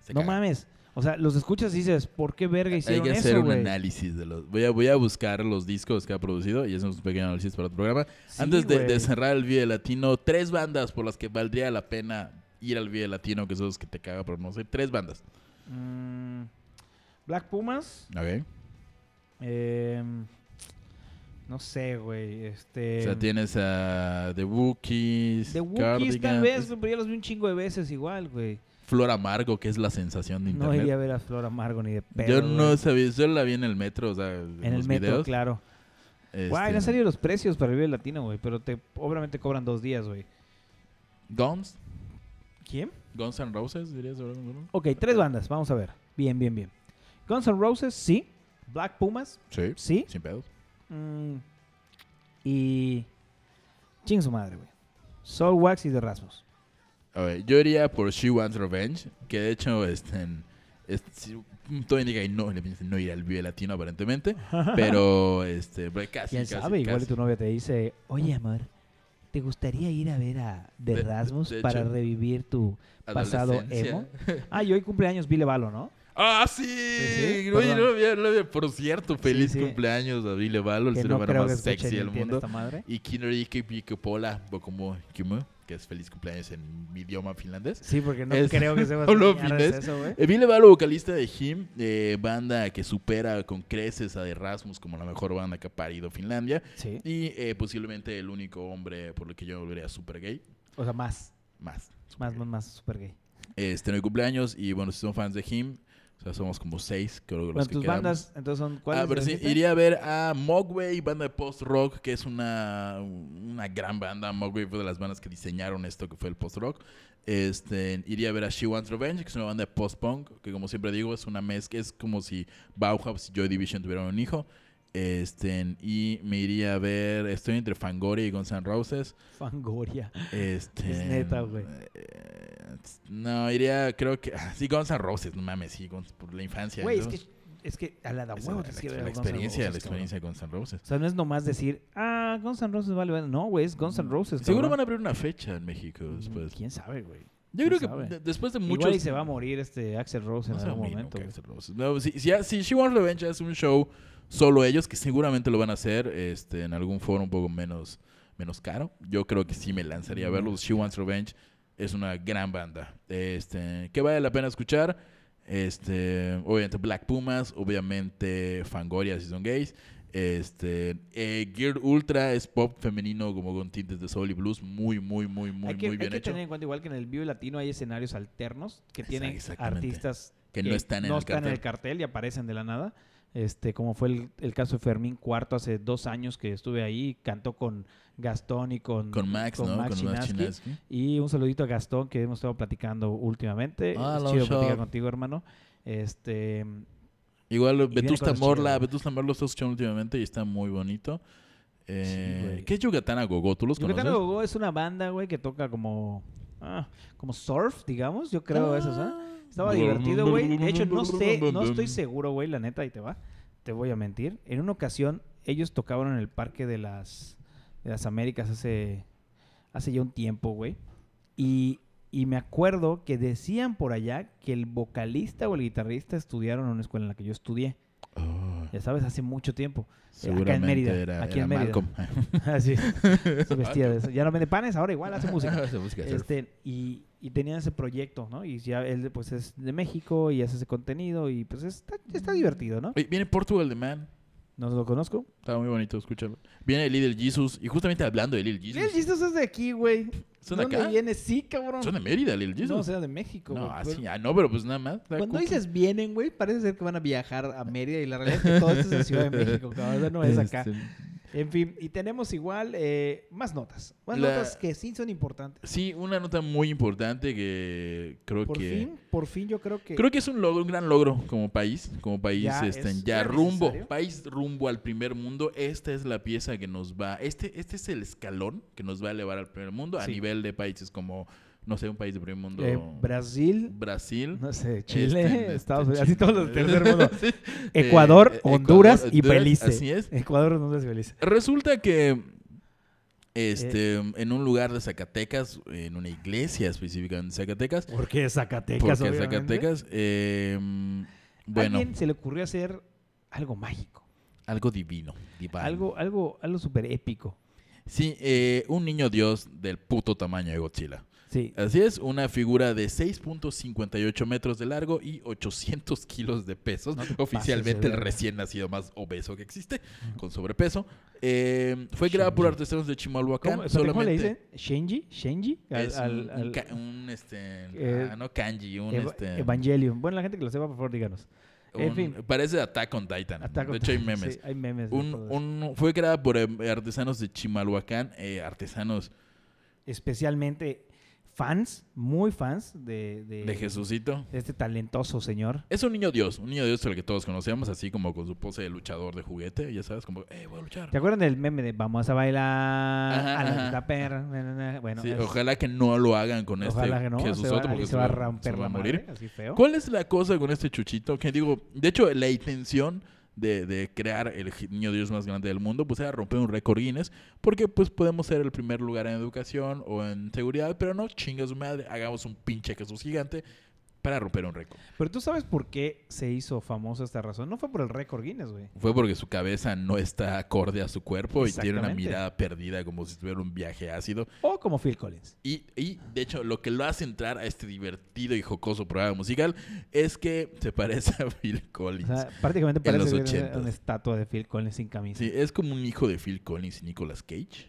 [SPEAKER 2] Se
[SPEAKER 1] No
[SPEAKER 2] caga.
[SPEAKER 1] mames. O sea, los escuchas y dices, ¿por qué verga
[SPEAKER 2] Hay
[SPEAKER 1] hicieron
[SPEAKER 2] que hacer
[SPEAKER 1] eso,
[SPEAKER 2] un
[SPEAKER 1] güey?
[SPEAKER 2] análisis de los. Voy a, voy a buscar los discos que ha producido y hacemos un pequeño análisis para otro programa.
[SPEAKER 1] Sí,
[SPEAKER 2] Antes de, de
[SPEAKER 1] güey.
[SPEAKER 2] cerrar el video latino, tres bandas por las que valdría la pena ir al video latino, que esos que te caga por no sé. Tres bandas.
[SPEAKER 1] Mm, Black Pumas.
[SPEAKER 2] Ok.
[SPEAKER 1] eh, no sé, güey. Este,
[SPEAKER 2] o sea, tienes a The Wookiees,
[SPEAKER 1] The Wookiees
[SPEAKER 2] Cardigan,
[SPEAKER 1] tal vez, pero ya los vi un chingo de veces igual, güey.
[SPEAKER 2] Flor Amargo, que es la sensación de
[SPEAKER 1] No
[SPEAKER 2] internet.
[SPEAKER 1] iría a ver a Flor Amargo ni de pedo.
[SPEAKER 2] yo
[SPEAKER 1] güey.
[SPEAKER 2] no sabía, yo la vi en el metro, o sea, en,
[SPEAKER 1] En el
[SPEAKER 2] los
[SPEAKER 1] metro,
[SPEAKER 2] videos.
[SPEAKER 1] claro. Guay,
[SPEAKER 2] Este,
[SPEAKER 1] no han salido los precios para el Vive Latino, güey, pero te obviamente cobran dos días, güey.
[SPEAKER 2] Guns,
[SPEAKER 1] ¿Quién?
[SPEAKER 2] Guns N' Roses, dirías. ¿verdad?
[SPEAKER 1] Ok, tres bandas, vamos a ver. Bien, bien, bien. Guns N' Roses, sí. Black Pumas,
[SPEAKER 2] Sí,
[SPEAKER 1] sí.
[SPEAKER 2] sin pedos.
[SPEAKER 1] Mm, y... Ching su madre, güey. Soul Wax y The Rasmus.
[SPEAKER 2] A ver, yo iría por She Wants Revenge, que de hecho, este, en- es- si- todo indica que no, le pienso no ir al Vive Latino aparentemente, pero este, pero casi,
[SPEAKER 1] ¿Quién
[SPEAKER 2] casi,
[SPEAKER 1] sabe? Igual
[SPEAKER 2] casi.
[SPEAKER 1] tu novia te dice, oye, amor, ¿te gustaría ir a ver a The
[SPEAKER 2] De- de-
[SPEAKER 1] Rasmus
[SPEAKER 2] de
[SPEAKER 1] para
[SPEAKER 2] hecho,
[SPEAKER 1] revivir tu pasado
[SPEAKER 2] Adolescencia.
[SPEAKER 1] emo? Ah, y hoy cumpleaños Vile Valo, ¿no?
[SPEAKER 2] ¡Ah, sí!
[SPEAKER 1] Sí, sí,
[SPEAKER 2] Oye,
[SPEAKER 1] perdón.
[SPEAKER 2] no lo había- no lo había- por cierto, feliz
[SPEAKER 1] sí.
[SPEAKER 2] cumpleaños a Billy Valo, el
[SPEAKER 1] que
[SPEAKER 2] ser
[SPEAKER 1] no
[SPEAKER 2] humano
[SPEAKER 1] creo que
[SPEAKER 2] más
[SPEAKER 1] escuche
[SPEAKER 2] sexy
[SPEAKER 1] ni
[SPEAKER 2] del
[SPEAKER 1] entienda
[SPEAKER 2] mundo.
[SPEAKER 1] esta madre.
[SPEAKER 2] Y Kinnerike Pikopola, o como Kimu, que es feliz cumpleaños en mi idioma finlandés.
[SPEAKER 1] Sí, porque no
[SPEAKER 2] Es-
[SPEAKER 1] creo que se va
[SPEAKER 2] Hablo
[SPEAKER 1] a
[SPEAKER 2] finés.
[SPEAKER 1] eso, güey.
[SPEAKER 2] Evile Valo, vocalista de Him, eh, banda que supera con creces a Erasmus como la mejor banda que ha parido Finlandia.
[SPEAKER 1] Sí,
[SPEAKER 2] Y eh, posiblemente el único hombre por lo que yo me volvería super gay.
[SPEAKER 1] o sea, más,
[SPEAKER 2] Más. super
[SPEAKER 1] más,
[SPEAKER 2] gay.
[SPEAKER 1] más, más, super gay.
[SPEAKER 2] Este, en el cumpleaños, y bueno, si son fans de Him, o sea, somos como seis, creo que los
[SPEAKER 1] Bueno,
[SPEAKER 2] que
[SPEAKER 1] tus
[SPEAKER 2] quedamos.
[SPEAKER 1] bandas, entonces son cuáles.
[SPEAKER 2] Ah, pero sí,
[SPEAKER 1] dijiste?
[SPEAKER 2] iría a ver a Mogwai, banda de post-rock, que es una, una gran banda. Mogwai fue de las bandas que diseñaron esto, que fue el post-rock. Este, iría a ver a She Wants Revenge, que es una banda de post-punk, que como siempre digo, es una mezcla, es como si Bauhaus y Joy Division tuvieran un hijo. Este, y me iría a ver, estoy entre Fangoria y Guns N' Roses.
[SPEAKER 1] Fangoria.
[SPEAKER 2] Este,
[SPEAKER 1] Es neta, güey.
[SPEAKER 2] eh, no, iría, creo que, ah, sí, Guns N' Roses, no mames, sí, Guns- por la infancia.
[SPEAKER 1] Güey,
[SPEAKER 2] ¿no?
[SPEAKER 1] es que, es que a la da
[SPEAKER 2] Esa
[SPEAKER 1] huevo
[SPEAKER 2] era
[SPEAKER 1] te
[SPEAKER 2] la,
[SPEAKER 1] quiero
[SPEAKER 2] la
[SPEAKER 1] ver a Guns N'
[SPEAKER 2] experiencia, la
[SPEAKER 1] Roses, cabrón.
[SPEAKER 2] experiencia de Guns N' Roses.
[SPEAKER 1] O sea, no es nomás decir, ah, Guns N' Roses vale, vale. No, güey, es Guns N' Roses.
[SPEAKER 2] Mm, Seguro
[SPEAKER 1] cabrón. Mm,
[SPEAKER 2] van a abrir una fecha en México después.
[SPEAKER 1] ¿Quién sabe, güey?
[SPEAKER 2] Yo creo que
[SPEAKER 1] sabe?
[SPEAKER 2] de- después de pues. muchos.
[SPEAKER 1] Igual y se va a morir este Axel Rose
[SPEAKER 2] No
[SPEAKER 1] en
[SPEAKER 2] se va a
[SPEAKER 1] algún
[SPEAKER 2] morir
[SPEAKER 1] momento.
[SPEAKER 2] nunca
[SPEAKER 1] güey.
[SPEAKER 2] Axl Rose. No, si, si, ah, si She Wants Revenge hace un show solo ellos, que seguramente lo van a hacer este, en algún foro un poco menos, menos caro, yo creo que sí me lanzaría a verlos. She Wants Revenge es una gran banda. Este, que vale la pena escuchar. Este, obviamente Black Pumas, obviamente Fangoria si son gays. Este, eh, Gear Ultra es pop femenino como con tintes de soul y blues, muy, muy, muy, muy,
[SPEAKER 1] hay que,
[SPEAKER 2] muy
[SPEAKER 1] hay
[SPEAKER 2] bien
[SPEAKER 1] que
[SPEAKER 2] hecho.
[SPEAKER 1] tener en cuenta igual que en el Vive Latino hay escenarios alternos que tienen
[SPEAKER 2] exactamente.
[SPEAKER 1] artistas
[SPEAKER 2] Que no están en
[SPEAKER 1] no
[SPEAKER 2] el
[SPEAKER 1] están
[SPEAKER 2] cartel.
[SPEAKER 1] en el cartel y aparecen de la nada. Este, como fue el, el caso de Fermín Cuarto hace dos años que estuve ahí, cantó con Gastón y con,
[SPEAKER 2] Con Max, ¿no?
[SPEAKER 1] Max
[SPEAKER 2] con Max
[SPEAKER 1] Chinaski.
[SPEAKER 2] Chinaski.
[SPEAKER 1] Y un saludito a Gastón que hemos estado platicando últimamente.
[SPEAKER 2] Ah,
[SPEAKER 1] es
[SPEAKER 2] long
[SPEAKER 1] chido platicar
[SPEAKER 2] shot.
[SPEAKER 1] contigo, hermano. Este,
[SPEAKER 2] Igual
[SPEAKER 1] viene
[SPEAKER 2] Vetusta
[SPEAKER 1] cosas
[SPEAKER 2] Morla,
[SPEAKER 1] chidas, güey.
[SPEAKER 2] Vetusta Morla lo está escuchando últimamente y está muy bonito. Eh,
[SPEAKER 1] Sí, güey.
[SPEAKER 2] ¿Qué es Yucatán a Gogó? ¿Tú los
[SPEAKER 1] Yucatán
[SPEAKER 2] conoces?
[SPEAKER 1] Gogó es una banda, güey, que toca como, ah, como surf, digamos. Yo creo eso, ¿sabes? Estaba divertido, güey. De hecho, no sé, no estoy seguro, güey, la neta, ahí te va. Te voy a mentir. En una ocasión, ellos tocaban en el Parque de las, de las Américas hace, hace ya un tiempo, güey. Y, y me acuerdo que decían por allá que el vocalista o el guitarrista estudiaron en una escuela en la que yo estudié.
[SPEAKER 2] Oh,
[SPEAKER 1] Ya sabes, hace mucho tiempo.
[SPEAKER 2] seguramente
[SPEAKER 1] Mérida,
[SPEAKER 2] Era,
[SPEAKER 1] aquí en
[SPEAKER 2] era
[SPEAKER 1] Mérida.
[SPEAKER 2] Malcolm.
[SPEAKER 1] Así, se vestía
[SPEAKER 2] Ah,
[SPEAKER 1] de eso. Ya no vende panes, ahora igual hace música.
[SPEAKER 2] Se busca hacer-
[SPEAKER 1] Este, y, y tenían ese proyecto, ¿no? Y ya él, pues, es de México y hace ese contenido y, pues, está, está divertido, ¿no?
[SPEAKER 2] Oye, viene Portugal de Man.
[SPEAKER 1] No lo conozco.
[SPEAKER 2] Estaba muy bonito, escúchalo. Viene Little Jesus. Y justamente hablando de Little
[SPEAKER 1] El
[SPEAKER 2] Jesus.
[SPEAKER 1] Jesus es de aquí, güey.
[SPEAKER 2] ¿Son de
[SPEAKER 1] ¿Dónde
[SPEAKER 2] acá?
[SPEAKER 1] viene? Sí, cabrón.
[SPEAKER 2] Son de Mérida, Little Jesus.
[SPEAKER 1] No, o sea, de México,
[SPEAKER 2] No,
[SPEAKER 1] güey.
[SPEAKER 2] así, ah, no, pero pues nada más.
[SPEAKER 1] Pero Cuando dices vienen, güey, parece ser que van a viajar a Mérida y la realidad es que todo esto es en Ciudad de México, cabrón. No es acá.
[SPEAKER 2] Este,
[SPEAKER 1] En fin, y tenemos igual eh, más notas. Más
[SPEAKER 2] La-
[SPEAKER 1] notas que sí son importantes.
[SPEAKER 2] Sí, una nota muy importante que creo
[SPEAKER 1] Por
[SPEAKER 2] que...
[SPEAKER 1] fin, por fin yo creo que...
[SPEAKER 2] Creo que es un logro, un gran logro como país, como país,
[SPEAKER 1] Ya
[SPEAKER 2] este,
[SPEAKER 1] es-
[SPEAKER 2] ya
[SPEAKER 1] era
[SPEAKER 2] rumbo,
[SPEAKER 1] necesario.
[SPEAKER 2] país rumbo al primer mundo. Esta es la pieza que nos va, este, este es el escalón que nos va a elevar al primer mundo a
[SPEAKER 1] Sí.
[SPEAKER 2] nivel de países como, no sé, un país de primer mundo,
[SPEAKER 1] eh, Brasil,
[SPEAKER 2] Brasil,
[SPEAKER 1] no sé, Chile,
[SPEAKER 2] este, este,
[SPEAKER 1] Estados
[SPEAKER 2] Chile.
[SPEAKER 1] Unidos, así todos los tercer mundo.
[SPEAKER 2] Sí.
[SPEAKER 1] Ecuador,
[SPEAKER 2] Eh, eh,
[SPEAKER 1] Honduras
[SPEAKER 2] Ecuador,
[SPEAKER 1] y
[SPEAKER 2] Honduras,
[SPEAKER 1] Belice.
[SPEAKER 2] Así es.
[SPEAKER 1] Ecuador, Honduras y Belice.
[SPEAKER 2] Resulta que este,
[SPEAKER 1] Eh.
[SPEAKER 2] en un lugar de Zacatecas, en una iglesia específicamente de Zacatecas,
[SPEAKER 1] Porque Zacatecas,
[SPEAKER 2] porque
[SPEAKER 1] obviamente.
[SPEAKER 2] Zacatecas, eh, bueno,
[SPEAKER 1] A alguien se le ocurrió hacer algo mágico.
[SPEAKER 2] algo divino, divino.
[SPEAKER 1] Algo, algo, algo súper épico.
[SPEAKER 2] Sí, eh, un niño dios del puto tamaño de Godzilla.
[SPEAKER 1] Sí.
[SPEAKER 2] Así es, una figura de 6.58 metros de largo y 800 kilos de pesos.
[SPEAKER 1] de
[SPEAKER 2] Oficialmente el
[SPEAKER 1] verga.
[SPEAKER 2] recién nacido más obeso que existe, con sobrepeso. Eh, fue creada por
[SPEAKER 1] Shenji.
[SPEAKER 2] artesanos de
[SPEAKER 1] ¿Cómo,
[SPEAKER 2] Chimalhuacán.
[SPEAKER 1] espérate, ¿cómo le
[SPEAKER 2] solamente-
[SPEAKER 1] dicen? ¿Shenji? ¿Shenji? Al-
[SPEAKER 2] Es
[SPEAKER 1] al-
[SPEAKER 2] un, un
[SPEAKER 1] al-
[SPEAKER 2] ca- un, este,
[SPEAKER 1] eh,
[SPEAKER 2] ah, no kanji, un
[SPEAKER 1] Eva-
[SPEAKER 2] este,
[SPEAKER 1] Evangelion. Bueno, la gente que lo sepa, por favor, díganos. en
[SPEAKER 2] un-
[SPEAKER 1] fin.
[SPEAKER 2] parece Attack on Titan.
[SPEAKER 1] Attack on
[SPEAKER 2] de hecho hay
[SPEAKER 1] Titan,
[SPEAKER 2] memes.
[SPEAKER 1] sí, hay memes. de
[SPEAKER 2] Un-
[SPEAKER 1] todo eso.
[SPEAKER 2] un- fue creada por em, artesanos de Chimalhuacán, eh, artesanos
[SPEAKER 1] Especialmente fans, muy fans de, de,
[SPEAKER 2] de Jesucito.
[SPEAKER 1] de este talentoso señor.
[SPEAKER 2] Es un niño dios, un niño dios el que todos conocemos, así como con su pose de luchador de juguete, ya sabes, como, eh, voy a luchar.
[SPEAKER 1] ¿Te acuerdan del meme de vamos a bailar
[SPEAKER 2] Ajá,
[SPEAKER 1] a la
[SPEAKER 2] ajá.
[SPEAKER 1] puta perra? na, na, na"? Bueno,
[SPEAKER 2] Sí,
[SPEAKER 1] es-
[SPEAKER 2] ojalá que no lo hagan con
[SPEAKER 1] ojalá
[SPEAKER 2] este
[SPEAKER 1] que no. se
[SPEAKER 2] Jesucito,
[SPEAKER 1] va,
[SPEAKER 2] porque
[SPEAKER 1] ahí se va a
[SPEAKER 2] se
[SPEAKER 1] romper
[SPEAKER 2] va
[SPEAKER 1] la
[SPEAKER 2] a morir.
[SPEAKER 1] madre, así feo.
[SPEAKER 2] ¿Cuál es la cosa con este chuchito? Que digo, de hecho, la intención de, de crear el gi- niño Dios más grande del mundo, pues era romper un récord Guinness, porque pues podemos ser el primer lugar en educación o en seguridad, pero no chinga su madre, hagamos un pinche Jesús gigante para romper un récord.
[SPEAKER 1] Pero tú sabes por qué se hizo famoso esta razón. No fue por el récord Guinness, güey.
[SPEAKER 2] Fue porque su cabeza no está acorde a su cuerpo y tiene una
[SPEAKER 1] Exactamente.
[SPEAKER 2] mirada perdida como si estuviera en un viaje ácido.
[SPEAKER 1] O como Phil Collins.
[SPEAKER 2] Y, y, de hecho, lo que lo hace entrar a este divertido y jocoso programa musical es que se parece a Phil
[SPEAKER 1] O
[SPEAKER 2] Collins.
[SPEAKER 1] sea, prácticamente
[SPEAKER 2] En los
[SPEAKER 1] parece que era
[SPEAKER 2] 80s.
[SPEAKER 1] una estatua de Phil Collins sin camisa.
[SPEAKER 2] Sí, es como un hijo de Phil Collins y Nicolas Cage.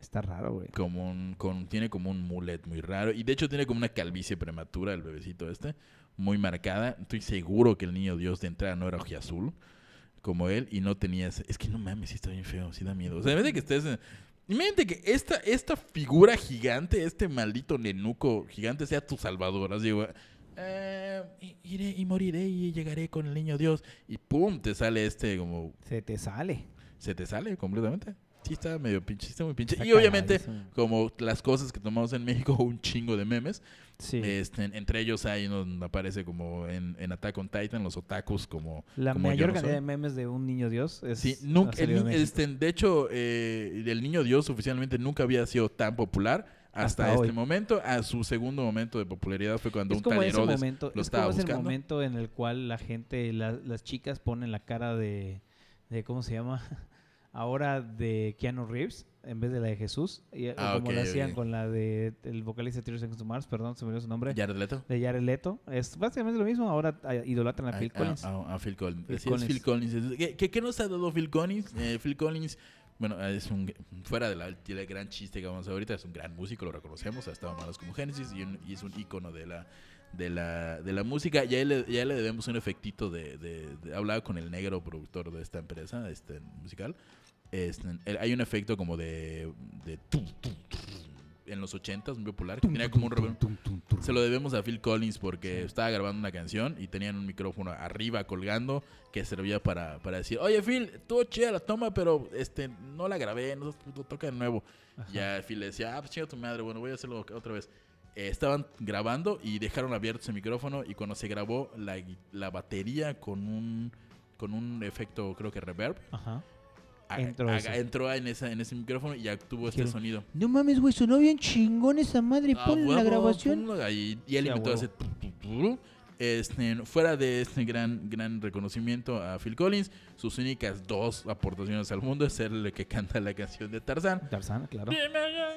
[SPEAKER 1] Está raro, güey.
[SPEAKER 2] Como un, con, tiene como un mullet muy raro. Y de hecho tiene como una calvicie prematura el bebecito este. Muy marcada. Estoy seguro que el niño Dios de entrada no era ojiazul. Como él. Y no tenía... ese- Es que no mames, sí está bien feo. Sí da miedo. O sea, imagínate que estés... en- Imagínate que esta, esta figura gigante, este maldito nenuco gigante sea tu salvador. Así, güey. Eh, i- iré y moriré y llegaré con el niño Dios. Y pum, te sale este como
[SPEAKER 1] Se te sale.
[SPEAKER 2] se te sale completamente. Sí, está medio pinche, sí está muy pinche.
[SPEAKER 1] Está
[SPEAKER 2] y obviamente,
[SPEAKER 1] cagadísimo.
[SPEAKER 2] como las cosas que tomamos en México, un chingo de memes.
[SPEAKER 1] Sí.
[SPEAKER 2] Este, en- entre ellos hay uno donde aparece como en, en Attack on Titan, los otakus, como.
[SPEAKER 1] La
[SPEAKER 2] como yo
[SPEAKER 1] mayor
[SPEAKER 2] no soy.
[SPEAKER 1] cantidad de memes de un niño Dios es.
[SPEAKER 2] Sí,
[SPEAKER 1] ha
[SPEAKER 2] nunca, el
[SPEAKER 1] salido
[SPEAKER 2] ni-
[SPEAKER 1] de México.
[SPEAKER 2] este, de hecho, eh, el Niño Dios oficialmente nunca había sido tan popular hasta,
[SPEAKER 1] Hasta
[SPEAKER 2] este
[SPEAKER 1] hoy.
[SPEAKER 2] momento. A su segundo momento de popularidad fue cuando
[SPEAKER 1] Es
[SPEAKER 2] un
[SPEAKER 1] como ese
[SPEAKER 2] talerodes
[SPEAKER 1] momento,
[SPEAKER 2] lo
[SPEAKER 1] es como
[SPEAKER 2] estaba
[SPEAKER 1] ese
[SPEAKER 2] buscando.
[SPEAKER 1] momento en el cual la gente, la- las chicas ponen la cara de, de, ¿cómo se llama? Ahora de Keanu Reeves en vez de la de Jesús, y, o
[SPEAKER 2] Ah,
[SPEAKER 1] como
[SPEAKER 2] ok,
[SPEAKER 1] lo hacían
[SPEAKER 2] ok.
[SPEAKER 1] con la de el vocalista de Tears Seconds to Mars, perdón, se me olvidó su nombre,
[SPEAKER 2] Jared Leto.
[SPEAKER 1] de Jared Leto, es básicamente lo mismo, ahora ah, idolatran a Phil Collins.
[SPEAKER 2] A, Phil Collins.
[SPEAKER 1] Phil
[SPEAKER 2] Así es,
[SPEAKER 1] Collins.
[SPEAKER 2] Phil Collins. ¿Qué, qué, qué nos ha dado Phil Collins? Eh, Phil Collins, bueno, es un. Fuera del de la gran chiste que vamos a hacer ahorita, es un gran músico, lo reconocemos. Ha estado en manos como Genesis y, un- y es un ícono de la. De la, de la música, ya le, ya le debemos un efectito de, de, de- Hablaba con el negro productor de esta empresa este, musical. Este, el- hay un efecto como de. de tum, tum, tum, en los 80s, muy popular. Que tenía como un. rever- se lo debemos a Phil Collins porque estaba grabando una canción y tenían un micrófono arriba colgando que servía para, para decir, oye Phil, estuvo chida la toma, pero este no la grabé, no seas puto, toca de nuevo. Ya Phil le decía, ah, pues chinga tu madre, bueno, voy a hacerlo otra vez. Eh, estaban grabando y dejaron abierto ese micrófono y cuando se grabó la, gui- la batería con un, con un efecto, creo que reverb,
[SPEAKER 1] Ajá.
[SPEAKER 2] a-
[SPEAKER 1] Entró
[SPEAKER 2] a-
[SPEAKER 1] eso.
[SPEAKER 2] entró en, esa, en ese micrófono y ya tuvo este
[SPEAKER 1] Dijeron,
[SPEAKER 2] sonido.
[SPEAKER 4] No mames, güey, sonó bien chingón esa madre.
[SPEAKER 2] Ah,
[SPEAKER 4] Pon la
[SPEAKER 2] huevo,
[SPEAKER 4] grabación.
[SPEAKER 2] ponlo ahí. Y él
[SPEAKER 1] Sí, a
[SPEAKER 2] inventó
[SPEAKER 1] huevo.
[SPEAKER 2] ese tu, tu, tu. Este, fuera de este gran, gran reconocimiento a Phil Collins, sus únicas dos aportaciones al mundo es ser el que canta la canción de Tarzán.
[SPEAKER 1] Tarzán, claro.
[SPEAKER 2] Dime ya,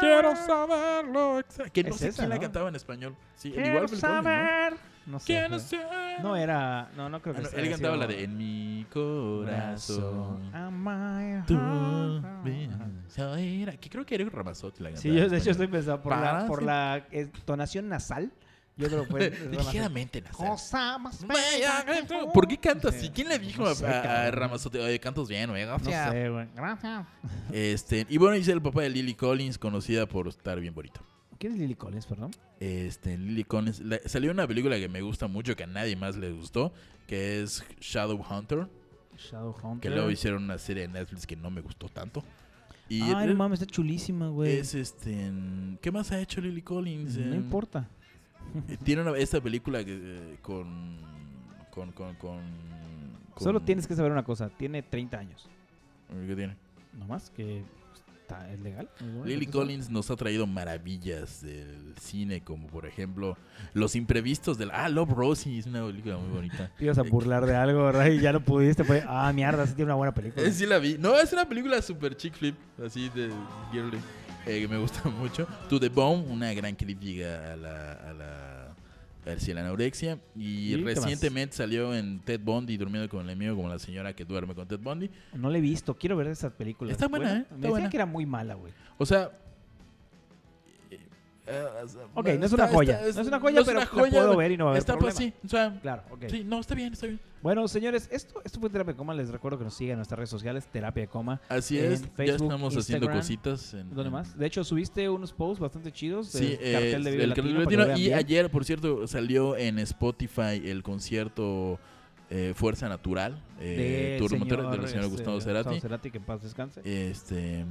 [SPEAKER 2] Quiero saberlo. exa- Que no
[SPEAKER 1] Es
[SPEAKER 2] sé
[SPEAKER 1] esa,
[SPEAKER 2] quién la
[SPEAKER 1] ¿no?
[SPEAKER 2] cantaba en español. Sí, el igual Phil Collins, ¿no?
[SPEAKER 1] No sé.
[SPEAKER 2] Quiero
[SPEAKER 1] fue-
[SPEAKER 2] saber.
[SPEAKER 1] No era, no, no creo
[SPEAKER 2] Ah,
[SPEAKER 1] que
[SPEAKER 2] no,
[SPEAKER 1] sea,
[SPEAKER 2] él
[SPEAKER 1] haya
[SPEAKER 2] cantaba la
[SPEAKER 1] sido-
[SPEAKER 2] de En mi corazón.
[SPEAKER 1] Ah, my
[SPEAKER 2] Tú,
[SPEAKER 1] heart.
[SPEAKER 2] ven, soy la- Que creo que Eric Ramazotti la cantaba.
[SPEAKER 1] Sí, yo
[SPEAKER 2] en
[SPEAKER 1] de hecho
[SPEAKER 2] español.
[SPEAKER 1] estoy pensando por
[SPEAKER 2] Para,
[SPEAKER 1] la, por
[SPEAKER 2] sí.
[SPEAKER 1] la eh, tonación nasal.
[SPEAKER 5] Yo creo que fue-
[SPEAKER 2] Ligeramente, Nazar.
[SPEAKER 5] Cosa más bella que tú.
[SPEAKER 2] ¿Por qué cantas así? ¿Quién le dijo
[SPEAKER 1] No
[SPEAKER 2] a-
[SPEAKER 1] sé,
[SPEAKER 2] a, a
[SPEAKER 1] cabrón.
[SPEAKER 2] Ramazote? Oye, cantas bien, güey.
[SPEAKER 1] No
[SPEAKER 2] gracias"?
[SPEAKER 1] sé, güey.
[SPEAKER 5] Gracias.
[SPEAKER 2] Este, y bueno, dice el papá de Lily Collins, conocida por estar bien bonito.
[SPEAKER 1] ¿Quién es Lily Collins, perdón?
[SPEAKER 2] Este, Lily Collins. la- salió una película que me gusta mucho, que a nadie más le gustó, que es Shadowhunter, que
[SPEAKER 1] Shadowhunter.
[SPEAKER 2] luego hicieron una serie de Netflix que no me gustó tanto. Y
[SPEAKER 1] Ay,
[SPEAKER 2] el-
[SPEAKER 1] no mames, está chulísima, güey.
[SPEAKER 2] es este. en- ¿Qué más ha hecho Lily Collins?
[SPEAKER 1] No
[SPEAKER 2] Em,
[SPEAKER 1] importa.
[SPEAKER 2] Tiene una- esta película que, eh, con, con, con, con.
[SPEAKER 1] Solo tienes que saber una cosa. Tiene 30 años.
[SPEAKER 2] ¿Qué tiene?
[SPEAKER 1] No más que está, es legal.
[SPEAKER 2] Lily Collins nos ha traído maravillas del cine, como por ejemplo Los imprevistos del... Ah, Love Rosie es una película muy bonita.
[SPEAKER 1] Te ibas a burlar de algo, ¿verdad? Y ya no pudiste. Fue, ah, mierda, sí tiene una buena película.
[SPEAKER 2] Eh, sí la vi. No, es una película super chick flip, así de girly, eh, que me gusta mucho. To the Bone, una gran crítica a la... A la al- sí, a la anorexia y,
[SPEAKER 1] ¿Y qué más?
[SPEAKER 2] recientemente salió en Ted Bundy durmiendo con el enemigo como la señora que duerme con Ted Bundy
[SPEAKER 1] No la he visto. Quiero ver esa película.
[SPEAKER 2] Está buena, ¿eh? Está
[SPEAKER 1] Me decían
[SPEAKER 2] buena.
[SPEAKER 1] que era muy mala, güey.
[SPEAKER 2] O sea. eh, eh, o sea,
[SPEAKER 1] Ok, no es una joya. No es una joya, pero la puedo
[SPEAKER 2] güey.
[SPEAKER 1] ver y no va a haber
[SPEAKER 2] Está
[SPEAKER 1] problema.
[SPEAKER 2] pues sí. O sea,
[SPEAKER 1] Claro, ok.
[SPEAKER 2] sí, no, está bien, está bien.
[SPEAKER 1] Bueno, señores, esto, esto fue Terapia de Coma. Les recuerdo que nos sigan en nuestras redes sociales, Terapia de Coma.
[SPEAKER 2] Así
[SPEAKER 1] En
[SPEAKER 2] es, ya
[SPEAKER 1] Facebook,
[SPEAKER 2] estamos haciendo
[SPEAKER 1] Instagram,
[SPEAKER 2] cositas. En,
[SPEAKER 1] ¿Dónde
[SPEAKER 2] en-
[SPEAKER 1] más? De hecho, subiste unos posts bastante chidos.
[SPEAKER 2] Sí,
[SPEAKER 1] del
[SPEAKER 2] eh,
[SPEAKER 1] cartel de Vive
[SPEAKER 2] el
[SPEAKER 1] Latino,
[SPEAKER 2] cartel
[SPEAKER 1] para que lo
[SPEAKER 2] latino.
[SPEAKER 1] vean
[SPEAKER 2] Y
[SPEAKER 1] bien.
[SPEAKER 2] ayer, por cierto, salió en Spotify el concierto eh, Fuerza Natural. Eh,
[SPEAKER 1] del
[SPEAKER 2] Turbo Motor, de la
[SPEAKER 1] señor,
[SPEAKER 2] señora
[SPEAKER 1] este,
[SPEAKER 2] Gustavo Cerati.
[SPEAKER 1] que en paz descanse.
[SPEAKER 2] Este,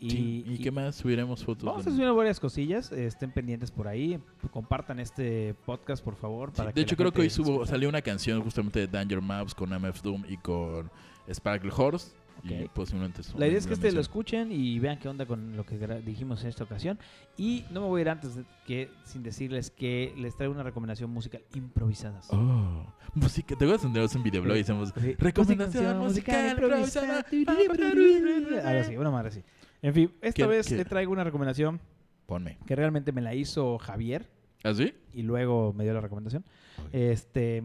[SPEAKER 1] y,
[SPEAKER 2] sí, ¿Y,
[SPEAKER 1] y-
[SPEAKER 2] qué más? Subiremos fotos.
[SPEAKER 1] Vamos a
[SPEAKER 2] del-
[SPEAKER 1] subir varias cosillas. eh, Estén pendientes por ahí. Compartan este podcast, por favor.
[SPEAKER 2] Sí,
[SPEAKER 1] para que
[SPEAKER 2] de
[SPEAKER 1] la
[SPEAKER 2] hecho, creo que hoy
[SPEAKER 1] gente
[SPEAKER 2] subo, salió una canción justamente de Danger Maps con MF Doom y con Sparkle Horse. Y
[SPEAKER 1] Ok.
[SPEAKER 2] posiblemente suba
[SPEAKER 1] La idea es que
[SPEAKER 2] una
[SPEAKER 1] este lo
[SPEAKER 2] mención.
[SPEAKER 1] escuchen y vean qué onda con lo que gra- dijimos en esta ocasión. Y no me voy a ir antes de que sin decirles que les traigo una recomendación musical improvisadas.
[SPEAKER 2] Oh, música. ¿Te acuerdas donde un videoblog y hacemos
[SPEAKER 1] Sí.
[SPEAKER 2] recomendación musical improvisada?
[SPEAKER 1] Algo así, una madre así. En fin, esta
[SPEAKER 2] ¿Qué-
[SPEAKER 1] vez
[SPEAKER 2] qué?
[SPEAKER 1] le traigo una recomendación
[SPEAKER 2] Ponme.
[SPEAKER 1] que realmente me la hizo Javier
[SPEAKER 2] ¿Así?
[SPEAKER 1] y luego me dio la recomendación. Este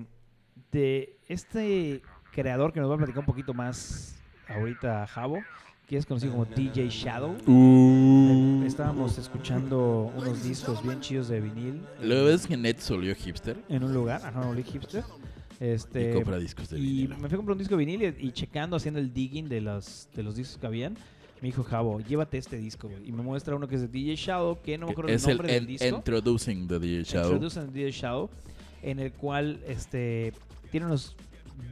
[SPEAKER 1] de este creador que nos va a platicar un poquito más ahorita Javo, que es conocido como DJ Shadow.
[SPEAKER 2] Uh.
[SPEAKER 1] Eh, Estábamos escuchando unos discos bien chidos de vinil. eh,
[SPEAKER 2] Luego ves que Net solió hipster
[SPEAKER 1] En un lugar, ajá, un hipster. Este,
[SPEAKER 2] y compra discos de
[SPEAKER 1] y
[SPEAKER 2] vinilo.
[SPEAKER 1] me fui a comprar un disco de vinil y, y checando, haciendo el digging de los, de los discos que habían. Me dijo, Javo, llévate este disco, güey. Y me muestra uno que es de DJ Shadow, que no me acuerdo
[SPEAKER 2] es
[SPEAKER 1] el
[SPEAKER 2] el
[SPEAKER 1] nombre del
[SPEAKER 2] en-
[SPEAKER 1] disco.
[SPEAKER 2] Introducing the DJ Shadow.
[SPEAKER 1] Introducing DJ Shadow, en el cual este tiene unos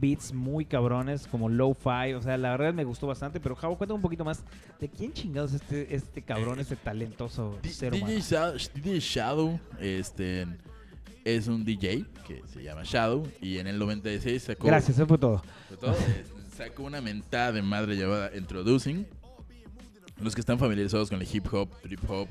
[SPEAKER 1] beats muy cabrones, como low-fi. O sea, la verdad me gustó bastante. Pero, Javo, cuéntame un poquito más de quién chingados es este, este cabrón,
[SPEAKER 2] Eh,
[SPEAKER 1] este talentoso
[SPEAKER 2] Di-
[SPEAKER 1] ser humano.
[SPEAKER 2] DJ Shadow, DJ Shadow, este, es un DJ que se llama Shadow y en el 96 sacó
[SPEAKER 1] Gracias, eso fue todo.
[SPEAKER 2] Sobre todo, eh, sacó una mentada de madre llamada Introducing. Los que están familiarizados con el hip hop, trip hop,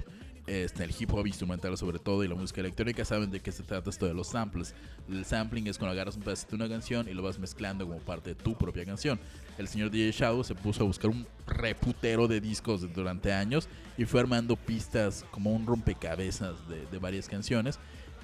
[SPEAKER 2] este, el hip hop instrumental sobre todo y la música electrónica saben de qué se trata esto de los samples. El sampling es cuando agarras un pedacito de una canción y lo vas mezclando como parte de tu propia canción. El señor DJ Shadow se puso a buscar un reputero de discos de- durante años y fue armando pistas como un rompecabezas de, de varias canciones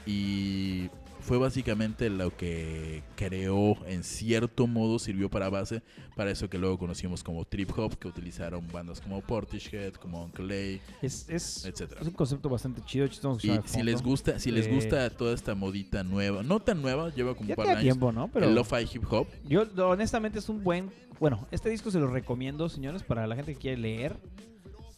[SPEAKER 2] y fue básicamente lo que creó en cierto modo sirvió para base para eso que luego conocimos como trip hop que utilizaron bandas como Portishead como Uncle Lake
[SPEAKER 1] Es, es,
[SPEAKER 2] etcétera
[SPEAKER 1] es un concepto bastante chido. estamos
[SPEAKER 2] y
[SPEAKER 1] escuchando de
[SPEAKER 2] si les
[SPEAKER 1] fondo.
[SPEAKER 2] gusta si les
[SPEAKER 1] Eh,
[SPEAKER 2] gusta toda esta modita nueva no tan nueva lleva como un
[SPEAKER 1] Ya
[SPEAKER 2] par de
[SPEAKER 1] queda
[SPEAKER 2] años
[SPEAKER 1] tiempo, ¿no? Pero
[SPEAKER 2] el lo-fi hip hop
[SPEAKER 1] yo lo- honestamente es un buen... Bueno, este disco se lo recomiendo, señores, para la gente que quiere leer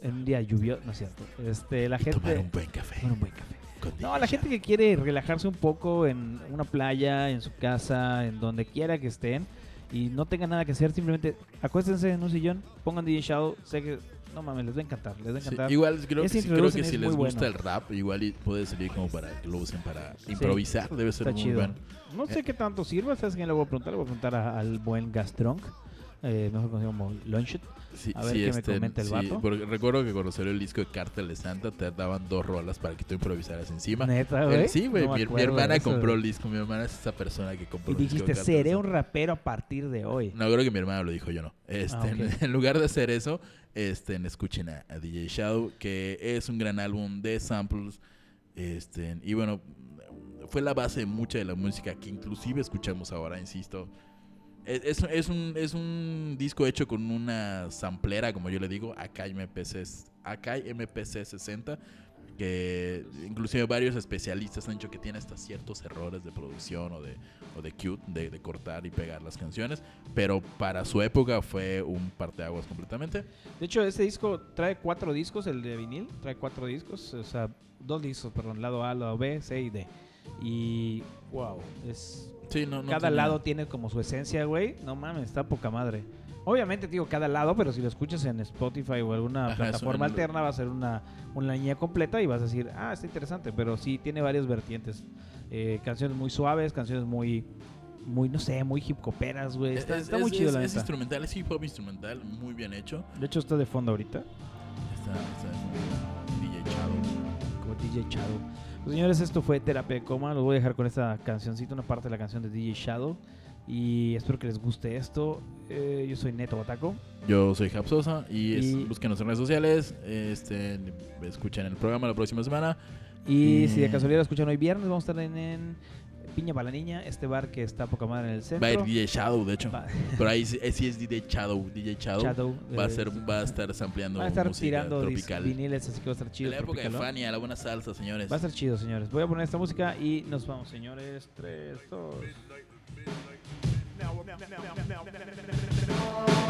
[SPEAKER 1] en un día lluvioso, ¿no es cierto? Este, la gente...
[SPEAKER 2] tomar un buen café
[SPEAKER 1] tomar un buen café.
[SPEAKER 2] con
[SPEAKER 1] No,
[SPEAKER 2] DJ
[SPEAKER 1] la gente que quiere relajarse un poco en una playa, en su casa, en donde quiera que estén y no tengan nada que hacer, simplemente acuéstense en un sillón, pongan DJ Shadow, sé que no mames, les va a encantar, les va a
[SPEAKER 2] Sí,
[SPEAKER 1] encantar.
[SPEAKER 2] igual creo,
[SPEAKER 1] Ese
[SPEAKER 2] que sí- creo
[SPEAKER 1] Introducing
[SPEAKER 2] que si
[SPEAKER 1] es
[SPEAKER 2] les
[SPEAKER 1] muy
[SPEAKER 2] gusta
[SPEAKER 1] bueno.
[SPEAKER 2] el rap, igual y puede salir como para que lo usen para improvisar. Debe ser
[SPEAKER 1] Está
[SPEAKER 2] muy
[SPEAKER 1] chido.
[SPEAKER 2] bueno.
[SPEAKER 1] No
[SPEAKER 2] eh,
[SPEAKER 1] sé qué tanto sirva, ¿sabes quién le voy a preguntar? Le voy a preguntar a- al buen Gastronk, eh, mejor conocido como Lunchet.
[SPEAKER 2] Sí,
[SPEAKER 1] A ver
[SPEAKER 2] sí, este,
[SPEAKER 1] qué me comenta el
[SPEAKER 2] sí,
[SPEAKER 1] vato.
[SPEAKER 2] porque recuerdo que cuando salió el disco de Cartel de Santa te daban dos rolas para que tú improvisaras encima.
[SPEAKER 1] Neta,
[SPEAKER 2] Eh,
[SPEAKER 1] güey.
[SPEAKER 2] sí, güey.
[SPEAKER 1] No me
[SPEAKER 2] mi, mi
[SPEAKER 1] acuerdo de
[SPEAKER 2] hermana
[SPEAKER 1] eso,
[SPEAKER 2] compró
[SPEAKER 1] güey.
[SPEAKER 2] el disco. Mi hermana es esa persona que compró
[SPEAKER 1] Y
[SPEAKER 2] el disco. de
[SPEAKER 1] dijiste,
[SPEAKER 2] Cartel de
[SPEAKER 1] seré un
[SPEAKER 2] Santa".
[SPEAKER 1] rapero a partir de hoy.
[SPEAKER 2] No, creo que mi hermana lo dijo, yo no. Este,
[SPEAKER 1] Ah, ok.
[SPEAKER 2] En lugar de hacer eso, este, escuchen a, a DJ Shadow, que es un gran álbum de samples. Este, y bueno, fue la base de mucha de la música que inclusive escuchamos ahora, insisto. Es, es- es un, es un disco hecho con una samplera, como yo le digo, Akai MPC, Akai MPC 60, que inclusive varios especialistas han dicho que tiene hasta ciertos errores de producción o de, o de cute, de, de cortar y pegar las canciones, pero para su época fue un parteaguas completamente.
[SPEAKER 1] De hecho, este disco trae cuatro discos, el de vinil, trae cuatro discos, o sea, dos discos, perdón, lado A, lado B, C y D. Y, wow, es...
[SPEAKER 2] Sí, no, no
[SPEAKER 1] cada
[SPEAKER 2] tiene-
[SPEAKER 1] lado tiene como su esencia, güey. No mames, está poca madre. Obviamente, digo, cada lado, pero si lo escuchas en Spotify o alguna
[SPEAKER 2] Ajá, suena
[SPEAKER 1] plataforma
[SPEAKER 2] el-
[SPEAKER 1] alterna, va a ser una, una línea completa y vas a decir, ah, está interesante, pero sí tiene varias vertientes. Eh, canciones muy suaves, canciones muy, muy no sé, muy hip hoperas, güey. Está,
[SPEAKER 2] es-
[SPEAKER 1] está
[SPEAKER 2] es-
[SPEAKER 1] muy chido,
[SPEAKER 2] es-
[SPEAKER 1] la
[SPEAKER 2] Es
[SPEAKER 1] neta.
[SPEAKER 2] instrumental, es hip hop instrumental, muy bien hecho.
[SPEAKER 1] De hecho, está de fondo ahorita.
[SPEAKER 2] Está, está muy bien. DJ Chado.
[SPEAKER 1] como DJ Shadow. Pues señores, esto fue Terapia de Coma. Los voy a dejar con esta cancioncita, una parte de la canción de DJ Shadow. Y espero que les guste esto. Eh, yo soy Neto Bataco.
[SPEAKER 2] Yo soy Japsosa y, es-
[SPEAKER 1] Y-
[SPEAKER 2] búsquenos en redes sociales. Este, escuchen el programa la próxima semana.
[SPEAKER 1] Y
[SPEAKER 2] Mm.
[SPEAKER 1] si de casualidad lo escuchan hoy viernes, vamos a estar en, en Piña para la Niña, este bar que está a poca madre en el
[SPEAKER 2] Va a ir
[SPEAKER 1] centro.
[SPEAKER 2] DJ Shadow, de hecho.
[SPEAKER 1] Va-
[SPEAKER 2] Pero ahí sí eh, sí es DJ Shadow. DJ Shadow.
[SPEAKER 1] Shadow,
[SPEAKER 2] Va a,
[SPEAKER 1] eh,
[SPEAKER 2] ser, va a estar sampleando
[SPEAKER 1] van a estar
[SPEAKER 2] música
[SPEAKER 1] tirando dis-
[SPEAKER 2] tropical.
[SPEAKER 1] viniles, así que va a estar chido.
[SPEAKER 2] la época de
[SPEAKER 1] tropicalón.
[SPEAKER 2] Fania, la buena salsa, señores.
[SPEAKER 1] Va a estar chido, señores. Voy a poner esta música y nos vamos, señores. Tres, dos.
[SPEAKER 3] Now, now, now, now, now, now, now, now.